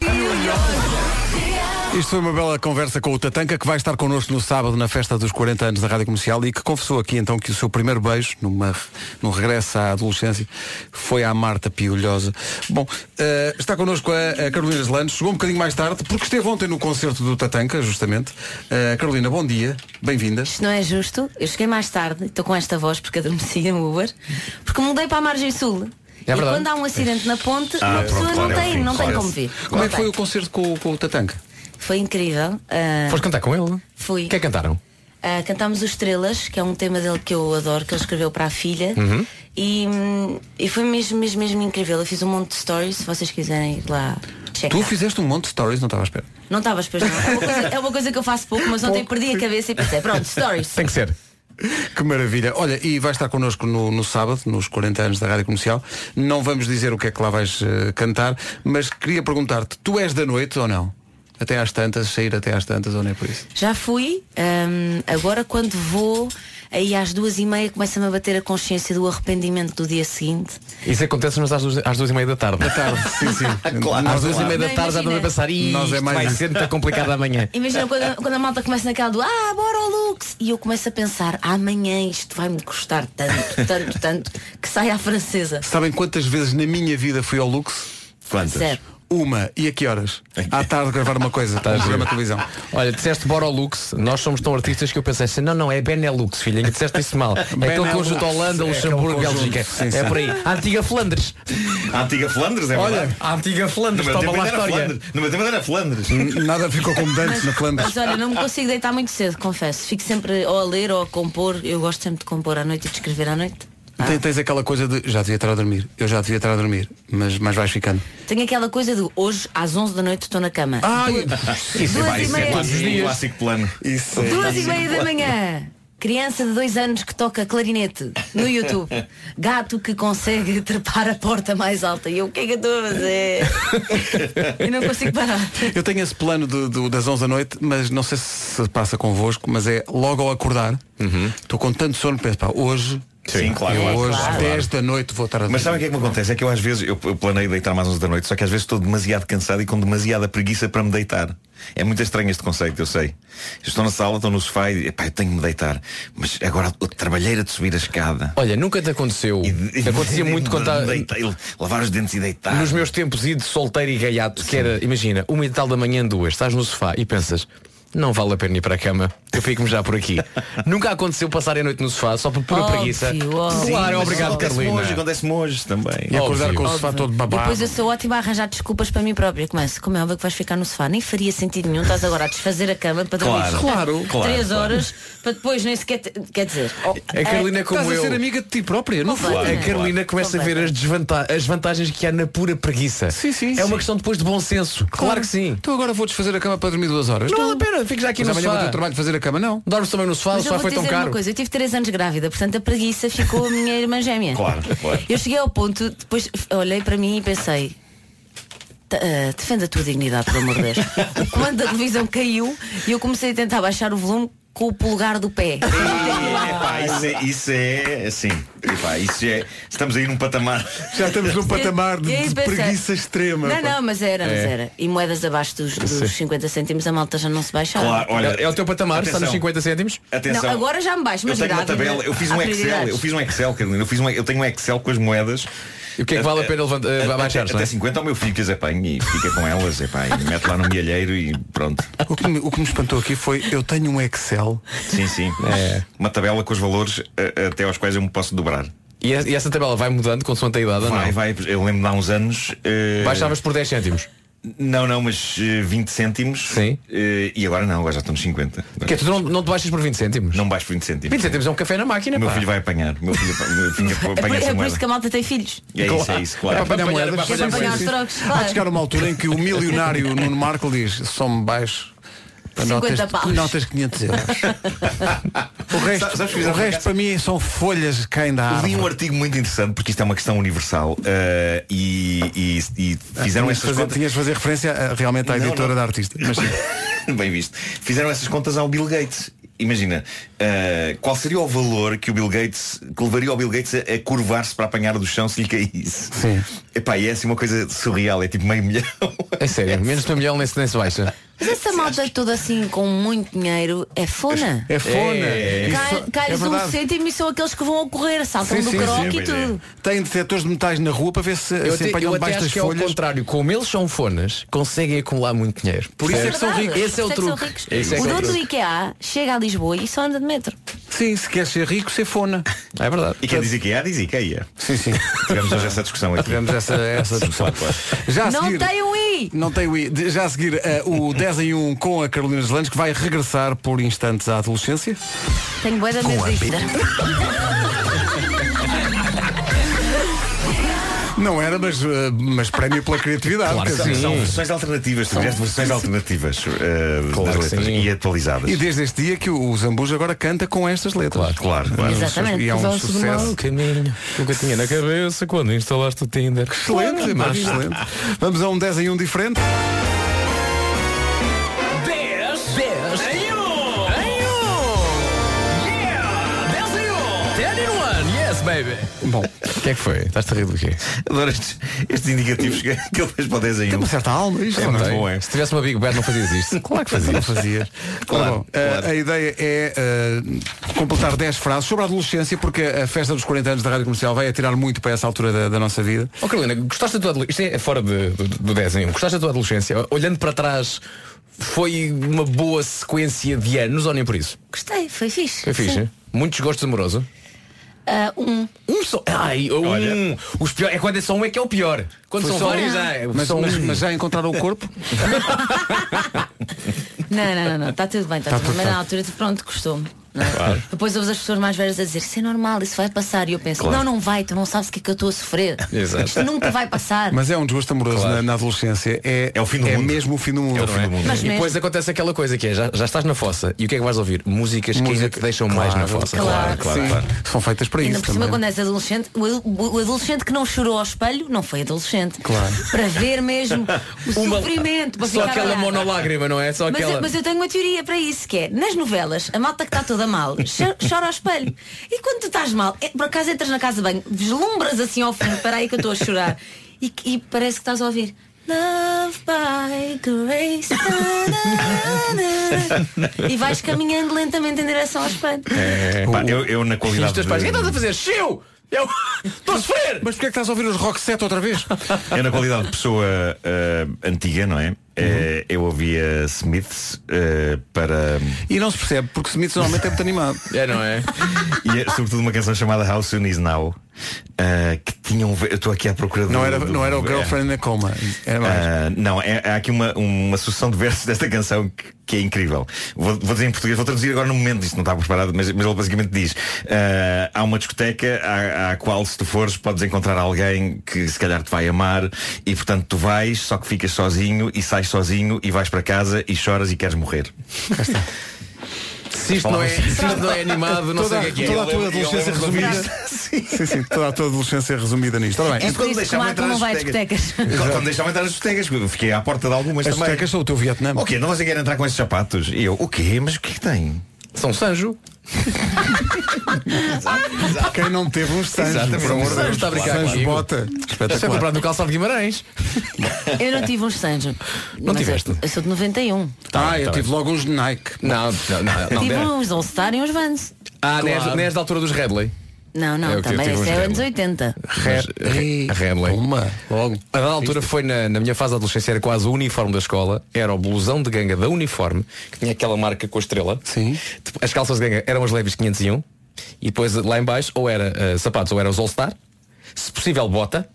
Speaker 1: Isto foi uma bela conversa com o Tatanka, que vai estar connosco no sábado na festa dos 40 anos da Rádio Comercial e que confessou aqui então que o seu primeiro beijo, numa, num regresso à adolescência, foi à Marta Piolhosa. Bom, eh, está connosco a, a Carolina Zelandes, chegou um bocadinho mais tarde, porque esteve ontem no concerto do Tatanka, justamente. Eh, Carolina, bom dia, bem-vinda.
Speaker 18: Isto não é justo. Eu cheguei mais tarde, estou com esta voz porque adormeci no Uber, porque mudei para a margem sul.
Speaker 1: É
Speaker 18: e
Speaker 1: verdade.
Speaker 18: quando há um acidente na ponte,
Speaker 1: Ah,
Speaker 18: uma pessoa
Speaker 1: pronto, claro,
Speaker 18: não,
Speaker 1: é o
Speaker 18: tem,
Speaker 1: fim,
Speaker 18: não tem
Speaker 1: claro.
Speaker 18: como ver.
Speaker 1: Como é
Speaker 18: Não
Speaker 1: que foi
Speaker 18: tem.
Speaker 1: o concerto com, com o Tatanka?
Speaker 18: Foi incrível. ah,
Speaker 15: Foste cantar com ele?
Speaker 18: Fui.
Speaker 15: O que é que cantaram?
Speaker 18: Ah, cantámos o Estrelas, que é um tema dele que eu adoro, que ele escreveu para a filha.
Speaker 8: Uhum.
Speaker 18: E, hum, e foi mesmo, mesmo, mesmo incrível. Eu fiz um monte de stories, se vocês quiserem ir lá checar.
Speaker 1: Tu fizeste um monte de stories, não estava à espera.
Speaker 18: Não estavas, pois não. É uma, coisa, é uma coisa que eu faço pouco, mas ontem perdi a cabeça e pensei, pronto, stories.
Speaker 1: Tem que ser. Que maravilha. Olha, e vais estar connosco no, no sábado, nos 40 anos da Rádio Comercial. Não vamos dizer o que é que lá vais eh, cantar, mas queria perguntar-te, tu és da noite ou não? Até às tantas, sair até às tantas ou nem por isso?
Speaker 18: Já fui, hum, agora quando vou, aí às duas e meia começa-me a bater a consciência do arrependimento do dia seguinte.
Speaker 15: Isso acontece mas às duas, às duas e meia da tarde. Da tarde, sim, sim.
Speaker 1: Claro,
Speaker 15: às duas
Speaker 1: claro.
Speaker 15: e meia da
Speaker 18: Não,
Speaker 15: tarde já estou a
Speaker 18: imagina.
Speaker 15: pensar, "Ih,
Speaker 1: Nós é
Speaker 15: isto
Speaker 1: mais
Speaker 15: vai
Speaker 1: isso."
Speaker 15: ser muito complicado amanhã.
Speaker 18: Imagina quando, a- quando a malta começa naquela do Ah, bora ao Lux! E eu começo a pensar, amanhã isto vai-me custar tanto, tanto, tanto, que sai à francesa.
Speaker 1: Sabem quantas vezes na minha vida fui ao Lux?
Speaker 18: Quantas? Zero.
Speaker 1: Uma. E a que horas? À tarde gravar uma coisa,
Speaker 15: Tá a
Speaker 1: um
Speaker 15: ver.
Speaker 1: programa de televisão.
Speaker 15: Olha, disseste Borolux, nós somos tão artistas que eu pensei assim, não, não, é Benelux, filha, disseste isso mal. É aquele
Speaker 7: Benelux,
Speaker 15: conjunto
Speaker 1: um
Speaker 15: Holanda,
Speaker 7: é
Speaker 15: Luxemburgo,
Speaker 7: aquele conjunto,
Speaker 15: Bélgica.
Speaker 7: sim,
Speaker 15: é
Speaker 7: sim.
Speaker 15: por aí. A antiga Flandres.
Speaker 7: A antiga Flandres, é
Speaker 15: Olha,
Speaker 7: verdade.
Speaker 15: a antiga Flandres,
Speaker 7: No meu
Speaker 15: toma
Speaker 7: tempo
Speaker 15: lá a
Speaker 7: ainda era
Speaker 15: história.
Speaker 7: Flandres. No meu tempo ainda era Flandres.
Speaker 1: Nada ficou como dantes na
Speaker 18: Mas olha, não me consigo deitar muito cedo, confesso. Fico sempre ou a ler ou a compor. Eu gosto sempre de compor à noite e de escrever à noite.
Speaker 1: Tem- tens aquela coisa de já devia estar a dormir, eu já devia estar a dormir, mas, mas vais ficando.
Speaker 18: Tenho aquela coisa do hoje às 11 da noite estou na cama. Duas-
Speaker 1: é
Speaker 18: duas e meia-
Speaker 7: é um clássico plano.
Speaker 1: Isso é um
Speaker 18: Duas e meia da manhã. Criança de dois anos que toca clarinete no YouTube. Gato que consegue trepar a porta mais alta. E eu, o que é que eu estou a fazer? Eu não consigo parar.
Speaker 1: Eu tenho esse plano de- do- das 11 da noite, mas não sei se se passa convosco, mas é logo ao acordar,
Speaker 15: Uhum.
Speaker 1: estou com tanto sono, penso, pá, hoje,
Speaker 7: Sim, claro.
Speaker 1: eu
Speaker 7: É,
Speaker 1: hoje,
Speaker 7: claro.
Speaker 1: 10 da noite vou estar a
Speaker 7: Mas
Speaker 1: dormir.
Speaker 7: sabem o que é que me acontece? É que eu às vezes, eu, eu planeio deitar mais 11 da noite, só que às vezes estou demasiado cansado e com demasiada preguiça para me deitar. É muito estranho este conceito, eu sei. Eu estou na sala, estou no sofá e epá, eu tenho que me deitar. Mas agora a trabalheira de subir a escada.
Speaker 15: Olha, nunca te aconteceu. Acontecia muito quando tá-
Speaker 7: Deita- e Lavar os dentes e
Speaker 1: Tá.
Speaker 7: deitar.
Speaker 15: Nos meus tempos e de solteiro e gaiato, que era, imagina, uma e tal da manhã, duas, estás no sofá e pensas, não vale a pena ir para a cama, eu fico-me já por aqui. Nunca aconteceu passar a noite no sofá só por pura
Speaker 18: Óbvio,
Speaker 15: preguiça.
Speaker 18: óbvio.
Speaker 15: Claro,
Speaker 7: Sim, mas
Speaker 15: obrigado,
Speaker 7: acontece-me
Speaker 15: Carolina.
Speaker 7: hoje, acontece-me hoje também.
Speaker 15: E acordar com o sofá
Speaker 18: Óbvio.
Speaker 15: todo babado.
Speaker 18: Depois eu sou ótima a arranjar desculpas para mim própria. Começo, como é óbvio que vais ficar no sofá. Nem faria sentido nenhum, estás agora a desfazer a cama para dormir
Speaker 15: Claro, claro, claro,
Speaker 18: três
Speaker 15: claro.
Speaker 18: horas para depois nem sequer. te- Quer dizer, oh,
Speaker 15: A Carolina é como
Speaker 18: estás a
Speaker 15: eu.
Speaker 18: ser amiga-
Speaker 1: amiga de ti própria,
Speaker 15: não
Speaker 18: não
Speaker 15: foi?
Speaker 18: foi?
Speaker 15: A Carolina
Speaker 18: Completamente.
Speaker 15: começa a ver as, desvanta- as vantagens que há na pura preguiça. Sim, sim. É uma questão depois de bom senso. Claro, que sim.
Speaker 1: Então agora vou desfazer a cama para dormir duas horas. Então,
Speaker 15: Não vale a pena, fico já aqui
Speaker 1: Mas
Speaker 15: no
Speaker 1: amanhã
Speaker 15: sofá.
Speaker 1: vou ter o trabalho de fazer a cama, não.
Speaker 15: Dormes também no sofá,
Speaker 18: Mas eu vou te dizer uma coisa, eu tive 3 anos grávida, portanto a preguiça ficou a minha irmã gêmea.
Speaker 15: Claro, claro.
Speaker 18: Eu cheguei ao ponto, depois olhei para mim e pensei. "T- ah, defenda a tua dignidade, pelo amor de Deus. O comando da televisão caiu e eu comecei a tentar baixar o volume com o polegar do pé.
Speaker 7: Epá, isso é, isso é assim. Epá, isso é. Estamos aí num patamar.
Speaker 1: Já estamos num patamar
Speaker 18: E aí pensei, Não,
Speaker 7: pá.
Speaker 18: não, mas era, mas
Speaker 7: É.
Speaker 18: era. E moedas abaixo dos, dos
Speaker 7: Sim.
Speaker 18: 50 cêntimos a malta já não se baixava.
Speaker 7: Claro, olha,
Speaker 15: É o teu patamar, está nos
Speaker 7: atenção.
Speaker 15: 50 cêntimos?
Speaker 7: Atenção.
Speaker 18: Não, agora já me baixo,
Speaker 7: eu
Speaker 18: mas
Speaker 7: tenho uma
Speaker 18: grávida,
Speaker 7: tabela, eu fiz um
Speaker 18: há
Speaker 7: Excel,
Speaker 18: prioridades.
Speaker 7: eu fiz um Excel, Carolina, eu, fiz um, eu tenho um Excel com as moedas.
Speaker 15: E o que é que vale a pena levant- eh, baixar,
Speaker 7: Até,
Speaker 15: não é?
Speaker 7: até 50 ao meu filho que as apanha e fica com elas, epá, e mete lá no milheiro e pronto.
Speaker 1: O que, me, o que me espantou aqui foi eu tenho um Excel.
Speaker 7: Sim, sim.
Speaker 15: É.
Speaker 7: Uma tabela com os valores eh, até aos quais eu me posso dobrar.
Speaker 15: E e essa tabela vai mudando consoante a idade, ou
Speaker 7: Vai,
Speaker 15: não?
Speaker 7: vai, eu lembro-me de há uns anos. eh,
Speaker 15: Baixavas por 10 cêntimos.
Speaker 7: Não, não, mas eh, 20 cêntimos. Sim. e agora não, agora já estão nos 50.
Speaker 15: Porque tu não, não te baixas por 20 cêntimos?
Speaker 7: Não baixo por 20 cêntimos.
Speaker 15: 20 cêntimos é um café na máquina,
Speaker 7: O meu
Speaker 15: pá.
Speaker 7: filho vai apanhar. O meu filho apa- o meu filho apa-
Speaker 18: É por,
Speaker 7: apanha
Speaker 18: é
Speaker 7: essa
Speaker 18: por isso
Speaker 7: moeda.
Speaker 18: que a malta tem filhos.
Speaker 7: É isso, é isso, claro.
Speaker 1: É para apanhar
Speaker 7: Para apanhar-
Speaker 1: moedas.
Speaker 7: para apanhar
Speaker 1: Sim,
Speaker 7: moedas.
Speaker 1: sim.
Speaker 18: Os trocos,
Speaker 1: Há de chegar uma altura em que o milionário Nuno Marco diz, só me baixo para
Speaker 18: 50
Speaker 1: notas,
Speaker 18: paus.
Speaker 1: notas de 500 euros. o
Speaker 7: Sabes que
Speaker 1: resto,
Speaker 7: fizeram
Speaker 1: o
Speaker 7: por
Speaker 1: resto
Speaker 7: acaso?
Speaker 1: para mim são folhas que caem da
Speaker 7: Li
Speaker 1: árvore.
Speaker 7: um artigo muito interessante porque isto é uma questão universal eh, e, e- e
Speaker 1: Ah,
Speaker 7: fizeram
Speaker 1: tinhas de
Speaker 7: estas
Speaker 1: fazer,
Speaker 7: contas.
Speaker 1: Tinhas de fazer referência ah, realmente à
Speaker 7: Não,
Speaker 1: editora
Speaker 7: não.
Speaker 1: da artista. Mas
Speaker 7: Bem visto. Fizeram essas contas ao Bill Gates. Imagina, eh, qual seria o valor que o Bill Gates, que levaria o Bill Gates a, a curvar-se para apanhar do chão se lhe caísse? Sim. Epá, e é assim uma coisa surreal, é tipo meio milhão.
Speaker 15: É sério, menos de um milhão nem se, nem se baixa.
Speaker 18: Mas essa malta toda assim com muito dinheiro é fona.
Speaker 15: É fona. É,
Speaker 18: Cai-
Speaker 1: isso- é
Speaker 18: Cai-lhes um
Speaker 1: verdade.
Speaker 18: cêntimo e são aqueles que vão a correr, saltam
Speaker 1: Sim,
Speaker 18: do
Speaker 1: sim,
Speaker 18: croque
Speaker 1: sim,
Speaker 18: e
Speaker 1: pois é.
Speaker 18: tudo.
Speaker 1: Têm detectores de metais na rua para ver se,
Speaker 15: Eu até,
Speaker 1: se
Speaker 15: eu
Speaker 1: apanham
Speaker 15: até
Speaker 1: debaixo
Speaker 15: acho
Speaker 1: das
Speaker 15: que é ao
Speaker 1: folhas.
Speaker 15: contrário, como eles são fonas, conseguem acumular muito dinheiro.
Speaker 1: Por isso é que são
Speaker 18: Verdade.
Speaker 1: ricos.
Speaker 18: Por isso é que são ricos.
Speaker 15: Esse é que
Speaker 18: o
Speaker 15: é o
Speaker 18: dono do
Speaker 15: truque.
Speaker 18: IKEA chega a Lisboa e só anda de metro.
Speaker 1: Sim, se quer ser rico, ser fona. É verdade.
Speaker 7: E quem diz IKEA, diz IKEA.
Speaker 1: Sim, sim.
Speaker 7: é, Tivemos hoje essa discussão aqui.
Speaker 1: Tivemos essa- essa discussão. Já a
Speaker 18: Não
Speaker 1: seguir-
Speaker 18: tem um i!
Speaker 1: Não tem o I. De- Já a seguir, eh, o 10 em 1 com a Carolina Gelandes, que vai regressar por instantes à adolescência.
Speaker 18: Tenho boa da
Speaker 1: Com
Speaker 18: medo
Speaker 1: a
Speaker 18: disto.
Speaker 1: Não era, mas, eh, mas prémio pela criatividade.
Speaker 7: Claro que
Speaker 1: quer dizer.
Speaker 7: são versões alternativas, tu
Speaker 1: São-
Speaker 7: fizeste versões alternativas eh, das
Speaker 1: Claro que
Speaker 7: letras
Speaker 1: sim.
Speaker 7: e atualizadas.
Speaker 1: E desde este dia que o Zambujo agora canta com estas letras.
Speaker 7: Claro, claro.
Speaker 1: claro.
Speaker 15: Exatamente.
Speaker 1: E é um
Speaker 15: Vá-se do mau
Speaker 1: sucesso.
Speaker 15: caminho. O que eu tinha na cabeça quando instalaste o Tinder.
Speaker 1: Excelente, mas excelente. Vamos a um 10 em 1 diferente.
Speaker 8: 10 10 em 1 em 1 Yeah 10 em 1 10 em 1 Yes baby
Speaker 1: Bom,
Speaker 15: o que é que foi? Estás-te a rir do quê?
Speaker 7: Adoro estes, estes indicativos que, que ele fez para o 10 em 1. Tem uma
Speaker 1: certa alma, isto
Speaker 7: é
Speaker 1: não
Speaker 7: muito
Speaker 1: tem?
Speaker 7: bom, é?
Speaker 15: Se tivesse uma Big Bad não fazias isto.
Speaker 1: Claro que fazia. Não fazia. Ora bom, eh, A ideia é eh, completar 10 frases sobre a adolescência, porque a festa dos 40 anos da Rádio Comercial vai atirar muito para essa altura da, da nossa vida.
Speaker 15: Oh, Carolina, gostaste da tua adolescência? Isto é fora de, do, do 10 em 1. Gostaste da tua adolescência? Olhando para trás, foi uma boa sequência de anos, ou nem por isso?
Speaker 18: Gostei, foi fixe.
Speaker 15: Foi fixe.
Speaker 18: Sim.
Speaker 15: hein? Muitos gostos amoroso.
Speaker 18: Ah, um.
Speaker 15: Um só. Ai, um. Os pior, é quando é só um é que é o pior. Quando
Speaker 1: Foi
Speaker 15: são
Speaker 1: só
Speaker 15: vários,
Speaker 1: um.
Speaker 15: já é.
Speaker 1: Mas-
Speaker 15: só um.
Speaker 1: mas- mas já encontraram o corpo?
Speaker 18: Não, não, não, não. Está tudo bem, está
Speaker 15: Tá
Speaker 18: tudo
Speaker 15: tudo,
Speaker 18: bem.
Speaker 15: tá.
Speaker 18: Na altura, pronto, costumo. é?
Speaker 15: Claro.
Speaker 18: Depois ouves as pessoas mais velhas a dizer isso é normal, isso vai passar. E eu penso,
Speaker 1: Claro.
Speaker 18: não, não vai, tu não sabes o que é que eu estou a sofrer.
Speaker 1: Exato.
Speaker 18: Isto nunca vai passar.
Speaker 1: Mas é um desgosto amoroso na, na adolescência. É, é, o fim do mundo. mesmo o fim do mundo.
Speaker 15: É o fim do mundo.
Speaker 18: Mas
Speaker 15: e
Speaker 18: mesmo-
Speaker 15: depois acontece aquela coisa que é, já, já estás na fossa e o que é que vais ouvir? Músicas que ainda te deixam mais na fossa.
Speaker 18: Claro,
Speaker 1: sim. São feitas para é
Speaker 18: Ainda
Speaker 1: isso
Speaker 18: por cima,
Speaker 1: também.
Speaker 18: quando és adolescente, o, ad- o adolescente que não chorou ao espelho não foi adolescente.
Speaker 15: Claro.
Speaker 18: Para ver mesmo o
Speaker 15: Uma-
Speaker 18: sofrimento. Para
Speaker 15: Só
Speaker 18: ficar a
Speaker 15: aquela
Speaker 18: olhar.
Speaker 15: monolágrima, não é? Só
Speaker 18: mas,
Speaker 15: aquela.
Speaker 18: eu, mas eu tenho uma teoria para isso, que é, nas novelas, a malta que está toda mal cho- chora ao espelho. E quando tu estás mal, é- por acaso entras na casa de banho, vislumbras assim ao fundo, para aí que eu estou a chorar. E, e parece que estás a ouvir. Love by grace. na, na, na, na. E vais caminhando lentamente em direção ao espelho.
Speaker 7: É, pá, eu, eu na qualidade
Speaker 15: Os teus
Speaker 7: de-
Speaker 15: pais, "O que
Speaker 1: então,
Speaker 15: é que estás a fazer? Chiu! É Eu estou a sofrer!
Speaker 1: Mas porquê é que estás a ouvir os rock set outra vez?
Speaker 7: Eu na qualidade de pessoa eh, antiga, não é?
Speaker 1: Uhum.
Speaker 7: Eh, eu ouvia Smiths eh, para.
Speaker 1: E não se percebe, porque Smiths normalmente é muito animado.
Speaker 15: É, não é?
Speaker 7: E é, sobretudo uma canção chamada How Soon Is Now. eh, que tinham. Eu estou aqui à procura do-
Speaker 1: Não era,
Speaker 7: do-
Speaker 1: não era o
Speaker 7: é.
Speaker 1: Girlfriend na Coma. Era mais.
Speaker 7: Ah, não, é- há aqui uma, uma sucessão de versos desta canção que, que é incrível. Vou, vou dizer em português, vou traduzir agora no momento, isto não estava preparado, mas, mas ele basicamente diz: ah, há uma discoteca à, à qual, se tu fores, podes encontrar alguém que se calhar te vai amar e, portanto, tu vais, só que ficas sozinho e sais sozinho e vais para casa e choras e queres morrer.
Speaker 15: Se isto não é, se isto não é animado, não
Speaker 1: toda,
Speaker 15: sei o que é que é.
Speaker 1: Toda a tua adolescência resumida. sim, sim, toda a tua adolescência é resumida nisto. Ora bem.
Speaker 7: Isso quando deixavam entrar nas discotecas. Quando- Quando deixavam entrar nas discotecas, eu fiquei à porta de algumas
Speaker 1: As
Speaker 7: também.
Speaker 1: discotecas são o teu Vietnã.
Speaker 7: O quê? Não você quer entrar com esses sapatos? E eu, o quê? Mas o que é que tem?
Speaker 15: São Sanjo.
Speaker 1: Quem não teve uns
Speaker 7: Exato,
Speaker 1: Sanjos, por amor de
Speaker 7: Sanjos,
Speaker 1: Deus.
Speaker 7: está a brincar
Speaker 1: Sanjos
Speaker 7: comigo.
Speaker 1: bota.
Speaker 15: Isto é
Speaker 1: Espetacular.
Speaker 15: comprado no calçado de Guimarães.
Speaker 18: Eu não tive uns Sanjo.
Speaker 15: Não
Speaker 18: Mas
Speaker 15: tiveste?
Speaker 18: Eu, eu sou de 91.
Speaker 1: ah, eu tive logo uns Nike.
Speaker 15: Não, não, não. Ah, não
Speaker 18: tive
Speaker 7: um-
Speaker 15: deve.
Speaker 18: uns All Star e uns Vans.
Speaker 15: Ah,
Speaker 1: é
Speaker 15: nem és-
Speaker 18: Claro.
Speaker 15: nem és da altura dos Redley.
Speaker 18: Não, não,
Speaker 15: É o que eu
Speaker 18: também
Speaker 15: tive
Speaker 18: esse
Speaker 15: uns
Speaker 18: é
Speaker 15: Red.
Speaker 18: anos 80.
Speaker 15: Mas, eh, Re- Redley. A dada altura foi na, na minha fase da adolescência, era quase o uniforme da escola, era o blusão de ganga da uniforme, que tinha aquela marca com a estrela. Sim. As calças de ganga eram as leves 501 e depois lá em baixo ou era eh, sapatos ou era os All Star, se possível bota.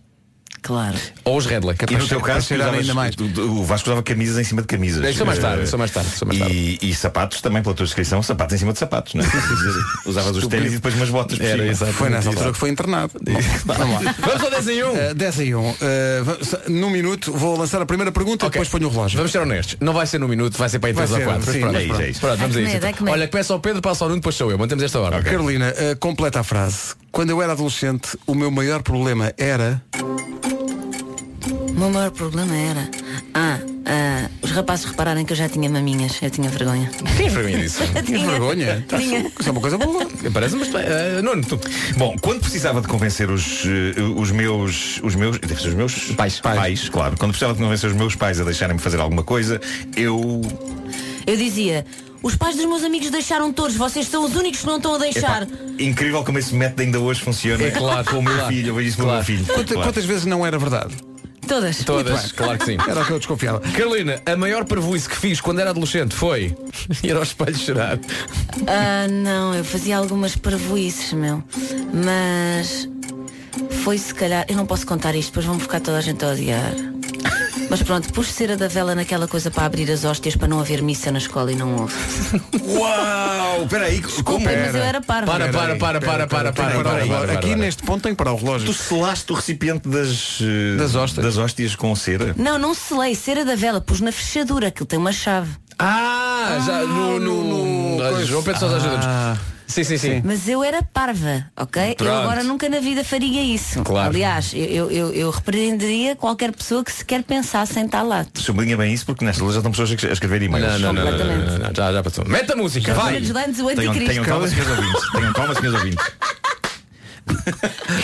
Speaker 18: Claro.
Speaker 15: Ou os
Speaker 1: É
Speaker 15: Redley.
Speaker 7: E no teu caso, tu usavas- tu- O Vasco usava camisas em cima de camisas.
Speaker 15: Deixa mais tarde,
Speaker 7: Eh,
Speaker 15: deixa mais tarde, deixa mais
Speaker 7: e-
Speaker 15: tarde.
Speaker 7: E, sapatos também, pela tua descrição, sapatos em cima de sapatos, não é? Usavas os
Speaker 1: Estúpido.
Speaker 7: ténis e depois umas botas por
Speaker 1: Era,
Speaker 7: cima.
Speaker 1: exato. Foi nessa altura que foi internado. Vamos lá.
Speaker 15: Vamos ao 10 em 1.
Speaker 1: Eh, 10 em 1. Eh, va- sa- num minuto vou lançar a primeira pergunta depois ponho o relógio.
Speaker 15: Vamos ser honestos. Não vai ser num minuto, vai ser para aí
Speaker 1: Vai
Speaker 15: 3 ou
Speaker 1: ser,
Speaker 15: 4.
Speaker 1: sim.
Speaker 15: Pronto,
Speaker 1: É isso,
Speaker 15: pronto.
Speaker 1: é isso.
Speaker 15: Pronto, vamos a
Speaker 1: Ai, que
Speaker 15: isso.
Speaker 1: medo, ai, que medo.
Speaker 15: Olha, começa ao Pedro, passa ao Nuno, depois sou eu. Mantemos esta hora.
Speaker 1: Carolina, eh, completa a frase. Quando eu era adolescente, o meu maior problema era.
Speaker 18: O meu maior problema era. Ah, ah, os rapazes repararem que eu já tinha maminhas. Eu tinha vergonha.
Speaker 15: Tinhas vergonha disso?
Speaker 18: Tinha. Tinha.
Speaker 1: Isso é uma coisa boa.
Speaker 15: Parece, mas eh, Nuno, tu.
Speaker 7: Bom, quando precisava de convencer os, eh, os meus. Os meus. deve ser Os meus pais. pais, claro. Quando precisava de convencer os meus pais a deixarem-me fazer alguma coisa, eu
Speaker 18: Eu dizia, os pais dos meus amigos deixaram todos, vocês são os únicos que não estão a deixar.
Speaker 7: Epá, incrível como esse método ainda hoje funciona
Speaker 1: É claro,
Speaker 7: com o meu
Speaker 1: claro,
Speaker 7: filho, eu vejo isso
Speaker 1: claro.
Speaker 7: com o meu filho.
Speaker 1: Quanta-
Speaker 7: Claro.
Speaker 1: Quantas vezes não era verdade?
Speaker 18: Todas.
Speaker 15: Todas,
Speaker 18: Muito bem.
Speaker 15: claro que sim.
Speaker 1: Era o que eu desconfiava.
Speaker 15: Carolina, a maior parvoíce que fiz quando era adolescente foi ir ao espelho chorar.
Speaker 18: Ah, não, eu fazia algumas parvoices, meu. Mas foi se calhar. Eu não posso contar isto, depois vão ficar toda a gente a odiar. Mas pronto, pus cera da vela naquela coisa para abrir as hóstias para não haver missa na escola e não houve.
Speaker 7: Uau! Espera aí, como?
Speaker 18: mas eu era parvo.
Speaker 15: Para, para, para, para,
Speaker 7: Tem que parar
Speaker 15: para, para, para,
Speaker 7: o relógio.
Speaker 15: para, para.
Speaker 7: Aqui
Speaker 1: neste ponto tem que parar o relógio.
Speaker 7: Tu selaste o recipiente das, eh, das, hóstias. com cera.
Speaker 18: Não, não selei, cera da vela, pus na fechadura, aquilo tem uma chave.
Speaker 15: Ah, já no. no, no João Pedro Sousa ajuda-nos. Sim, sim, sim.
Speaker 18: Mas eu era parva, ok?
Speaker 15: Pronto.
Speaker 18: Eu agora nunca na vida faria isso.
Speaker 7: Claro.
Speaker 18: Aliás, eu, eu, eu, eu repreenderia qualquer pessoa que sequer pensasse em estar lá.
Speaker 7: Sublinha bem isso porque nesta lista estão pessoas a escrever e-mails.
Speaker 15: Não, não, não, não, não, não, não, já, já passou. Mete a música,
Speaker 18: Carlos
Speaker 15: vai!
Speaker 18: Fernandes Landes, o
Speaker 7: Tenham,
Speaker 18: anticristo.
Speaker 7: tenham calma, senhores ouvintes. Tenham calma, senhores ouvintes.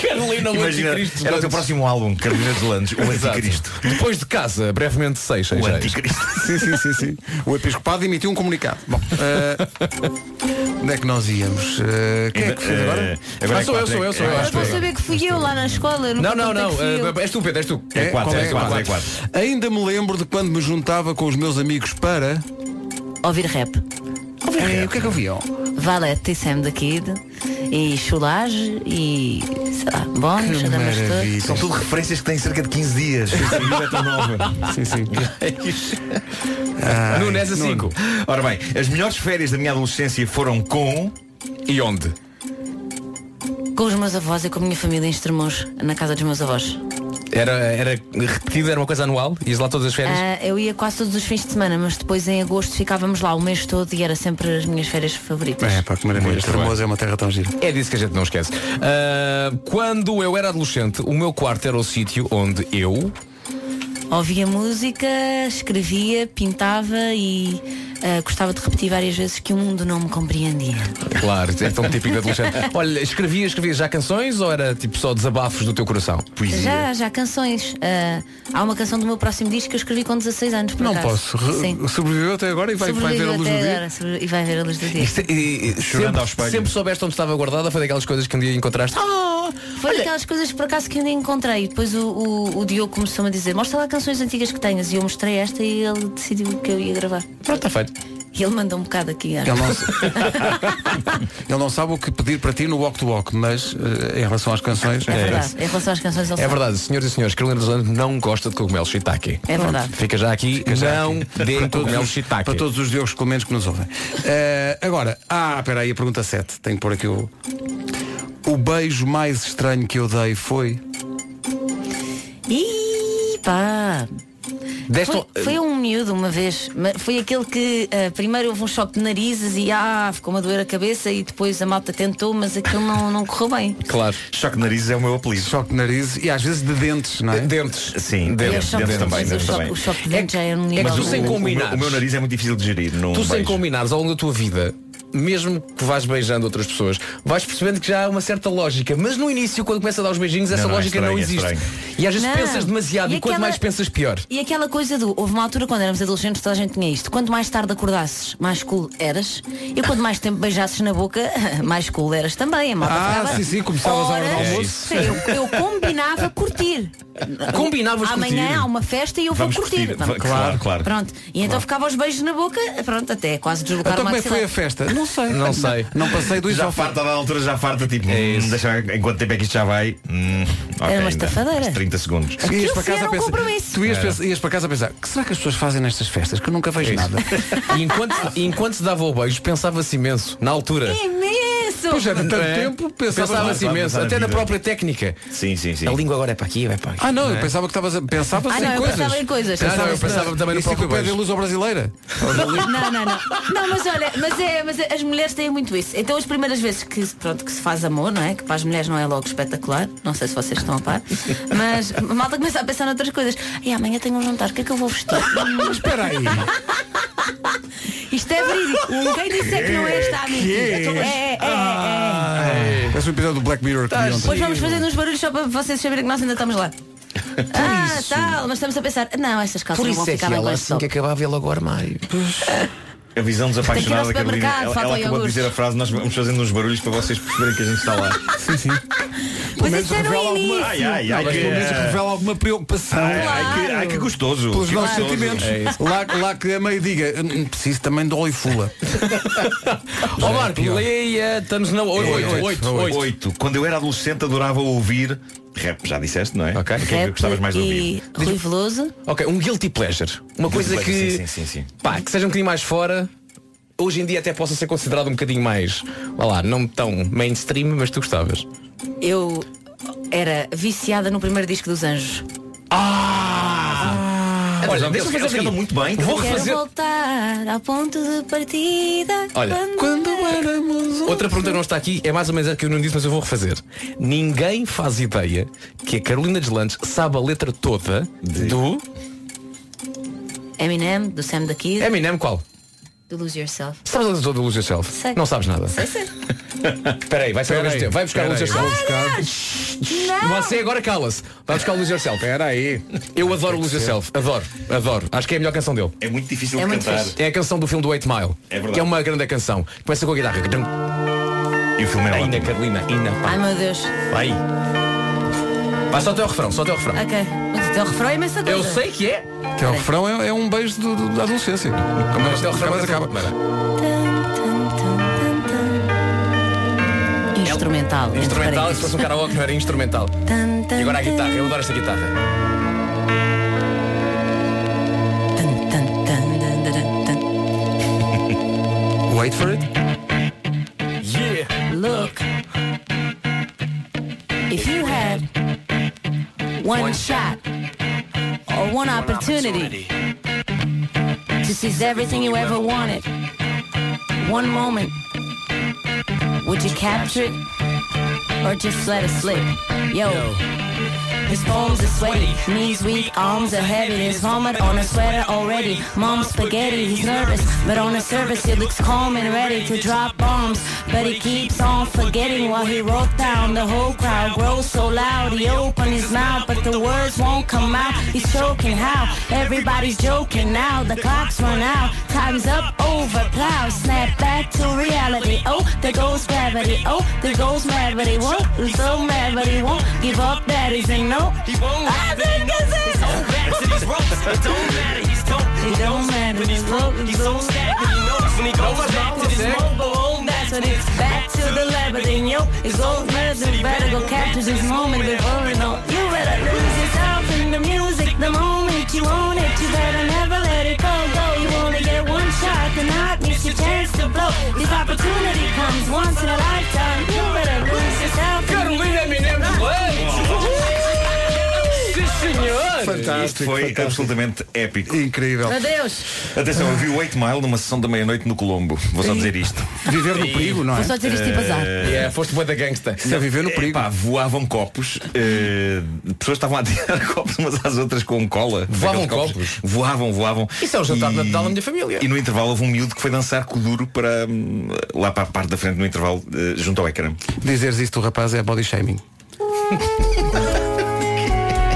Speaker 15: Carolina o
Speaker 7: Imagina,
Speaker 15: Anticristo de
Speaker 7: era o teu
Speaker 15: Landes.
Speaker 7: próximo álbum, Carolina de Landes, o é
Speaker 15: Exato.
Speaker 7: Anticristo.
Speaker 15: Depois de casa, brevemente seis, seis,
Speaker 7: O
Speaker 15: seis.
Speaker 7: Anticristo.
Speaker 1: Sim, sim, sim, sim. O Episcopado emitiu um comunicado. Bom, eh, onde é que nós íamos? Eh, quem é que fez
Speaker 7: Eh,
Speaker 1: agora?
Speaker 7: agora
Speaker 15: Ah, sou eu, sou eu, sou eu.
Speaker 18: Elas
Speaker 15: acho que
Speaker 18: vão
Speaker 15: é.
Speaker 18: saber que fui eu lá na escola. eu
Speaker 15: Não, não,
Speaker 18: nunca contei
Speaker 15: não.
Speaker 18: que fui eu.
Speaker 15: eh, És tu, Pedro, és tu.
Speaker 7: É quatro,
Speaker 1: Qual
Speaker 7: é quatro, é
Speaker 1: Ainda me lembro de quando me juntava com os meus amigos para...
Speaker 18: Ouvir rap.
Speaker 1: Ouvir o que é que ouviam?
Speaker 18: Valete e Sam da Kid. E Chulage e sei lá, Bones,
Speaker 1: Que
Speaker 18: Adamas
Speaker 1: maravilha.
Speaker 18: todos.
Speaker 7: São tudo referências que têm cerca de 15 dias. Esta vida é tão nova.
Speaker 1: Sim, sim.
Speaker 15: Nunes a cinco.
Speaker 7: Ora bem, as melhores férias da minha adolescência foram com.
Speaker 15: E onde?
Speaker 18: Com os meus avós e com a minha família em Estremoz, na casa dos meus avós.
Speaker 15: Era, era repetido, era uma coisa anual? Ias lá todas as férias?
Speaker 18: Ah, eu ia quase todos os fins de semana, mas depois em agosto ficávamos lá o mês todo e era sempre as minhas férias favoritas.
Speaker 1: É, pá, que maravilha. Estremoz é uma terra tão gira.
Speaker 15: É disso que a gente não esquece. Ah, quando eu era adolescente, o meu quarto era o sítio onde eu.
Speaker 18: Ouvia música, escrevia, pintava e ah, gostava de repetir várias vezes que o mundo não me compreendia.
Speaker 15: Claro, é tão típico de adolescente. Olha, escrevia, escrevia já canções ou era tipo só desabafos do teu coração?
Speaker 1: é.
Speaker 18: Já, já canções. Ah, há uma canção do meu próximo disco que eu escrevi com 16 anos. Por
Speaker 1: Não
Speaker 18: acaso.
Speaker 1: posso.
Speaker 18: Sim.
Speaker 1: Re- Sobreviveu até agora e vai, vai ver a
Speaker 18: Sobreviveu
Speaker 1: luz do
Speaker 18: até
Speaker 1: dia.
Speaker 18: agora, sobre- E vai ver a luz do dia.
Speaker 15: Isto é- e- e-
Speaker 7: Chorando
Speaker 15: sempre,
Speaker 7: ao espelho.
Speaker 15: Sempre soubeste onde estava guardada, foi daquelas coisas que um dia
Speaker 1: é-
Speaker 15: encontraste. Ah,
Speaker 18: Foi daquelas coisas por acaso que eu nem encontrei. Depois o, o, o Diogo começou-me a dizer, mostra lá canções antigas que tenhas. E eu mostrei esta e ele decidiu que eu ia gravar.
Speaker 15: pronto, está feito.
Speaker 18: E ele mandou um bocado aqui.
Speaker 1: Ele não, ele não sabe o que pedir para ti no Walk to Walk, mas eh, em relação às canções.
Speaker 18: É verdade. Em relação às canções ele
Speaker 15: É
Speaker 18: sabe.
Speaker 15: verdade, senhoras e senhores, Carolina dos Anjos não gosta de cogumelos shiitake.
Speaker 18: É verdade.
Speaker 15: Fica já aqui, não dê
Speaker 1: Para todos,
Speaker 15: cogumelos
Speaker 1: os,
Speaker 15: shiitake.
Speaker 1: para todos os Diogos Clementes que nos ouvem. Eh, agora, ah, espera aí, a pergunta 7. Tenho que pôr aqui o. O beijo mais estranho que eu dei foi.
Speaker 18: Ih, pá.
Speaker 15: Deste-
Speaker 7: eh,
Speaker 18: Foi, foi um miúdo uma vez, mas foi aquele que ah, primeiro houve um choque de narizes e ah, ficou-me a doer a cabeça e depois a malta tentou, mas aquilo não, não correu bem.
Speaker 15: Claro.
Speaker 7: Choque de nariz é o meu apelido.
Speaker 1: Choque de nariz e às vezes de dentes, não é?
Speaker 15: Dentes.
Speaker 7: Sim,
Speaker 18: E o
Speaker 7: dentro,
Speaker 18: choque de
Speaker 7: dentro também.
Speaker 18: narizes,
Speaker 7: Dentro
Speaker 18: o,
Speaker 7: também.
Speaker 18: choque, o choque de dente já era um nível.
Speaker 15: mas É tu
Speaker 18: de-
Speaker 7: O-
Speaker 15: sem
Speaker 7: o meu-
Speaker 15: combinares.
Speaker 7: O meu nariz é muito difícil de gerir. Num
Speaker 15: Tu sem
Speaker 7: beijo.
Speaker 15: combinares ao longo da tua vida, mesmo que vais beijando outras pessoas, vais percebendo que já há uma certa lógica. Mas no início, quando começa a dar os beijinhos, essa
Speaker 7: Não, não, é
Speaker 15: lógica não
Speaker 7: estranho,
Speaker 15: existe.
Speaker 7: é
Speaker 15: e às vezes
Speaker 18: Não.
Speaker 15: pensas demasiado e,
Speaker 18: E
Speaker 15: quanto
Speaker 18: aquela-
Speaker 15: mais pensas pior.
Speaker 18: E aquela coisa do, houve uma altura quando éramos adolescentes, toda a gente tinha isto. Quanto mais tarde acordasses, mais cool eras. E quanto mais tempo beijasses na boca, mais cool eras também. A malta
Speaker 1: Ah,
Speaker 18: ficava
Speaker 1: sim, sim, começavas à hora do
Speaker 18: horas-
Speaker 1: almoço.
Speaker 18: Sim, eu, eu combinava curtir.
Speaker 15: Combinavas
Speaker 18: Amanhã
Speaker 15: curtir.
Speaker 18: há uma festa e eu
Speaker 7: Vamos
Speaker 18: vou curtir.
Speaker 7: curtir.
Speaker 18: Vamos.
Speaker 7: Claro, claro.
Speaker 18: Pronto. E então ficava os beijos na boca, pronto, até quase deslocar
Speaker 1: Então
Speaker 18: o
Speaker 1: como é que foi
Speaker 18: maxilar.
Speaker 1: a festa? Não sei.
Speaker 15: Não sei.
Speaker 1: Não passei do
Speaker 7: Já
Speaker 1: isofá.
Speaker 7: farta da altura, já farta, tipo, hum, deixa em quanto tempo é que isto já vai? Hum, ok,
Speaker 18: uma
Speaker 7: ainda,
Speaker 18: estafadeira.
Speaker 7: 30 segundos.
Speaker 1: Tu
Speaker 18: Aquilo sim era um compromisso.
Speaker 1: tu ias,
Speaker 15: Era.
Speaker 1: pensar- ias para casa a pensar, que será que as pessoas fazem nestas festas? Que eu nunca vejo
Speaker 15: É isso.
Speaker 1: nada.
Speaker 15: E enquanto, e enquanto se dava o beijo, pensava-se imenso, na altura.
Speaker 18: É imenso!
Speaker 1: Pois é, de tanto
Speaker 15: É?
Speaker 1: tempo pensava.
Speaker 15: Pensava-se
Speaker 7: claro,
Speaker 15: imenso,
Speaker 7: claro,
Speaker 15: até na
Speaker 7: vida.
Speaker 15: própria técnica.
Speaker 7: Sim, sim, sim.
Speaker 15: A língua agora é para aqui, vai para aqui.
Speaker 1: Ah não, eu pensava que estavas a. Pensavas
Speaker 18: Ah,
Speaker 1: em
Speaker 18: não, eu
Speaker 1: coisas.
Speaker 18: pensava em coisas.
Speaker 15: Ah, não, eu pensava também no próprio
Speaker 1: Enciclopédia
Speaker 15: beijo.
Speaker 1: Luso Brasileira.
Speaker 18: Não, não, não. Não, mas olha, mas, é, mas é- as mulheres têm muito isso. Então as primeiras vezes que, se- pronto, que se faz amor, não é? Que para as mulheres não é logo espetacular. Não sei se vocês estão a par. Mas a malta começa a pensar noutras coisas. E amanhã tenho um jantar, o que é que eu vou vestir?
Speaker 1: Mas espera aí.
Speaker 18: Isto é verídico. Quem disser que não é está a mentir. É, é,
Speaker 1: Ah,
Speaker 18: é, é.
Speaker 1: Parece um episódio do Black Mirror que vi
Speaker 18: Depois
Speaker 1: ontem.
Speaker 18: Tá, vamos fazer uns barulhos só para vocês saberem que nós ainda estamos lá. Ah, tal, mas estamos a pensar, não, estas calças
Speaker 15: Por
Speaker 18: não
Speaker 15: isso
Speaker 18: vão
Speaker 15: é que
Speaker 18: ficar bem com
Speaker 15: ela
Speaker 18: este
Speaker 15: assim que acabava ele logo ao armário.
Speaker 7: A visão desapaixonada
Speaker 18: Tem
Speaker 7: da
Speaker 18: que ir ao
Speaker 7: Carolina.
Speaker 18: supermercado,
Speaker 7: Ela,
Speaker 18: faltam
Speaker 7: ela acabou de
Speaker 18: iogurtes.
Speaker 7: dizer a frase, nós vamos fazendo uns barulhos para vocês perceberem que a gente está lá.
Speaker 1: Sim, sim. pelo
Speaker 18: Mas
Speaker 1: menos
Speaker 18: isso era o
Speaker 1: revela alguma.
Speaker 18: início.
Speaker 1: Ai, ai, ai,
Speaker 18: Não, mas
Speaker 1: que-
Speaker 18: pelo menos
Speaker 1: revela alguma preocupação.
Speaker 7: Ai, ai, que- ai, que gostoso.
Speaker 1: Pelos
Speaker 7: Que
Speaker 1: nossos
Speaker 7: gostoso.
Speaker 1: sentimentos.
Speaker 7: É isso.
Speaker 1: lá, lá que a meio diga, "Hum, preciso também de óleo fula.
Speaker 15: Ó Marco, leia, estamos na
Speaker 7: Oito,
Speaker 15: 8,
Speaker 7: oito, oito. Quando eu era adolescente adorava ouvir rap, já disseste, não é? O que é que gostavas mais de ouvir?
Speaker 18: Rui Veloso.
Speaker 15: Ok, um guilty pleasure. Uma
Speaker 7: Guilty
Speaker 15: coisa
Speaker 7: pleasure,
Speaker 15: que.
Speaker 7: sim, sim, sim, sim.
Speaker 15: Pá, que seja um bocadinho mais fora. Hoje em dia até possa ser considerado um bocadinho mais. Vá lá, não tão mainstream, mas tu gostavas.
Speaker 18: Eu era viciada no primeiro disco dos Anjos.
Speaker 15: Ah, Olha, deixa eu fazer aqui.
Speaker 7: muito bem.
Speaker 15: então Vou
Speaker 18: Quero
Speaker 15: refazer.
Speaker 18: voltar ao ponto de partida.
Speaker 15: Olha,
Speaker 18: quando, éramos um-
Speaker 15: Outra pergunta que não está aqui é mais ou menos a que eu não disse, mas eu vou refazer. Ninguém faz ideia que a Carolina Deslandes sabe a letra toda do.
Speaker 18: Eminem, do Sam the Kid.
Speaker 15: Eminem qual?
Speaker 18: Do Lose Yourself.
Speaker 15: Sabes a letra toda do Lose Yourself?
Speaker 18: Sei.
Speaker 15: Não sabes nada.
Speaker 18: Sei, sei.
Speaker 15: Espera aí, vai, saber
Speaker 1: Peraí,
Speaker 15: este tempo. vai buscar a Lose
Speaker 1: peraí,
Speaker 15: Yourself.
Speaker 1: vou
Speaker 18: Não.
Speaker 15: Você agora cala-se. Vai buscar o Lose Yourself. Espera aí. Eu adoro o Lose Yourself. Adoro, adoro. Acho que é a melhor canção dele.
Speaker 7: É muito difícil
Speaker 15: é
Speaker 7: de cantar.
Speaker 15: É a canção do filme do 8 Mile.
Speaker 7: É verdade.
Speaker 15: que é uma grande canção. Começa com a guitarra.
Speaker 7: E o filme é
Speaker 15: Ainda Carolina, ainda.
Speaker 18: Ai meu Deus.
Speaker 15: Vai. Vai só até o refrão, só até o refrão.
Speaker 18: Ok. Mas o teu refrão é imensa coisa.
Speaker 15: Eu sei que é.
Speaker 1: Que é o refrão é, é um beijo do- do- da adolescência. Como é que o refrão acaba?
Speaker 18: Ah, Instrumental. entre
Speaker 15: Instrumental,
Speaker 18: parênteses.
Speaker 15: se fosse um karaoke não era instrumental. E agora a guitarra, eu adoro esta guitarra.
Speaker 1: Wait for it.
Speaker 15: Yeah.
Speaker 18: Look. If you had one shot or one opportunity to seize everything you ever wanted, one moment, would you capture it or just let it slip? Yo. His palms are sweaty, knees weak, arms are heavy. His helmet on a sweater already. Mom's spaghetti, he's nervous, but on the surface he looks calm and ready to drop bombs. But he keeps on forgetting what he wrote down. The whole crowd grows so loud. He opened his mouth, but the words won't come out. He's choking how? Everybody's joking now. The clock's run out. Time's up, over, plow. Snap back to reality. Oh, there goes gravity. Oh, there goes gravity. Whoa, he's so mad, but he won't give up that he's in no. He won't. I think it's it. back to these ropes. It don't matter, he's dope. It don't matter, but he's low. He's so stagnant, he knows when he goes back to this mobile home. That's when it's back to the labyrinth, yo. His old nerves and better go capture this moment before it all. You better lose yourself in the music the moment you own it. You better never let it go, go. You only get one shot, do not miss your chance to blow. This opportunity comes once in a lifetime. You better lose yourself. Carolina Mineiro,
Speaker 15: Sim, senhor!
Speaker 7: Fantástico, Isto foi absolutamente épico.
Speaker 1: Incrível.
Speaker 18: Meu Deus!
Speaker 7: Atenção, eu vi o 8 Mile numa sessão da meia-noite no Colombo. Vou só dizer isto.
Speaker 1: Viver no perigo, não é?
Speaker 18: Vou só dizer isto tipo, e bazar.
Speaker 15: É, foste boa da gangsta.
Speaker 1: Isso é viver no perigo.
Speaker 7: Eh, Pá, voavam copos. eh, pessoas estavam a tirar copos umas às outras com cola. é
Speaker 15: Voavam
Speaker 7: Aqueles Voavam, voavam.
Speaker 15: Isso é o jantar
Speaker 7: E-
Speaker 15: de Natal da minha família.
Speaker 7: E no intervalo houve um miúdo que foi dançar com o duro para hum, lá para a parte da frente no intervalo, eh, junto ao ecrã.
Speaker 1: Dizeres isto, rapaz, é body shaming.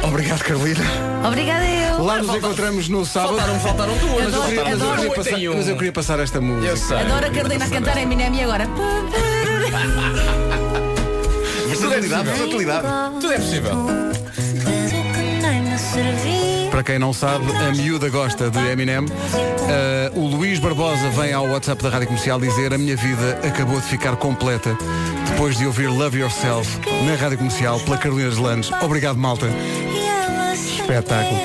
Speaker 1: Obrigado, Carolina.
Speaker 18: Obrigada eu.
Speaker 1: Lá nos encontramos no sábado.
Speaker 15: Então Faltaram- faltaram duas.
Speaker 1: Mas eu queria- mas eu queria
Speaker 18: Adoro- adoro-
Speaker 1: passar- mas eu queria passar esta música.
Speaker 15: Eu sei.
Speaker 18: Adoro a Carolina a cantar em Minem e agora.
Speaker 7: Versatilidade, versatilidade.
Speaker 15: Tudo é possível.
Speaker 1: Para quem não sabe, a miúda gosta de Eminem. Ah, o Luís Barbosa vem ao WhatsApp da Rádio Comercial dizer a minha vida acabou de ficar completa depois de ouvir Love Yourself na Rádio Comercial pela Carolina Landes. Obrigado, malta. Espetáculo.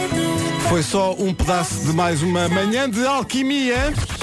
Speaker 1: Foi só um pedaço de mais uma manhã de alquimia.